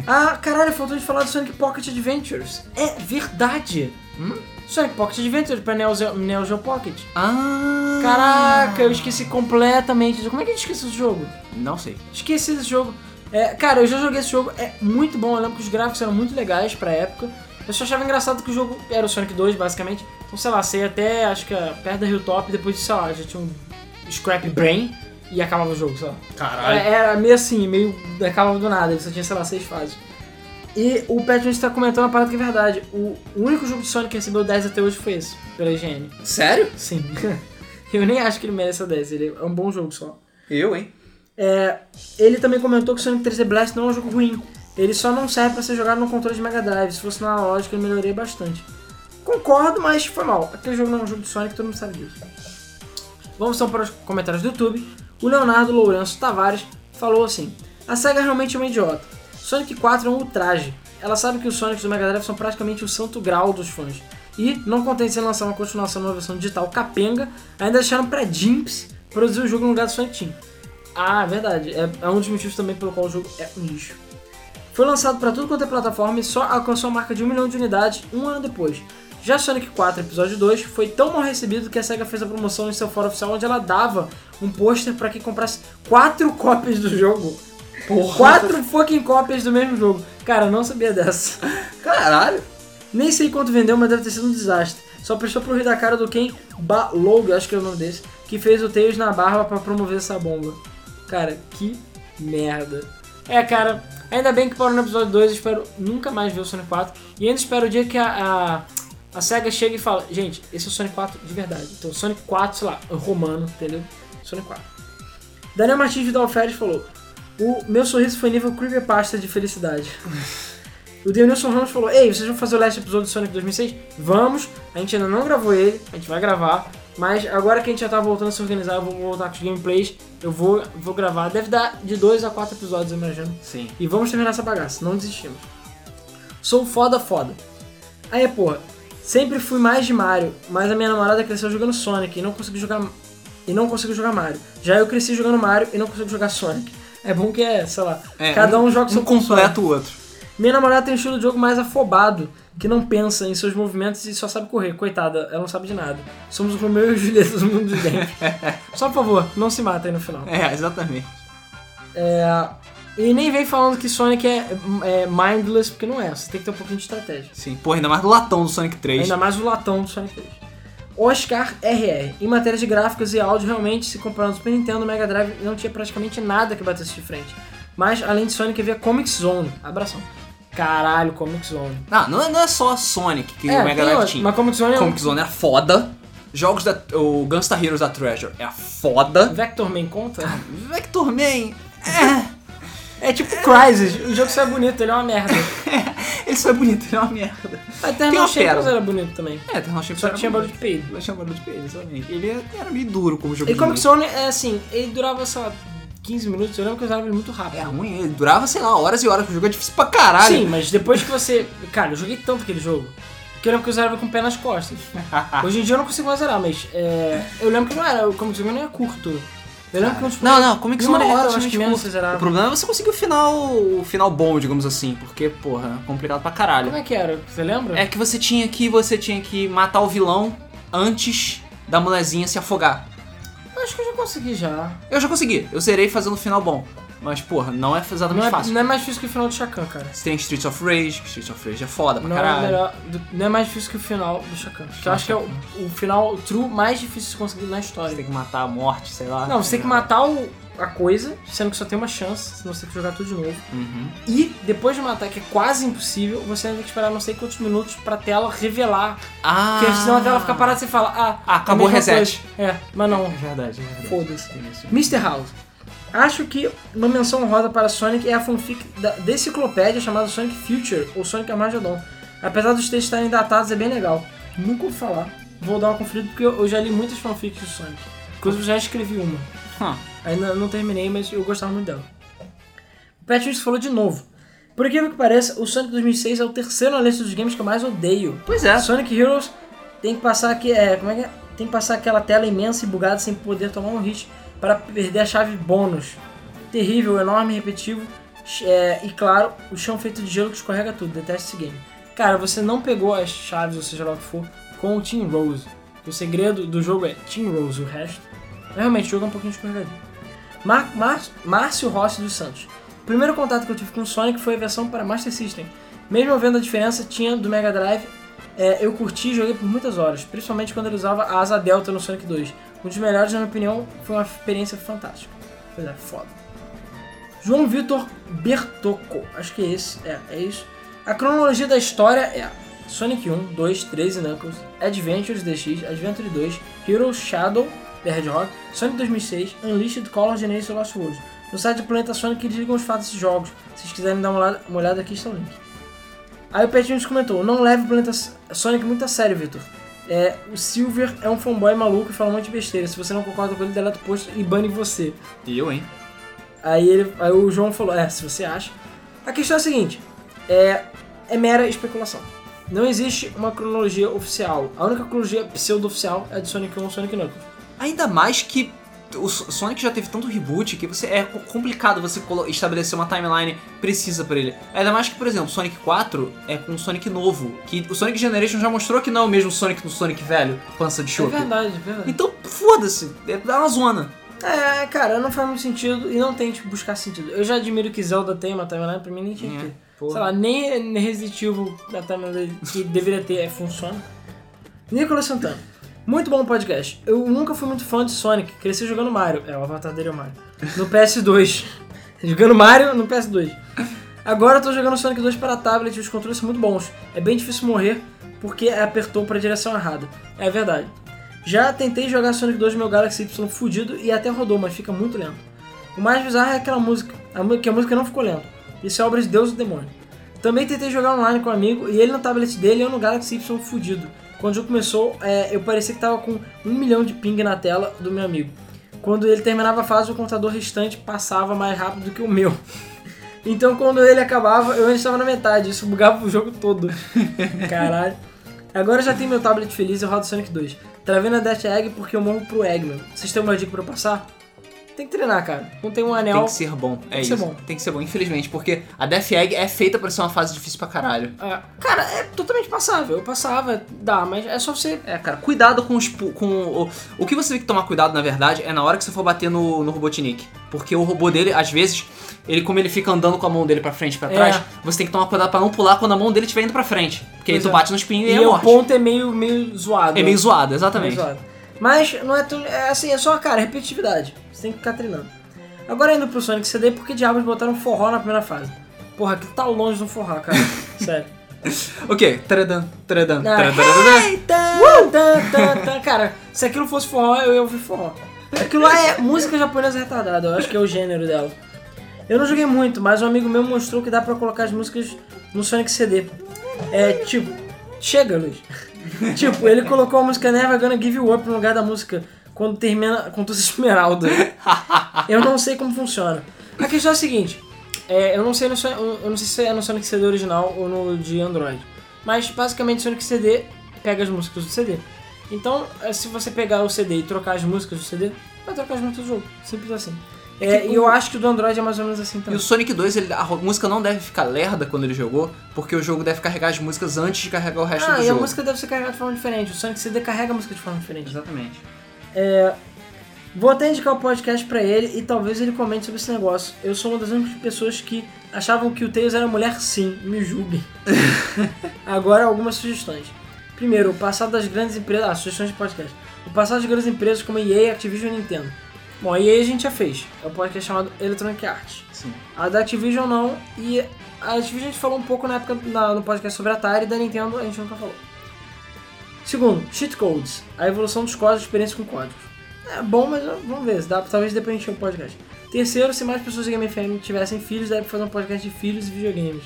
B: Ah, caralho, faltou de falar do Sonic Pocket Adventures. É verdade. Hum? Sonic Pocket Adventures pra Neo Geo, Neo Geo Pocket.
A: Ah.
B: Caraca, eu esqueci completamente. do- Como é que a gente esqueceu esse jogo?
A: Não sei.
B: Esqueci desse jogo. É, cara, eu já joguei esse jogo, é muito bom. Eu lembro que os gráficos eram muito legais pra época. Eu só achava engraçado que o jogo era o Sonic 2, basicamente. Então, sei lá, sei até, acho que é, perto da Hilltop, depois, sei lá, já tinha um Scrap Brain e acabava o jogo, sei lá.
I: Caralho.
B: É, Era meio assim, meio. acabava do nada, ele só tinha, sei lá, seis fases. E o Patrick está comentando uma parada que é verdade. O único jogo de Sonic que recebeu 10 até hoje foi esse, pela IGN.
A: É. Sério?
B: Sim. Eu nem acho que ele merece a 10, ele é um bom jogo só.
A: Eu, hein?
B: É, ele também comentou que Sonic 3D Blast não é um jogo ruim. Ele só não serve pra ser jogado no controle de Mega Drive. Se fosse na lógica, eu melhorei bastante. Concordo, mas foi mal. Aquele jogo não é um jogo de Sonic, todo mundo sabe disso. Vamos então para os comentários do YouTube. O Leonardo Lourenço Tavares falou assim: A SEGA realmente é uma idiota. Sonic 4 é um ultraje. Ela sabe que os Sonics do Mega Drive são praticamente o santo grau dos fãs. E, não contente em lançar uma continuação numa versão digital capenga, ainda deixaram pra Jimps produzir o jogo no lugar do Sonic Team. Ah, é verdade. É, é um dos motivos também pelo qual o jogo é um lixo. Foi lançado pra tudo quanto é plataforma e só alcançou a marca de 1 milhão de unidades um ano depois. Já Sonic 4 Episódio 2 foi tão mal recebido que a SEGA fez a promoção em seu fórum oficial onde ela dava um pôster pra quem comprasse 4 cópias do jogo.
A: Porra.
B: 4 fucking cópias do mesmo jogo. Cara, eu não sabia dessa.
A: Caralho.
B: Nem sei quanto vendeu, mas deve ter sido um desastre. Só prestou pro rir da cara do Ken Balog, acho que é o nome desse, que fez o Tails na barba pra promover essa bomba. Cara, que merda. É, cara, ainda bem que parou no episódio 2, espero nunca mais ver o Sonic 4. E ainda espero o dia que a, a, a SEGA chega e fala, gente, esse é o Sonic 4 de verdade. Então, Sonic 4, sei lá, romano, entendeu? Sonic 4. Daniel Martins Vidal Férez falou, o meu sorriso foi nível creepypasta de felicidade. O Denilson Ramos falou: Ei, vocês vão fazer o last episódio do Sonic 2006? Vamos! A gente ainda não gravou ele, a gente vai gravar. Mas agora que a gente já tá voltando a se organizar, eu vou voltar com os gameplays. Eu vou, vou gravar. Deve dar de 2 a 4 episódios, eu imagino.
A: Sim.
B: E vamos terminar essa bagaça, não desistimos. Sou foda foda. Aí, porra, sempre fui mais de Mario, mas a minha namorada cresceu jogando Sonic e não consegui jogar e não consigo jogar Mario. Já eu cresci jogando Mario e não consigo jogar Sonic. É bom que é, sei lá,
A: É,
B: cada um joga seu
A: Um completa o outro.
B: minha namorada tem um estilo de jogo mais afobado, que não pensa em seus movimentos e só sabe correr. Coitada, ela não sabe de nada. Somos o Romeu e o Julieta do mundo dos dentes. só por favor, não se matem no final.
A: É, exatamente.
B: É, E nem vem falando que Sonic é, é mindless, porque não é. Você tem que ter um pouquinho de estratégia.
A: Sim. Porra, ainda mais do latão do Sonic 3.
B: Ainda mais o latão do Sonic 3. Oscar RR. Em matéria de gráficos e áudio, realmente, se comparando ao Super Nintendo, o Mega Drive não tinha praticamente nada que batesse de frente. Mas, além de Sonic, havia Comic Zone. Abração. Caralho, Comic Zone. É,
A: Ah, não, é- não é só Sonic que o Mega
B: tem
A: Drive
B: outro,
A: tinha.
B: Mas Comic Zone é um
A: Comic Zone era foda. Jogos da. O Gunstar Heroes da Treasure era foda.
B: Vector Man conta?
A: Vector Man. É.
B: É tipo Crysis. O jogo só é bonito, ele é uma merda.
A: Ele só é bonito, ele é uma merda.
B: Até
A: Tem
B: no
A: uma
B: Shapers
A: pérola.
B: era bonito também.
A: É, Eternal Shape
B: Só que tinha barulho de peido.
A: Ele tinha barulho de peido, exatamente. Ele era meio duro como jogo.
B: E
A: de
B: Comic
A: luta.
B: Zone, é assim, ele durava, sei lá, 15 minutos. Eu lembro que eu usava ele muito rápido.
A: É ruim, ele durava, sei lá, horas e horas. O jogo é difícil pra caralho.
B: Sim, mas depois que você... Cara, eu joguei tanto aquele jogo. Que eu lembro que eu usava com o pé nas costas. Hoje em dia eu não consigo mais zerar, mas... é, Eu lembro que não era... O Comic Zone não era curto. Eu tipo, lembro que uns...
A: Não, não, Comic
B: Numa
A: Zone é
B: hora, eu acho
A: relativamente
B: que menos
A: curto.
B: você zerava.
A: O problema é você conseguir o final, o final bom, digamos assim, porque, porra, é complicado pra caralho.
B: Como é que era? Você lembra?
A: É que você tinha que você tinha que matar o vilão antes da molezinha se afogar.
B: Eu Acho que eu já consegui já.
A: Eu já consegui, eu zerei fazendo o final bom. Mas, porra, não é
B: Não
A: exatamente
B: é,
A: fácil.
B: não é mais difícil que o final do Shakan, cara.
A: Você tem Streets of Rage, que Streets of Rage é foda pra
B: Não é,
A: caralho.
B: melhor do- não é mais difícil que o final do Shakan. Que eu acho que é o, o final true mais difícil de conseguir na
A: Você
B: história.
A: tem que matar a morte, sei lá.
B: Não, você tem que matar o- a coisa, sendo que só tem uma chance, senão você tem que jogar tudo de novo.
A: Uhum.
B: E depois de matar, que é quase impossível, você ainda tem que esperar não sei quantos minutos pra tela revelar.
A: Ah.
B: Porque senão a tela fica parada e você fala, ah,
A: Ah, acabou
B: é
A: o
B: a mesma
A: reset.
B: coisa. É, mas não.
A: É verdade, é verdade.
B: Foda-se.
A: Tem isso.
B: Mr. House. Acho que uma menção honrosa para Sonic é a fanfic da, da enciclopédia chamada Sonic Future, ou Sonic Armageddon. Apesar dos textos estarem datados, é bem legal. Nunca ouvi falar. Vou dar uma conferida porque eu eu já li muitas fanfics do Sonic. Inclusive, eu já escrevi uma.
A: Hum.
B: Ainda não terminei, mas eu gostava muito dela. O Pat Wilson falou de novo. Por incrível que pareça, o Sonic 2006 é o terceiro na lista dos games que eu mais odeio.
A: Pois é.
B: Sonic Heroes tem que passar que é, como é que é? Tem que passar aquela tela imensa e bugada sem poder tomar um hit para perder a chave bônus. Terrível, enorme, repetitivo. é, e claro, o chão feito de gelo que escorrega tudo. Detesto esse game. Cara, você não pegou as chaves, ou seja lá o que for, com o Team Rose. O segredo do jogo é Team Rose, o resto. Realmente, o jogo é um pouquinho escorregadio. Mar Mar Márcio Rossi dos Santos. O primeiro contato que eu tive com o Sonic foi a versão para Master System. Mesmo vendo a diferença, tinha do Mega Drive, é, eu curti e joguei por muitas horas, principalmente quando ele usava a asa delta no Sonic 2. Um dos melhores, na minha opinião, foi uma experiência fantástica. Pois é, foda. João Vitor Bertocco, acho que é esse, é, é isso. A cronologia da história é Sonic 1, 2, 3 e Knuckles, Adventures DX, Adventure 2, Hero Shadow, The Hedgehog, Sonic 2006, Unleashed Color Generation Lost Worlds. No site do Planeta Sonic eles ligam os fatos desses jogos. Se vocês quiserem dar uma olhada, uma olhada aqui está o link. Aí o Petinho comentou: Não leve o Planeta Sonic muito a sério, Victor. É, o Silver é um fanboy maluco e fala um monte de besteira. Se você não concorda com ele, deleta o post e bane você.
A: E eu, hein?
B: Aí, ele, aí o João falou: É, se você acha. A questão é a seguinte: é, é mera especulação. Não existe uma cronologia oficial. A única cronologia pseudo-oficial é de Sonic 1 e Sonic Knuckles.
A: Ainda mais que o So- Sonic já teve tanto reboot que você é co- complicado você colo- estabelecer uma timeline precisa pra ele. Ainda mais que, por exemplo, Sonic 4 é com um Sonic novo, que o Sonic Generation já mostrou que não é o mesmo Sonic do Sonic velho, pança de
B: É
A: chope.
B: verdade, é verdade.
A: então, foda-se, é dá uma zona.
B: É, cara, não faz muito sentido e não tente buscar sentido. Eu já admiro que Zelda tem uma timeline, é pra mim nem tinha que ter. Sei lá, nem nem Resident Evil da timeline dele que deveria ter é, funciona. Nicolas Santana. Muito bom podcast. Eu nunca fui muito fã de Sonic, cresci jogando Mario. É, o avatar dele é o Mario. No PS2. jogando Mario no PS2. Agora eu tô jogando Sonic 2 para tablet e os controles são muito bons. É bem difícil morrer porque apertou pra direção errada. É verdade. Já tentei jogar Sonic 2 no meu Galaxy Y fudido e até rodou, mas fica muito lento. O mais bizarro é aquela música, a mu- que a música não ficou lenta. Isso é obra de Deus e do demônio. Também tentei jogar online com um amigo e ele no tablet dele e eu no Galaxy Y fudido. Quando o jogo começou, é, eu parecia que tava com um milhão de ping na tela do meu amigo. Quando ele terminava a fase, o contador restante passava mais rápido do que o meu. Então quando ele acabava, eu ainda estava na metade. Isso bugava o jogo todo. Caralho. Agora eu já tenho meu tablet feliz e eu rodo Sonic 2. Travei na Death Egg porque eu morro pro Eggman. Vocês têm uma dica pra eu passar? Tem que treinar, cara. Não tem um
A: Tem
B: anel.
A: que ser bom, é
B: que
A: isso.
B: ser bom.
A: Tem que ser bom, infelizmente, porque a Death Egg é feita pra ser uma fase difícil pra caralho.
B: Ah, cara, é totalmente passável. Eu passava, dá, mas é só você.
A: É, cara, cuidado com os. pu- Com o, o que você tem que tomar cuidado, na verdade, é na hora que você for bater no, no Robotnik. Porque o robô dele, às vezes, ele como ele fica andando com a mão dele pra frente e pra
B: É.
A: trás, você tem que tomar cuidado pra não pular quando a mão dele estiver indo pra frente. Porque aí
B: Pois
A: tu
B: é.
A: bate no espinho e,
B: E
A: é
B: o
A: morte.
B: ponto é meio, meio zoado.
A: É meio zoado,
B: É meio
A: exatamente.
B: zoado. Mas não é tão. É assim, é só, cara, repetitividade. Você tem que ficar treinando. Agora indo pro Sonic CD, por que diabos botaram forró na primeira fase? Porra, aquilo tá longe do forró, cara. Sério.
A: Ok, tradam, tradam,
B: Não,
A: tradam.
B: hey, tan, tan, tan, tan. Cara, se aquilo fosse forró, eu ia ouvir forró. Aquilo lá é música japonesa retardada, eu acho que é o gênero dela. Eu não joguei muito, mas um amigo meu mostrou que dá pra colocar as músicas no Sonic CD. É tipo. Chega, Luiz. tipo, ele colocou a música Never Gonna Give You Up no lugar da música quando termina com Tussa Esmeralda. Eu não sei como funciona. A questão é a seguinte: é, eu, não sei no Son- eu eu não sei se é no Sonic CD original ou no de Android. Mas basicamente Sonic CD pega as músicas do CD. Então, é, se você pegar o CD e trocar as músicas do CD, vai trocar as músicas do jogo. Simples assim. É, e eu acho que o do Android é mais ou menos assim
A: E
B: também.
A: o Sonic 2, ele- a ro- música não deve ficar lerda quando ele jogou, porque o jogo deve carregar as músicas antes de carregar o resto
B: Ah,
A: do
B: e a
A: jogo.
B: música deve ser carregada de forma diferente. O Sonic CD carrega a música de forma diferente.
A: Exatamente.
B: Vou até indicar o podcast pra ele e talvez ele comente sobre esse negócio. Eu sou uma das únicas pessoas que achavam que o Tails era mulher, sim. Me julguem. Agora, algumas sugestões. Primeiro, o passado das grandes empresas. Ah, sugestões de podcast. O passado das grandes empresas como EA, Activision e Nintendo. Bom, a EA a gente já fez. É um podcast chamado Electronic Arts.
A: Sim.
B: A da Activision não. E a Activision a gente falou um pouco na época na- no podcast sobre a Atari e da Nintendo a gente nunca falou. Segundo, cheat codes. A evolução dos códigos, experiência com códigos. É bom, mas ó, vamos ver. se Dá, talvez dê pra gente ter um podcast. Terceiro, se mais pessoas da Game FM tivessem filhos, daria pra fazer um podcast de filhos e videogames.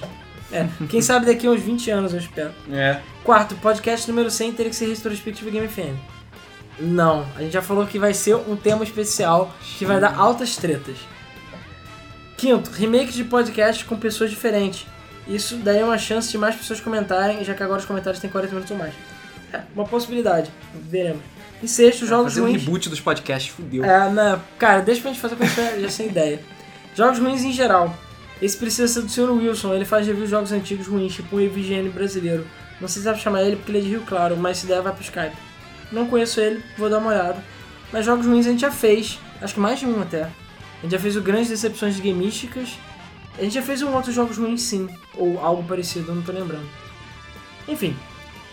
B: É, quem sabe daqui a uns 20 anos, eu espero.
J: É.
B: Quarto, podcast número 100 teria que ser retrospectiva Game FM. Não, a gente já falou que vai ser um tema especial que vai dar altas tretas. Quinto, remakes de podcast com pessoas diferentes. Isso daria uma chance de mais pessoas comentarem, já que agora os comentários têm 40 minutos ou mais. É, uma possibilidade, veremos. E sexto, jogos
A: Fazer um
B: ruins.
A: reboot dos podcasts, fudeu.
B: É, não, cara, deixa pra gente fazer pra gente já sem ideia. Jogos ruins em geral. Esse precisa ser do Sr. Wilson, ele faz review de jogos antigos ruins, tipo um EVGN brasileiro. Não sei se dá pra chamar ele porque ele é de Rio Claro, mas se der vai pro Skype. Não conheço ele, vou dar uma olhada. Mas jogos ruins a gente já fez, acho que mais de um até. A gente já fez o Grandes Decepções de Gamísticas. A gente já fez um outro Jogos Ruins sim, ou algo parecido, eu não tô lembrando. Enfim,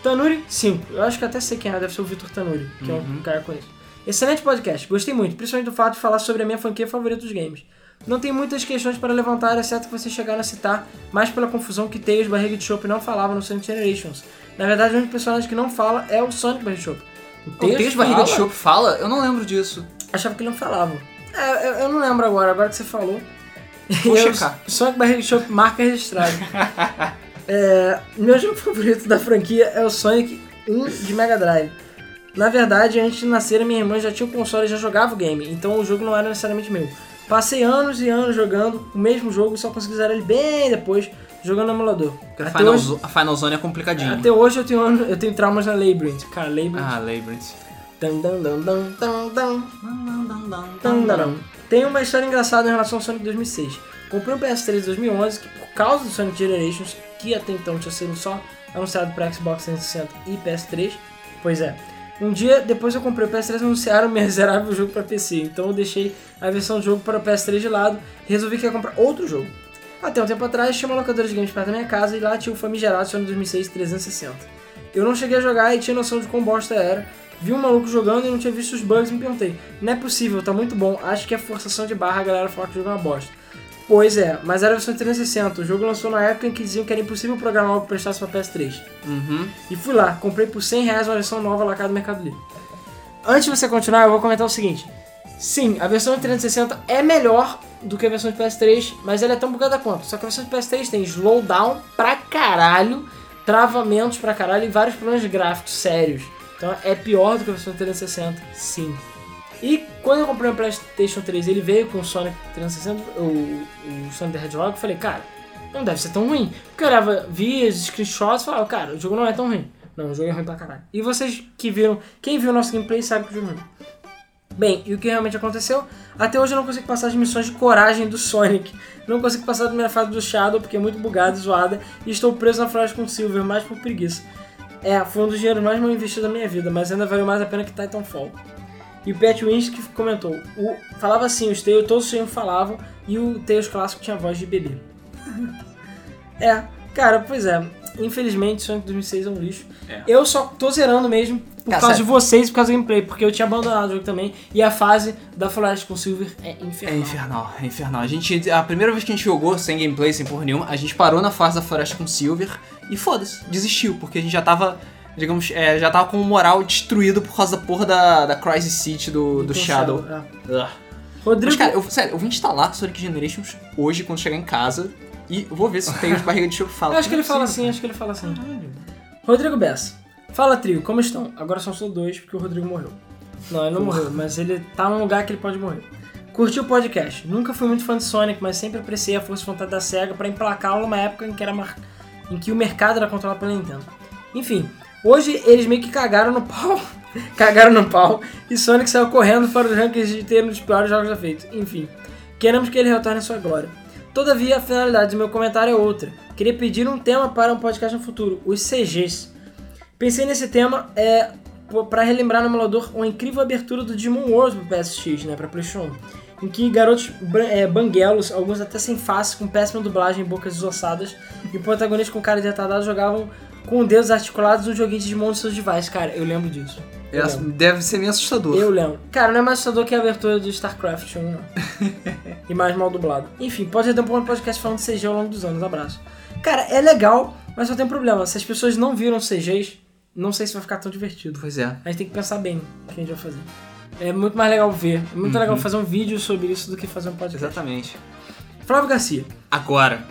B: Tanuri 5. Eu acho que até sei quem é, deve ser o Vitor Tanuri, que é
A: Uhum.
B: um cara que eu conheço. Excelente podcast, gostei muito, principalmente do fato de falar sobre a minha franquia favorita dos games. Não tem muitas questões para levantar, exceto que vocês chegaram a citar, mais pela confusão que Tails Barriga de Chopp não falava no Sonic Generations. Na verdade, o único personagem que não fala é o Sonic Barriga de Chopp. O
A: O Teus Barriga de
B: fala?
A: Chopp fala? Eu não lembro disso.
B: Achava que ele não falava. É, eu, eu não lembro agora, agora que você falou.
A: Vou
B: Eu-
A: checar.
B: Sonic Barriga Shop, marca registrada. É, meu jogo favorito da franquia é o Sonic 1 de Mega Drive. Na verdade, antes de nascer, a minha irmã já tinha o console e já jogava o game, então o jogo não era necessariamente meu. Passei anos e anos jogando o mesmo jogo, só consegui zerar ele bem depois, jogando no emulador.
A: A
B: Até
A: Final,
B: hoje,
A: Zo- a Final Zone é complicadinha.
B: até hoje eu, tenho, eu tenho traumas na Labyrinth. Cara, Labyrinth...
A: Ah, Labyrinth.
B: Dun, dun, dun, dun, dun, dun. Tandaram. Tem uma história engraçada em relação ao Sonic 2006. Comprei um PS3 em 2011 que, por causa do Sonic Generations, que até então tinha sido só anunciado para Xbox 360 e PS3, pois é. Um dia depois eu comprei o PS3 e anunciaram o miserável jogo para PC, então eu deixei a versão do jogo para o PS3 de lado e resolvi que ia comprar outro jogo. Até um tempo atrás tinha uma locadora de games perto da minha casa e lá tinha um o famigerado Sonic 2006 360. Eu não cheguei a jogar e tinha noção de quão bosta era. Vi um maluco jogando e não tinha visto os bugs e me perguntei: não é possível, tá muito bom, acho que é forçação de barra a galera falar que o jogo é uma bosta. Pois é, mas era a versão 360, o jogo lançou na época em que diziam que era impossível programar algo que prestasse pra PS3.
A: Uhum.
B: E fui lá, comprei por 100 reais uma versão nova lá cara do Mercado Livre. Antes de você continuar, eu vou comentar o seguinte. Sim, a versão de 360 é melhor do que a versão de PS3, mas ela é tão bugada quanto. Só que a versão de PS3 tem slowdown pra caralho, travamentos pra caralho e vários problemas gráficos sérios. Então é pior do que a versão de 360, sim. E quando eu comprei o PlayStation 3, ele veio com o Sonic 360, o, o Sonic the Hedgehog, eu falei, cara, não deve ser tão ruim. Porque eu olhava, via os screenshots e falava, cara, o jogo não é tão ruim. Não, o jogo é ruim pra caralho. E vocês que viram, quem viu o nosso gameplay sabe que o jogo é ruim. Bem, e o que realmente aconteceu? Até hoje eu não consigo passar as missões de coragem do Sonic. Não consigo passar a primeira fase do Shadow porque é muito bugada e zoada. E estou preso na floresta com o Silver, mais por preguiça. É, foi um dos dinheiros mais mal investidos da minha vida, mas ainda valeu mais a pena que Titanfall. E o Pat Wins que comentou: o, falava assim, os Tails, todos os Tails falavam, e o Tails clássico tinha voz de bebê. é, cara, pois é. Infelizmente, Sonic 2006 é um lixo.
J: É.
B: Eu só tô zerando mesmo por
A: Tá
B: causa
A: certo.
B: de vocês, por causa do gameplay, porque eu tinha abandonado o jogo também. E a fase da Floresta com o Silver é
A: É
B: infernal.
A: infernal, é infernal. A gente, a primeira vez que a gente jogou sem gameplay, sem porra nenhuma, a gente parou na fase da floresta com Silver e foda-se, desistiu, porque a gente já tava, digamos, é, já tava com o moral destruído por causa da porra da, da Crisis City do, do
B: Então,
A: Shadow.
B: Shadow, é.
A: Ugh. Mas,
B: Rodrigo,
A: cara, eu, sério, eu vim instalar Sonic Generations hoje, quando chegar em casa, e vou ver se tem os barriga de chuva fala.
B: eu acho que ele
A: Não é
B: fala
A: sei.
B: assim, acho que ele fala assim. Rodrigo Bessa. Fala, trio, como estão? Agora são só dois, porque o Rodrigo morreu. Não, ele não morreu, mas ele tá num lugar que ele pode morrer. Curti o podcast. Nunca fui muito fã de Sonic, mas sempre apreciei a força de vontade da SEGA pra emplacá-lo numa época em que, era mar- em que o mercado era controlado pela Nintendo. Enfim, hoje eles meio que cagaram no pau. cagaram no pau. E Sonic saiu correndo fora dos rankings de ter um dos piores jogos já feitos. Enfim, queremos que ele retorne à sua glória. Todavia, a finalidade do meu comentário é outra. Queria pedir um tema para um podcast no futuro, os CGs. Pensei nesse tema é, pô, pra relembrar no emulador uma incrível abertura do Digimon World pro PSX, né, pra PlayStation 1, em que garotos bran- é, banguelos, alguns até sem face, com péssima dublagem e bocas desossadas, e o protagonista com cara de retardado jogavam com dedos articulados um joguinho de Digimon nos seus devices. Cara, eu lembro disso. Eu
A: É,
B: lembro.
A: deve ser meio assustador.
B: Eu lembro. Cara, não é mais assustador que a abertura do StarCraft 1, não. e mais mal dublado. Enfim, pode ter um bom podcast falando de CG ao longo dos anos. Abraço. Cara, é legal, mas só tem um problema. Se as pessoas não viram CGs, não sei se vai ficar tão divertido.
A: Pois é.
B: A gente tem que pensar bem o que a gente vai fazer. É muito mais legal ver. É muito legal fazer um vídeo sobre isso do que fazer um podcast.
A: Exatamente.
B: Flávio Garcia.
A: Agora,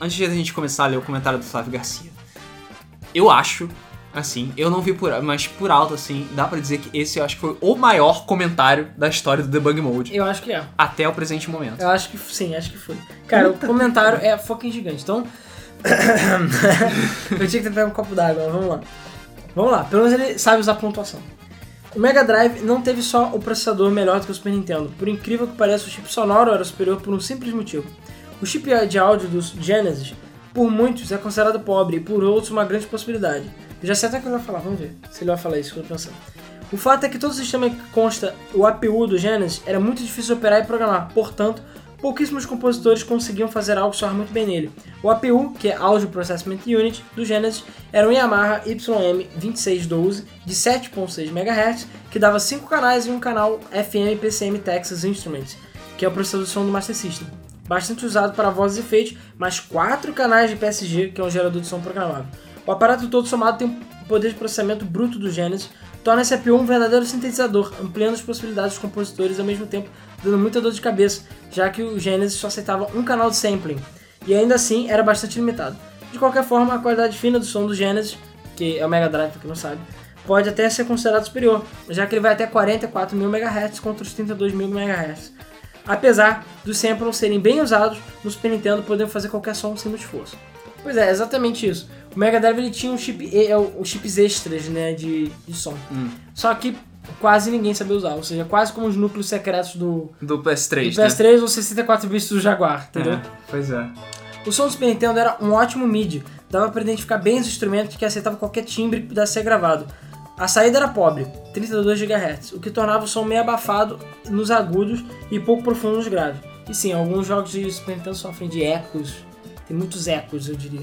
A: antes de a gente começar a ler o comentário do Flávio Garcia, eu acho, assim, eu não vi por, mas por alto, assim, dá pra dizer que esse eu acho que foi o maior comentário da história do Debug Mode
B: Eu acho que é.
A: até o presente momento.
B: Eu acho que sim, acho que foi. Cara, o comentário é fucking gigante. Então. eu tinha que tentar um copo d'água, mas vamos lá. Vamos lá, pelo menos ele sabe usar pontuação. O Mega Drive não teve só o processador melhor do que o Super Nintendo. Por incrível que pareça, o chip sonoro era superior por um simples motivo. O chip de áudio do Genesis, por muitos, é considerado pobre e por outros uma grande possibilidade. Eu já sei até o que ele vai falar, vamos ver se ele vai falar isso que eu tô pensando. O fato é que todo o sistema que consta o APU do Genesis era muito difícil de operar e programar, portanto, pouquíssimos compositores conseguiam fazer algo soar muito bem nele. O APU, que é Audio Processing Unit, do Genesis, era um Yamaha YM2612 de 7.6 MHz, que dava 5 canais e um canal FM PCM Texas Instruments, que é o processador de som do Master System. Bastante usado para vozes e efeitos, mais 4 canais de PSG, que é um gerador de som programável. O aparato todo somado tem o poder de processamento bruto do Genesis, torna esse APU um verdadeiro sintetizador, ampliando as possibilidades dos compositores e, ao mesmo tempo dando muita dor de cabeça, já que o Genesis só aceitava um canal de sampling, e ainda assim era bastante limitado. De qualquer forma, a qualidade fina do som do Genesis, que é o Mega Drive, pra quem não sabe, pode até ser considerado superior, já que ele vai até 44 mil MHz contra os 32 mil MHz. Apesar dos samples serem bem usados, no Super Nintendo podemos fazer qualquer som sem muito esforço. Pois é, exatamente isso. O Mega Drive ele tinha um chip, e- é, os chips extras, né, de, de som. Só que quase ninguém sabia usar, ou seja, quase como os núcleos secretos do,
A: Do
B: do
A: PS3, né?
B: PS3 ou 64 bits do Jaguar, entendeu?
A: É, pois é.
B: O som do Super Nintendo era um ótimo MIDI, dava pra identificar bem os instrumentos que aceitavam qualquer timbre que pudesse ser gravado. A saída era pobre, 32 GHz, o que tornava o som meio abafado nos agudos e pouco profundo nos graves. E sim, alguns jogos de Super Nintendo sofrem de ecos, tem muitos ecos, eu diria.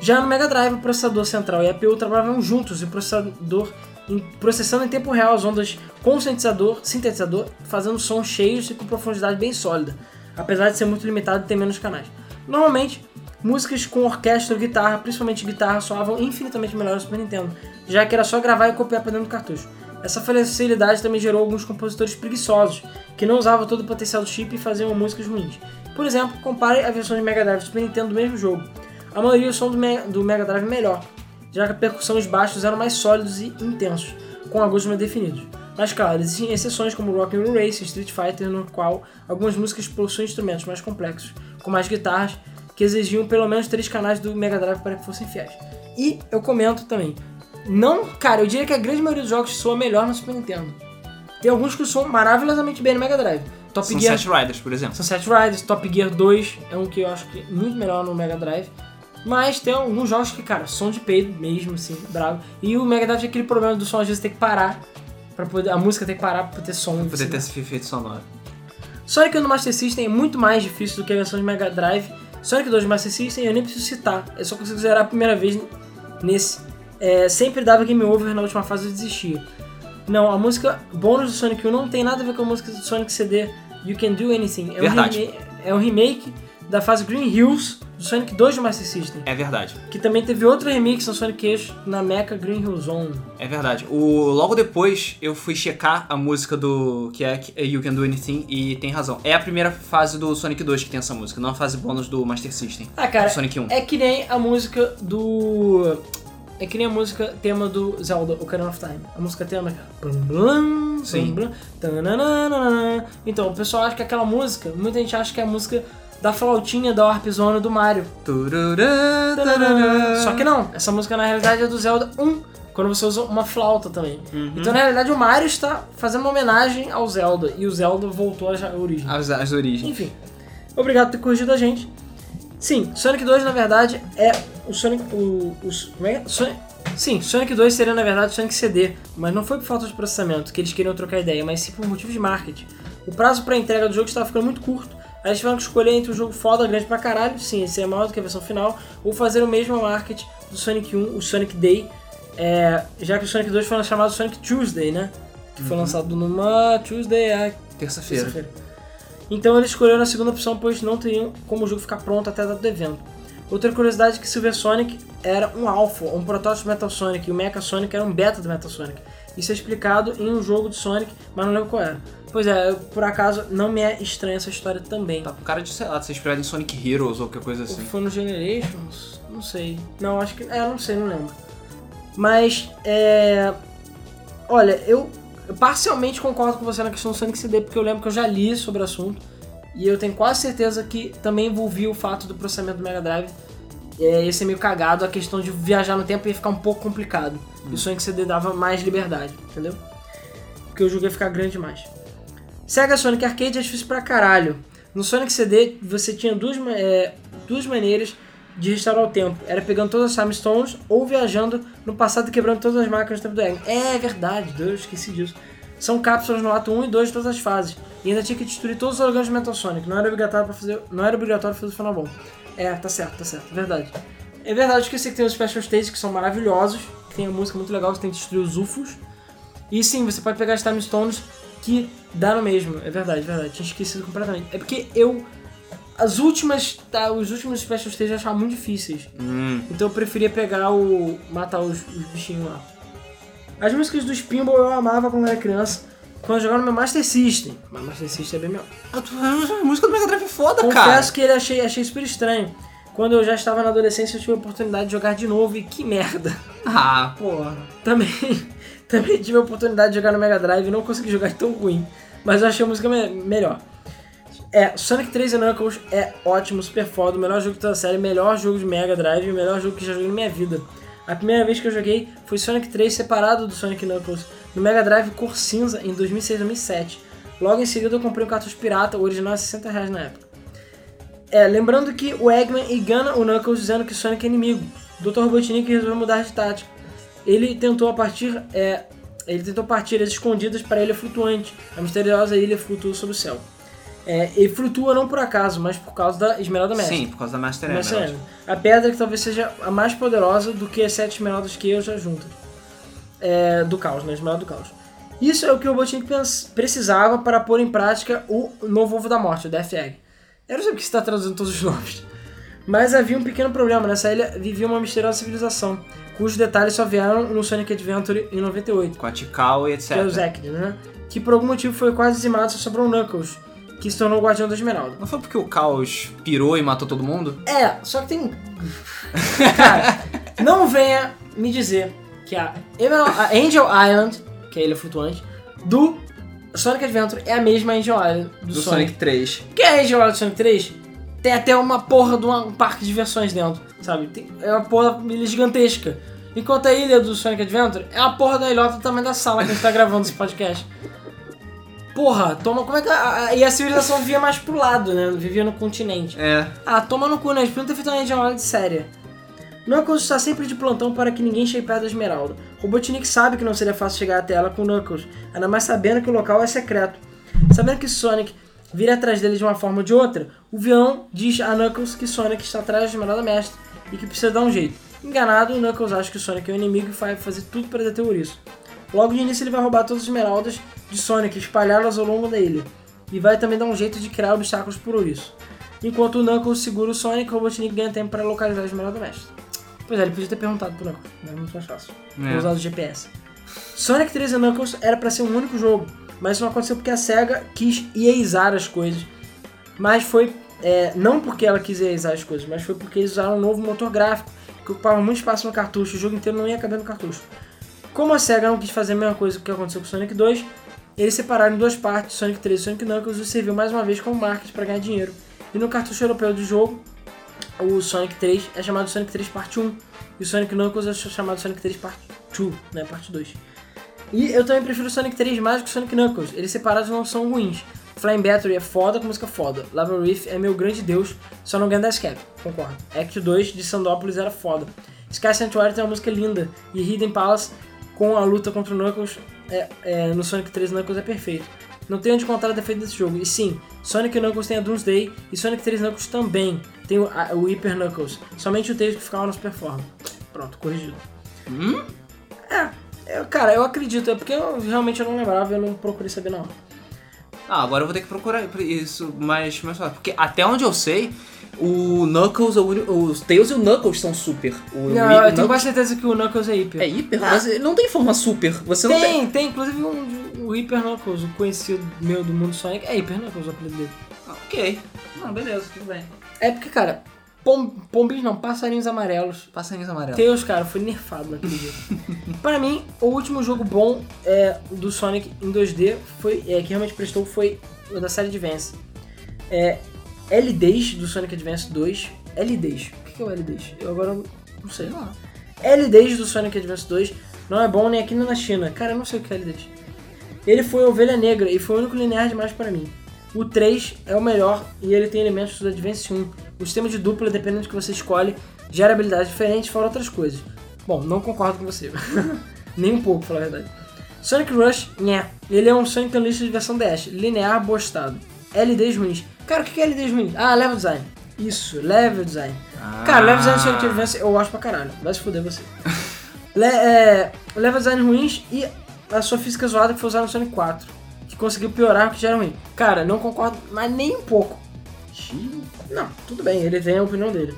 B: Já no Mega Drive, o processador central e a APU trabalhavam juntos e o processador em- processando em tempo real as ondas com o sintetizador, sintetizador, fazendo sons cheios e com profundidade bem sólida, apesar de ser muito limitado e ter menos canais. Normalmente, músicas com orquestra ou guitarra, principalmente guitarra, soavam infinitamente melhor no Super Nintendo, já que era só gravar e copiar para dentro do cartucho. Essa facilidade também gerou alguns compositores preguiçosos, que não usavam todo o potencial do chip e faziam músicas ruins. Por exemplo, compare a versão de Mega Drive e Super Nintendo do mesmo jogo. A maioria o som do, Me- do Mega Drive é melhor, já que a percussão e os baixos eram mais sólidos e intensos, com agudos mais definidos. Mas claro, existem exceções como Rock and Roll Racing, Street Fighter, no qual algumas músicas possuem instrumentos mais complexos, com mais guitarras, que exigiam pelo menos três canais do Mega Drive para que fossem fiéis. E eu comento também, não, cara, eu diria que a grande maioria dos jogos soa melhor no Super Nintendo. Tem alguns que soam maravilhosamente bem no Mega Drive. Top
A: São
B: Gear
A: Sunset Riders, por exemplo.
B: Sunset Riders, Top Gear 2 é um que eu acho que é muito melhor no Mega Drive. Mas tem alguns jogos que, cara, som de peido mesmo, assim, bravo. E o Mega Drive tinha aquele problema do som às vezes ter que parar. Pra poder, a música tem que parar pra ter som. assim.
A: Poder ter esse efeito sonoro.
B: Sonic no Master System é muito mais difícil do que a versão de Mega Drive. Sonic 2 de Master System eu nem preciso citar, eu só consigo zerar a primeira vez nesse. É, sempre dava game over na última fase eu desistia. Não, a música bônus do Sonic 1 não tem nada a ver com a música do Sonic CD You Can Do Anything. É,
A: Verdade.
B: Um, rema- é um remake da fase Green Hills do Sonic 2 de Master System,
A: É verdade.
B: que também teve outro remix no Sonic X na Mecha Green Hill Zone.
A: É verdade. O, logo depois eu fui checar a música do que é que é You Can Do Anything e tem razão. É a primeira fase do Sonic 2 que tem essa música, não a fase bônus do Master System.
B: Ah, cara,
A: do Sonic 1.
B: É que nem a música do. É que nem a música tema do Zelda, Ocarina of Time. A música tema é. blum, blum, blum,
A: Sim.
B: blum, tananana. Então, o pessoal acha que aquela música, muita gente acha que é a música da flautinha da Warp Zone do Mario.
A: Tururã, tararã.
B: Só que não, essa música na realidade é do Zelda 1, quando você usa uma flauta também. Então, na realidade, o Mario está fazendo uma homenagem ao Zelda, e o Zelda voltou à ja- origem.
A: as, as origens.
B: Enfim, obrigado por ter corrigido a gente. Sim, Sonic 2 na verdade é o Sonic. O, os- como é que é? Sonic- sim, Sonic 2 seria na verdade Sonic CD, mas não foi por falta de processamento que eles queriam trocar ideia, mas sim por motivos de marketing. O prazo para entrega do jogo estava ficando muito curto, aí eles tiveram que escolher entre um jogo foda grande pra caralho, sim, esse é maior do que a versão final, ou fazer o mesmo marketing do Sonic 1, o Sonic Day, é, já que o Sonic 2 foi chamado Sonic Tuesday, né? Que foi lançado numa Tuesday, é,
A: Terça-feira.
B: Terça-feira. Então eles escolheram a segunda opção, pois não teriam como o jogo ficar pronto até a data do evento. Outra curiosidade é que Silver Sonic era um alpha, um protótipo do Metal Sonic, e o Mecha Sonic era um beta do Metal Sonic. Isso é explicado em um jogo do Sonic, mas não lembro qual era. Pois é, eu, por acaso não me é estranha essa história também.
D: Tá com cara de, sei lá, de ser inspirado em Sonic Heroes ou qualquer coisa
B: Ou
D: assim.
B: foi no Generations? Não sei. Não, acho que. É, não sei, não lembro. Mas, é. Olha, eu eu parcialmente concordo com você na questão do Sonic CD, porque eu lembro que eu já li sobre o assunto. E eu tenho quase certeza que também envolvia o fato do processamento do Mega Drive. É, ia ser meio cagado, a questão de viajar no tempo ia ficar um pouco complicado.
D: Hum.
B: E o Sonic CD dava mais liberdade, entendeu? Porque o jogo ia ficar grande demais. Sega Sonic Arcade é difícil pra caralho. No Sonic CD você tinha duas, ma- é, duas maneiras de restaurar o tempo. Era pegando todas as Time Stones ou viajando no passado e quebrando todas as máquinas do tempo do Eggman. É verdade, eu esqueci disso. São cápsulas no ato 1 e 2 de todas as fases. E ainda tinha que destruir todos os órgãos do Metal Sonic. Não era obrigatório pra fazer, não era obrigatório fazer o final bom. É, tá certo, tá certo, é verdade. É verdade, eu esqueci que tem os Special Stages que são maravilhosos, que tem a música muito legal, você tem que destruir os UFOs. E sim, você pode pegar as Time Stones que dá no mesmo. É verdade, é verdade. Tinha esquecido completamente. É porque eu. As últimas. tá, os últimos Special Stages eu achava muito difíceis.
D: Hum.
B: Então eu preferia pegar o. matar os, os bichinhos lá. As músicas do Spinball eu amava quando era criança. Quando eu jogava no meu Master System. Mas Master System é bem melhor.
D: Ah, tu- A música do Mega Drive é foda, cara.
B: Confesso que ele achei, achei super estranho. Quando eu já estava na adolescência, eu tive a oportunidade de jogar de novo e que merda.
D: Ah, porra.
B: Também, também tive a oportunidade de jogar no Mega Drive e não consegui jogar de tão ruim. Mas eu achei a música me- melhor. É, Sonic 3 e Knuckles é ótimo, super foda, o melhor jogo de toda a série, melhor jogo de Mega Drive, o melhor jogo que já joguei na minha vida. A primeira vez que eu joguei foi Sonic 3 separado do Sonic Knuckles, no Mega Drive cor cinza em 2006 2007. Logo em seguida eu comprei um cartucho pirata, o original é R$ 60 reais na época. É, lembrando que o Eggman engana o Knuckles dizendo que Sonic é inimigo. Dr. Robotnik resolveu mudar de tática. Ele tentou a partir é, ele tentou partir as escondidas para a ilha flutuante. A misteriosa ilha flutua sob o céu. É, e flutua não por acaso, mas por causa da Esmeralda Mestre.
D: Sim, por causa da Master
A: É,
B: Mas,
D: Emerald.
B: sério, A pedra que talvez seja a mais poderosa do que as sete esmeraldas que eu já junto. É, do caos, né? Esmeralda do caos. Isso é o que o Robotnik pens- precisava para pôr em prática o novo ovo da morte, o Death Egg. Eu não sei porque você está traduzindo todos os nomes. Mas havia um pequeno problema. Nessa ilha vivia uma misteriosa civilização, cujos detalhes só vieram no Sonic Adventure em 98
D: Com a Tikal e
B: que é o
D: etc.
B: Zekid, né? Que por algum motivo foi quase dizimado, só sobrou o Knuckles, que se tornou o Guardião da Esmeralda.
D: Não foi porque o Caos pirou e matou todo mundo?
B: É, só que tem. Cara, não venha me dizer que a, Emerald- a Angel Island, que é a ilha flutuante, do Sonic Adventure é a mesma Angel Island do,
D: Do
B: Sonic.
D: Sonic 3.
B: Porque a Angel Island do Sonic 3 tem até uma porra de uma- um parque de diversões dentro, sabe? Tem- é uma porra uma ilha gigantesca. Enquanto a ilha do Sonic Adventure é uma porra da ilhota do tamanho da sala que a gente tá gravando esse podcast. Porra, toma. Como é que. A, a- e a civilização vivia mais pro lado, né? Vivia no continente.
D: É.
B: Ah, toma no cu, né? Eles podiam ter feito uma Angel de séria. Knuckles está sempre de plantão para que ninguém chegue perto da Esmeralda. Robotnik sabe que não seria fácil chegar até ela com Knuckles, ainda mais sabendo que o local é secreto. Sabendo que Sonic vira atrás dele de uma forma ou de outra, o vilão diz a Knuckles que Sonic está atrás da Esmeralda Mestre e que precisa dar um jeito. Enganado, Knuckles acha que Sonic é o inimigo e vai fazer tudo para deter o isso. Logo de início ele vai roubar todas as esmeraldas de Sonic e espalhá-las ao longo da ilha. E vai também dar um jeito de criar obstáculos por isso. Enquanto o Knuckles segura o Sonic, o Robotnik ganha tempo para localizar a Esmeralda Mestre. Pois é, ele podia ter perguntado pro Knuckles, né? Muito mais fácil.
D: É.
B: É. Usar o GPS. Sonic 3 e Knuckles era para ser um único jogo, mas isso não aconteceu porque a SEGA quis ieizar as coisas. Mas foi, é, não porque ela quis ieizar as coisas, mas foi porque eles usaram um novo motor gráfico, que ocupava muito espaço no cartucho, o jogo inteiro não ia caber no cartucho. Como a SEGA não quis fazer a mesma coisa que aconteceu com Sonic 2, eles separaram em duas partes Sonic 3 e Sonic Knuckles e serviu mais uma vez como marketing para ganhar dinheiro. E no cartucho europeu do jogo, o Sonic 3 é chamado Sonic 3 Parte 1 e o Sonic Knuckles é chamado Sonic 3 Parte 2, né, Parte 2. E eu também prefiro o Sonic 3 mais que o Sonic Knuckles, eles separados não são ruins. Flying Battery é foda com música foda. Lava Reef é meu grande deus, só não ganha da Escape, concordo. Act 2 de Sandópolis era foda. Sky Sanctuary tem uma música linda e Hidden Palace com a luta contra o Knuckles é- é, no Sonic 3 Knuckles é perfeito. Não tem onde contar o defeito desse jogo. E sim, Sonic Knuckles tem a Doomsday e Sonic 3 Knuckles também tem o, a- o Hyper Knuckles. Somente o texto que ficava nos performance. Pronto, corrigido. É, eu- cara, eu acredito. É porque eu realmente eu não lembrava e eu não procurei saber na hora.
A: Ah, agora eu vou ter que procurar isso mais, mais fácil. Porque até onde eu sei, o Knuckles, o, uni- os Tails e o Knuckles são super. O,
B: Não,
A: Wii- o
B: eu tenho
A: Knuckles
B: quase certeza que o Knuckles é hiper.
A: é hiper, mas ele não tem forma super. Você não tem.
B: Tem, tem, inclusive um, o Hyper Knuckles, o conhecido meu do mundo Sonic, é Hyper Knuckles o apelido dele.
A: Ah, ok. Não, beleza, tudo bem.
B: É porque, cara, pom, pombinhos não, passarinhos amarelos.
A: Passarinhos amarelos.
B: Tails, cara, foi nerfado naquele dia. Pra mim, o último jogo bom é, do Sonic em 2D foi, é, que realmente prestou foi o da série Advance. É, LDs do Sonic Advance 2. LDs. O que que é o LDs? Eu agora não sei. lá. LDs do Sonic Advance 2 não é bom nem aqui nem na China. Cara, eu não sei o que é LDs. Ele foi a Ovelha Negra e foi o único linear demais para mim. O 3 é o melhor e ele tem elementos do Advance 1. O sistema de dupla, dependendo do que você escolhe, gera habilidades diferentes, fora outras coisas. Bom, não concordo com você. Nem um pouco, pra falar a verdade. Sonic Rush, né? Ele é um Sonic Unleashed de versão DS, linear bostado. LDs ruins. Cara, o que que é LDs ruins? Ah, level design. Isso, level design. Cara, level design do Sonic Advance eu acho pra caralho. Vai se fuder você. Le é, level design ruins e a sua física zoada que foi usada no Sonic 4. Que conseguiu piorar o que já era ruim. Cara, não concordo, mas nem um pouco. Não, tudo bem, ele tem a opinião dele.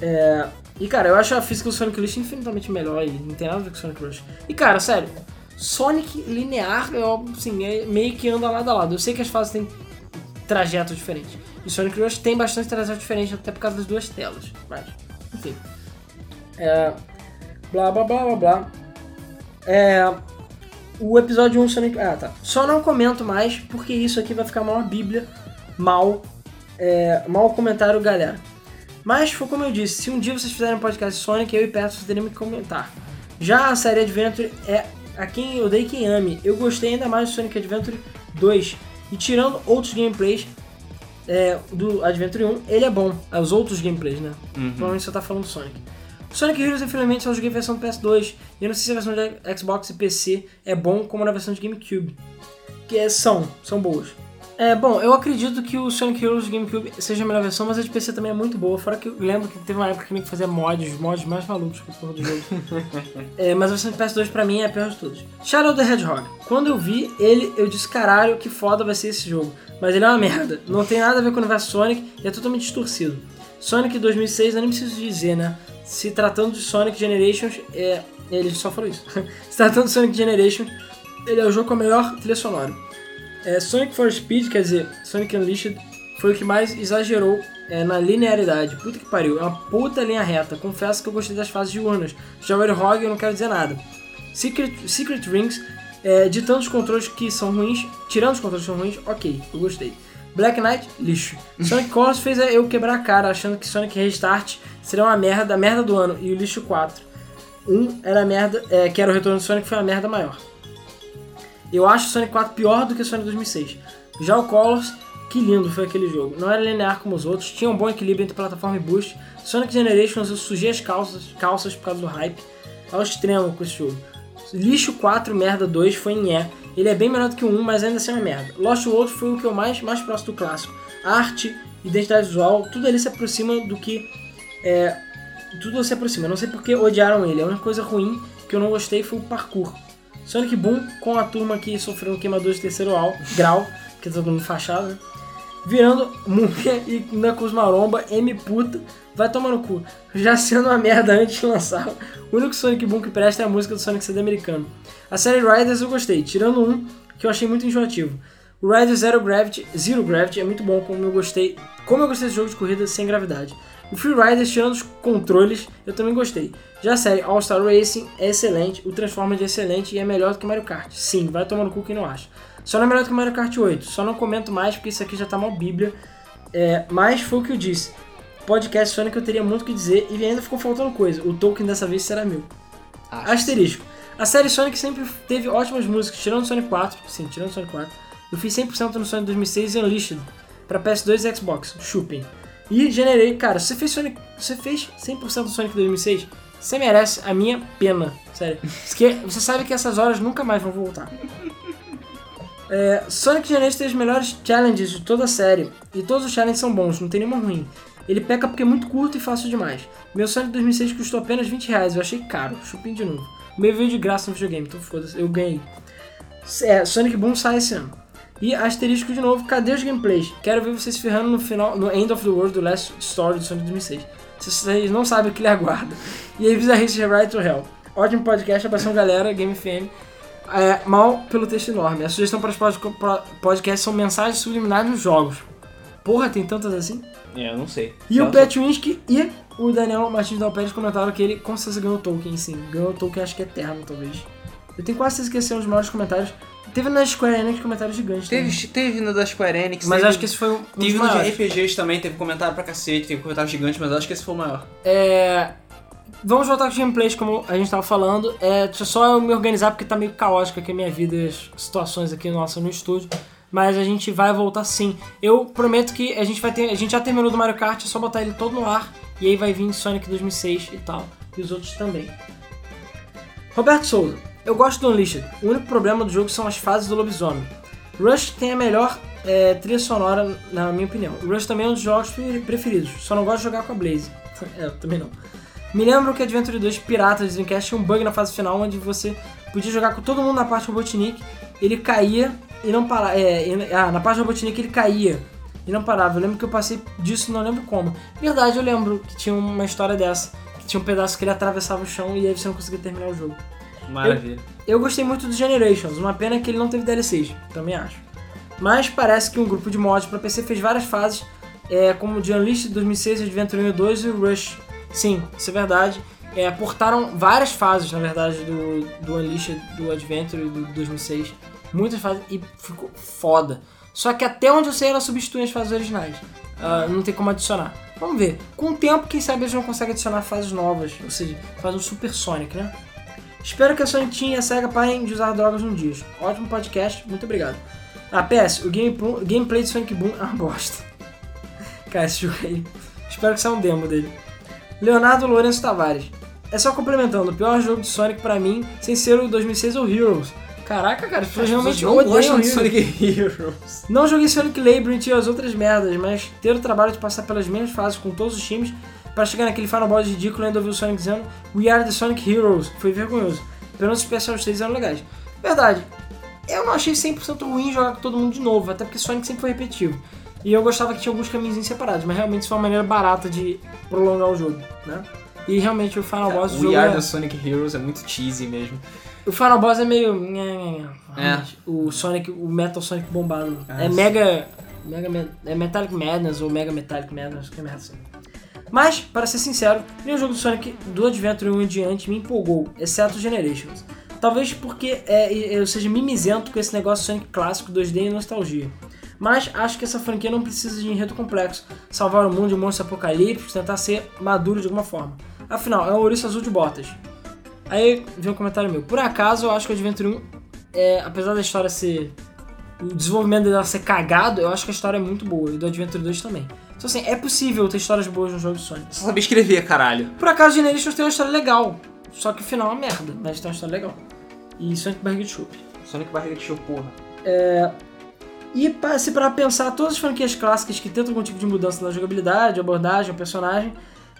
B: É, e cara, eu acho a física do Sonic Rush infinitamente melhor e não tem nada a ver com Sonic Rush. E cara, sério, Sonic linear, eu, assim, é meio que anda lado a lado. Eu sei que as fases têm trajetos diferentes. E Sonic Rush tem bastante trajeto diferente, até por causa das duas telas. Mas, enfim. É, blá blá blá blá blá. É, o episódio 1 Sonic. Ah, tá. Só não comento mais, porque isso aqui vai ficar a maior bíblia mal. É, mal comentário, galera. Mas foi como eu disse, se um dia vocês fizerem um podcast Sonic, eu e Pedro vocês terem que comentar. Já a série Adventure é a quem eu dei quem ame. Eu gostei ainda mais do Sonic Adventure 2. E tirando outros gameplays é, do Adventure 1, ele é bom. Os outros gameplays, né? Provavelmente só tá falando do Sonic. Sonic Heroes, infelizmente, só joguei a versão do PS2. E eu não sei se a versão de Xbox e PC é bom como na versão de GameCube. Que é- são, são boas. É, bom, eu acredito que o Sonic Heroes de GameCube seja a melhor versão, mas a de PC também é muito boa. Fora que eu lembro que teve uma época que meio que fazia mods, mods mais malucos pro porra do jogo. É, mas a versão de PS2 pra mim é a pior de todos. Shadow the Hedgehog. Quando eu vi ele, eu disse, caralho, que foda vai ser esse jogo. Mas ele é uma merda. Não tem nada a ver com o universo Sonic e é totalmente distorcido. Sonic 2006, eu nem preciso dizer, né? Se tratando de Sonic Generations, é... Ele só falou isso. Se tratando de Sonic Generations, ele é o jogo com a melhor trilha sonora. É, Sonic for Speed, quer dizer, Sonic Unleashed, foi o que mais exagerou é, na linearidade. Puta que pariu, é uma puta linha reta. Confesso que eu gostei das fases diurnas. Já o Hog eu não quero dizer nada. Secret, Secret Rings, é, de tantos controles que são ruins, tirando os controles que são ruins, ok, eu gostei. Black Knight, lixo. Sonic Colors fez é, eu quebrar a cara, achando que Sonic Restart seria uma merda, a merda do ano, e o lixo 4. Um era a merda, é, que era o retorno do Sonic, foi uma merda maior. Eu acho o Sonic 4 pior do que o Sonic 2006. Já o Colors, que lindo foi aquele jogo. Não era linear como os outros, tinha um bom equilíbrio entre plataforma e boost. Sonic Generations eu sujei as calças, calças por causa do hype. Ao extremo com esse jogo. Lixo 4, merda 2 foi nhé. Ele é bem melhor do que o 1, mas ainda assim é uma merda. Lost World foi o que eu mais, mais próximo do clássico. Arte, identidade visual, tudo ali se aproxima do que é, tudo se aproxima. Eu não sei porque odiaram ele. A única coisa ruim que eu não gostei foi o parkour. Sonic Boom com a turma que sofreu queimadura de terceiro al- grau, que todo mundo fachado, né? Virando múmia e Knuckles Maromba, M puta, vai tomar no cu. Já sendo uma merda antes de lançar, o único Sonic Boom que presta é a música do Sonic CD americano. A série Riders eu gostei, tirando um que eu achei muito enjoativo. O Riders Zero Gravity, Zero Gravity é muito bom, como eu gostei, como eu gostei desse jogo de corrida sem gravidade. O Free Riders, tirando os controles, eu também gostei. Já a série All Star Racing é excelente, o Transformers é excelente e é melhor do que Mario Kart. Sim, vai tomar no cu quem não acha. Só não é melhor do que Mario Kart 8, só não comento mais porque isso aqui já tá mal bíblia. É, mas foi o que eu disse. Podcast Sonic eu teria muito o que dizer e ainda ficou faltando coisa. O Tolkien dessa vez será meu. Ah. Asterisco. A série Sonic sempre teve ótimas músicas, tirando Sonic 4. Sim, tirando Sonic 4. Eu fiz 100% no Sonic 2006 e Unleashed pra PS2 e Xbox. Chupem. E generei, cara, você fez Sonic, você fez 100% do Sonic 2006, você merece a minha pena, sério. Porque você sabe que essas horas nunca mais vão voltar. É, Sonic Generations tem os melhores challenges de toda a série. E todos os challenges são bons, não tem nenhuma ruim. Ele peca porque é muito curto e fácil demais. Meu Sonic 2006 custou apenas 20 reais, eu achei caro. Chupim de novo. O meu veio de graça no videogame, então foda-se, eu ganhei. S- É, Sonic Boom sai esse ano. E asterisco de novo, cadê os gameplays? Quero ver vocês se ferrando no final, no End of the World do Last Story do Sonic 2006. Se vocês não sabem o que lhe aguarda. E aí, Bizarrice Right to Hell. Ótimo podcast, abração galera, Game FM. É, mal pelo texto enorme. A sugestão para os pod- pro- podcasts são mensagens subliminares nos jogos. Porra, tem tantas assim?
A: É, eu não sei.
B: E
A: Eu
B: o Pat Winsky e o Daniel Martins Dalpérez comentaram que ele com certeza ganhou o Tolkien, sim. Ganhou o Tolkien, acho que é eterno, talvez. Eu tenho quase certeza que esse é um dos maiores comentários. Teve na Square Enix comentários gigantes. também.
A: Teve, teve no da Square Enix,
B: Mas
A: teve,
B: acho que esse foi um, um
A: teve
B: dos
A: no de
B: maiores.
A: RPGs também, teve comentário pra cacete, teve comentário gigante, mas acho que esse foi o maior.
B: É, Vamos voltar com os gameplays, como a gente tava falando. É, deixa eu só eu me organizar, porque tá meio caótica aqui a minha vida e as situações aqui nossa no estúdio. Mas a gente vai voltar sim. Eu prometo que a gente vai ter. A gente já terminou do Mario Kart, é só botar ele todo no ar. E aí vai vir Sonic 2006 e tal. E os outros também. Roberto Souza. Eu gosto do Unleashed. O único problema do jogo são as fases do lobisomem. Rush tem a melhor é, trilha sonora, na minha opinião. Rush também é um dos jogos pre- preferidos. Só não gosto de jogar com a Blaze. é, eu também não. Me lembro que Adventure 2 Piratas do Dreamcast tinha um bug na fase final onde você podia jogar com todo mundo na parte Robotnik, ele caía e não parava. É, e- ah, na parte Robotnik ele caía e não parava. Eu lembro que eu passei disso, não lembro como. Verdade, eu lembro que tinha uma história dessa. Que tinha um pedaço que ele atravessava o chão e aí você não conseguia terminar o jogo.
A: Maravilha.
B: Eu gostei muito do Generations, uma pena que ele não teve DLCs, também acho. Mas parece que um grupo de mods para PC fez várias fases, é, como o The Unleashed 2006, Adventure 1 2 e o Rush. Sim, isso é verdade. É, portaram várias fases, na verdade, do, do Unleashed, do Adventure do 2006. Muitas fases e ficou foda. Só que até onde eu sei, ela substitui as fases originais. Ah, não tem como adicionar. Vamos ver. Com o tempo, quem sabe eles não conseguem adicionar fases novas. Ou seja, faz um Super Sonic, né? Espero que a Sony Team e a SEGA parem de usar drogas um dia. Ótimo podcast, muito obrigado. Ah, PS, o game- o gameplay de Sonic Boom é uma bosta. Cara, esse jogo aí. Espero que saia um demo dele. Leonardo Lourenço Tavares. É só complementando, o pior jogo de Sonic pra mim, sem ser o 2006 ou Heroes. Caraca, cara, as pessoas realmente
A: não
B: odeiam
A: gostam de
B: Heroes.
A: Sonic Heroes.
B: Não joguei Sonic Labyrinth e as outras merdas, mas ter o trabalho de passar pelas mesmas fases com todos os times para chegar naquele Final Boss ridículo e ainda ouvir o Sonic dizendo We are the Sonic Heroes. Foi vergonhoso. Pelo menos os Specials 3 eram legais. Verdade, eu não achei 100% ruim jogar com todo mundo de novo, até porque Sonic sempre foi repetitivo. E eu gostava que tinha alguns caminhos separados, mas realmente isso foi uma maneira barata de prolongar o jogo, né? E realmente o Final Boss do
A: We
B: jogo
A: Are
B: é-
A: the Sonic Heroes é muito cheesy mesmo.
B: o Final Boss é meio. nhã, nhã, nhã. Realmente, O Sonic, o Metal Sonic bombado. É mega. Mega Me- é Metallic Madness ou Mega Metallic Madness, que é merda assim. Mas, para ser sincero, nenhum jogo do Sonic do Adventure 1 em diante me empolgou, exceto o Generations. Talvez porque é, e- eu seja mimizento com esse negócio Sonic clássico, 2D e nostalgia. Mas acho que essa franquia não precisa de enredo complexo, salvar o mundo de um monstro apocalíptico, tentar ser maduro de alguma forma. Afinal, é um ouriço azul de botas. Aí veio um comentário meu. Por acaso, eu acho que o Adventure 1, é, apesar da história ser. O desenvolvimento dela ser cagado, eu acho que a história é muito boa. E do Adventure 2 também. Então, assim, é possível ter histórias boas no jogo de Sonic.
A: Só sabia escrever, caralho.
B: Por acaso, Generations tem uma história legal. Só que o final é uma merda, mas tem uma história legal. E Sonic Barriga de Chup.
A: Sonic barriga de choporra.
B: E pa- se para pensar, todas as franquias clássicas que tentam algum tipo de mudança na jogabilidade, abordagem ou personagem,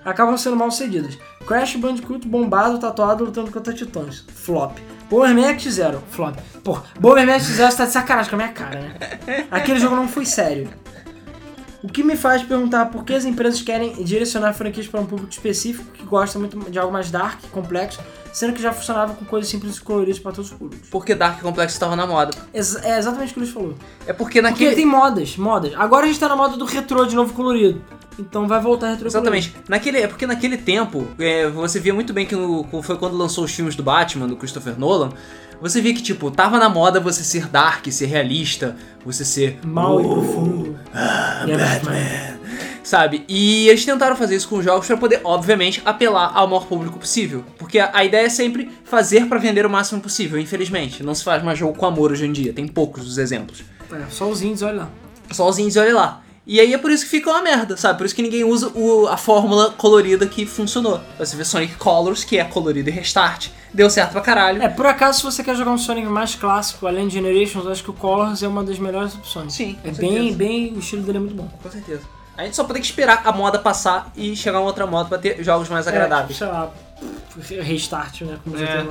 B: acabam sendo mal sucedidas. Crash Bandicoot bombado, tatuado, lutando contra titãs. Flop. Bomberman X-Zero. Flop. Pô, Bomberman X-Zero tá de sacanagem com a minha cara, né? Aquele jogo não foi sério. O que me faz perguntar por que as empresas querem direcionar franquias para um público específico que gosta muito de algo mais dark, complexo, sendo que já funcionava com coisas simples e coloridas para todos os públicos.
A: Porque Dark Complex tava na moda.
B: Ex- é exatamente o que o Luiz falou.
A: É porque
B: Porque
A: naquele.
B: tem modas, modas. Agora a gente tá na moda do retrô de novo colorido. Então vai voltar retrô
A: Exatamente. Naquele, é porque naquele tempo, é, você via muito bem que no- foi quando lançou os filmes do Batman, do Christopher Nolan. Você via que, tipo, tava na moda você ser dark, ser realista, você ser.
B: colorido. Mal e
A: "Oh,
B: profundo. Uh, Ah, Batman.
A: Sabe? E eles tentaram fazer isso com os jogos pra poder, obviamente, apelar ao maior público possível. Porque a, a ideia é sempre fazer pra vender o máximo possível, infelizmente. Não se faz mais jogo com amor hoje em dia, tem poucos os exemplos.
B: É, só os índios, olha lá.
A: Só os indies, olha lá. E aí é por isso que fica uma merda, sabe? Por isso que ninguém usa o- a fórmula colorida que funcionou. Você vê Sonic Colors, que é colorido e restart. Deu certo pra caralho.
B: É, por acaso, se você quer jogar um Sonic mais clássico, além de Generations, eu acho que o Colors é uma das melhores opções.
A: Sim, com
B: É bem,
A: certeza.
B: bem, o estilo dele é muito bom.
A: Com certeza. A gente só tem que esperar a moda passar e chegar uma outra moda pra ter jogos mais
B: É,
A: agradáveis.
B: sei lá, restart, né? Como
A: É.
B: é.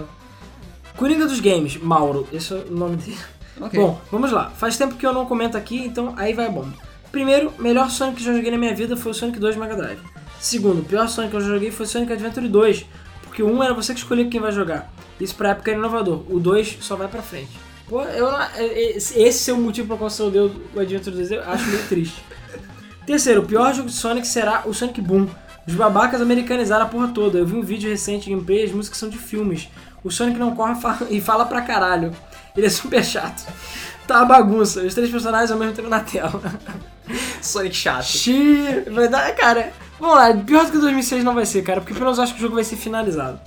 B: Coringa dos Games, Mauro, esse é o nome dele.
A: Ok.
B: Bom, vamos lá. Faz tempo que eu não comento aqui, então aí vai bom. Primeiro, melhor Sonic que eu já joguei na minha vida foi o Sonic 2 Mega Drive. Segundo, pior Sonic que eu já joguei foi o Sonic Adventure 2, porque o 1 era você que escolhia quem vai jogar. Isso pra época era inovador. O 2 só vai pra frente. Pô, eu, esse é o motivo pelo qual você odeia o Adventure 2, eu acho meio triste. Terceiro, o pior jogo de Sonic será o Sonic Boom. Os babacas americanizaram a porra toda. Eu vi um vídeo recente de gameplay, as músicas são de filmes. O Sonic não corre fa- e fala pra caralho. Ele é super chato. Tá uma bagunça. Os três personagens ao mesmo tempo na tela.
A: Sonic chato.
B: Xiii, vai dar, cara. Vamos lá, pior do que 2006 não vai ser, cara, porque pelo menos eu acho que o jogo vai ser finalizado.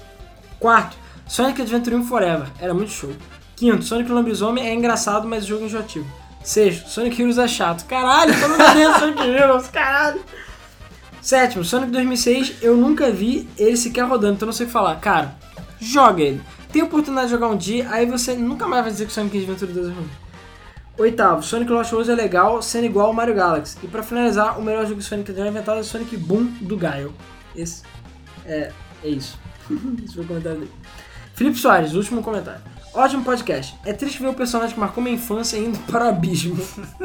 B: Quarto, Sonic Adventure 1 Forever, era muito show. Quinto, Sonic Lobisomem é engraçado, mas o jogo é enjoativo. Sexto, Sonic Heroes é chato. Caralho, todo mundo odeia Sonic Heroes, caralho. Sétimo, Sonic 2006, eu nunca vi ele sequer rodando, então não sei o que falar. Cara, joga ele. Tem a oportunidade de jogar um dia, aí você nunca mais vai dizer que Sonic Adventure 2 é ruim. Oitavo, Sonic Lost Worlds é legal, sendo igual ao Mario Galaxy. E pra finalizar, o melhor jogo de Sonic já inventado é o Sonic Boom do Gaio. Esse é, é isso. Esse foi o comentário dele. Felipe Soares, último comentário. Ótimo podcast. É triste ver o personagem que marcou minha infância indo para o abismo.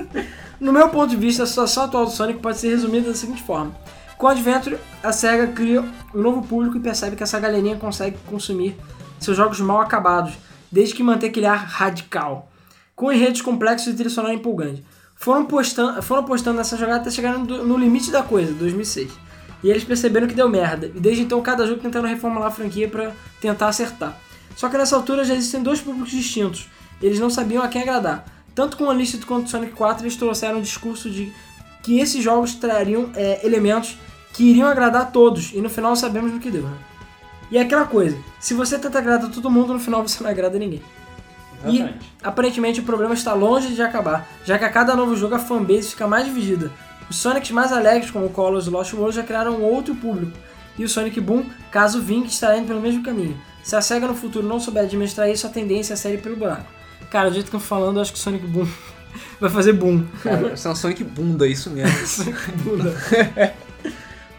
B: no meu ponto de vista, a situação atual do Sonic pode ser resumida da seguinte forma. Com o Adventure, a SEGA cria um novo público e percebe que essa galerinha consegue consumir seus jogos mal acabados, desde que manter aquele ar radical com enredos complexos e trilha sonora empolgante. Foram postando, foram postando nessa jogada até chegar no, no limite da coisa, 2006. E eles perceberam que deu merda, e desde então cada jogo tentaram reformular a franquia para tentar acertar. Só que nessa altura já existem dois públicos distintos, eles não sabiam a quem agradar. Tanto com Unleashed quanto Sonic 4 eles trouxeram um discurso de que esses jogos trariam é, elementos que iriam agradar a todos, e no final sabemos no que deu, né? E é aquela coisa, se você tenta agradar todo mundo, no final você não agrada ninguém. E
K: Exatamente.
B: aparentemente o problema está longe de acabar, já que a cada novo jogo a fanbase fica mais dividida. Os Sonics mais alegres, como o Colors e Lost World, já criaram um outro público. E o Sonic Boom, caso vingue, estará indo pelo mesmo caminho. Se a SEGA no futuro não souber administrar isso, a tendência é a série pelo buraco. Cara, do jeito que eu tô falando, eu acho que o Sonic Boom vai fazer boom.
A: Cara, você é um Sonic bunda, isso mesmo.
B: Bunda.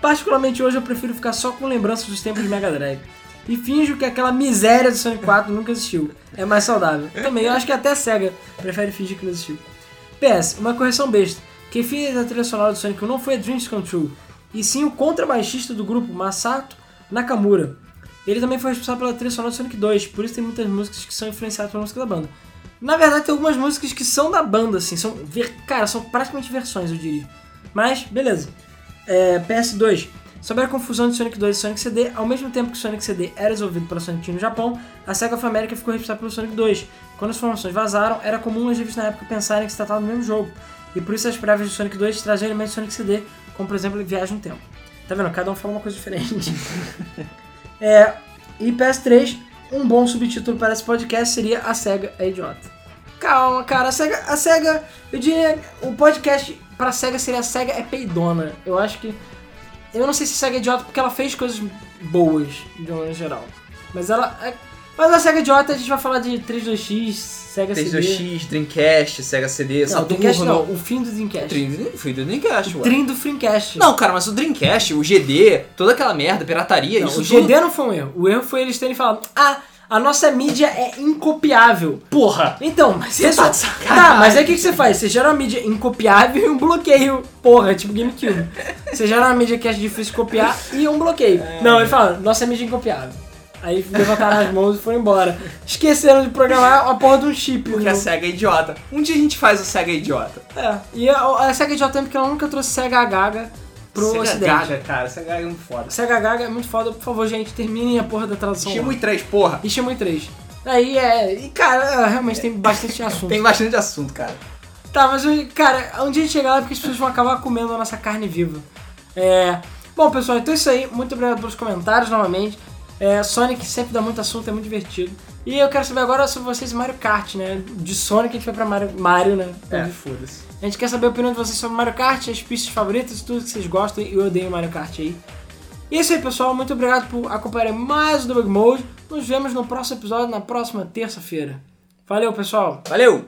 B: Particularmente hoje eu prefiro ficar só com lembranças dos tempos de Mega Drive. E finjo que aquela miséria do Sonic 4 nunca existiu. É mais saudável. Também, eu acho que até a SEGA prefere fingir que não existiu. PS, uma correção besta. Quem fez a trilha sonora do Sonic 1 não foi a Dreams Come True, e sim o contrabaixista do grupo Masato Nakamura. Ele também foi responsável pela trilha sonora do Sonic 2, por isso tem muitas músicas que são influenciadas pela música da banda. Na verdade, tem algumas músicas que são da banda, assim, são. ver- Cara, são praticamente versões, eu diria. Mas, beleza. É, PS2. Sobre a confusão de Sonic 2 e Sonic CD, ao mesmo tempo que Sonic CD era resolvido pela Sonic Team no Japão, a SEGA of America ficou responsável pelo Sonic 2. Quando as informações vazaram, era comum as revistas na época pensarem que se tratava do mesmo jogo. E por isso as prévias de Sonic 2 traziam elementos de Sonic CD, como por exemplo Viagem no Tempo. Tá vendo? Cada um fala uma coisa diferente. é, e PS3, um bom subtítulo para esse podcast seria A SEGA é Idiota. Calma, cara, a SEGA, a SEGA, eu diria, o podcast pra SEGA seria a SEGA é peidona. Eu acho que, eu não sei se a SEGA é idiota porque ela fez coisas boas, de uma maneira geral. Mas ela, é- mas a SEGA é idiota a gente vai falar de 3.2x, SEGA CD.
A: 3DX, Dreamcast, Sega CD,
B: Não,
A: Saturno.
B: o Dreamcast não, o fim do Dreamcast.
A: Dream- Foi do Dreamcast, ué.
B: Dream do Dreamcast.
A: Não, cara, mas o Dreamcast, o GD, toda aquela merda, pirataria,
B: Não,
A: isso
B: o
A: tudo-
B: GD não foi um erro. O erro foi eles terem falado, ah, a nossa mídia é incopiável.
A: Porra!
B: Então, mas
A: Você
B: isso...
A: tá de
B: Tá, mas aí o que, que você faz? Você gera uma mídia incopiável e um bloqueio. Porra, tipo GameCube. Você gera uma mídia que é difícil de copiar e um bloqueio. Não, ele fala, nossa mídia é incopiável. Aí levantaram as mãos e foram embora. Esqueceram de programar a porra de um chip.
A: Porque
B: no-
A: a SEGA é idiota. Um dia a gente faz o SEGA idiota.
B: É. E a, a Sega de tempo que ela nunca trouxe Sega Gaga pro
A: Sega
B: ocidente.
A: Gaga, cara, Sega Gaga é um foda.
B: Sega Gaga é muito foda, por favor, gente, terminem a porra da tradução.
A: Shimui 3, porra.
B: E Shimui 3. Aí é. E cara, é, realmente tem bastante assunto.
A: Tem bastante assunto, cara.
B: Tá, mas cara, um dia a gente chegar lá é porque as pessoas vão acabar comendo a nossa carne viva. É. Bom, pessoal, então é isso aí. Muito obrigado pelos comentários novamente. É, Sonic sempre dá muito assunto, é muito divertido. E eu quero saber agora sobre vocês e Mario Kart, né? De Sonic a gente vai pra Mario, Mario né?
A: É. foda-se.
B: A gente quer saber a opinião de vocês sobre Mario Kart, as pistas favoritas, tudo que vocês gostam e odeiam Mario Kart aí. E é isso aí, pessoal. Muito obrigado por acompanhar mais o Debug Mode. Nos vemos no próximo episódio, na próxima terça-feira. Valeu, pessoal!
A: Valeu!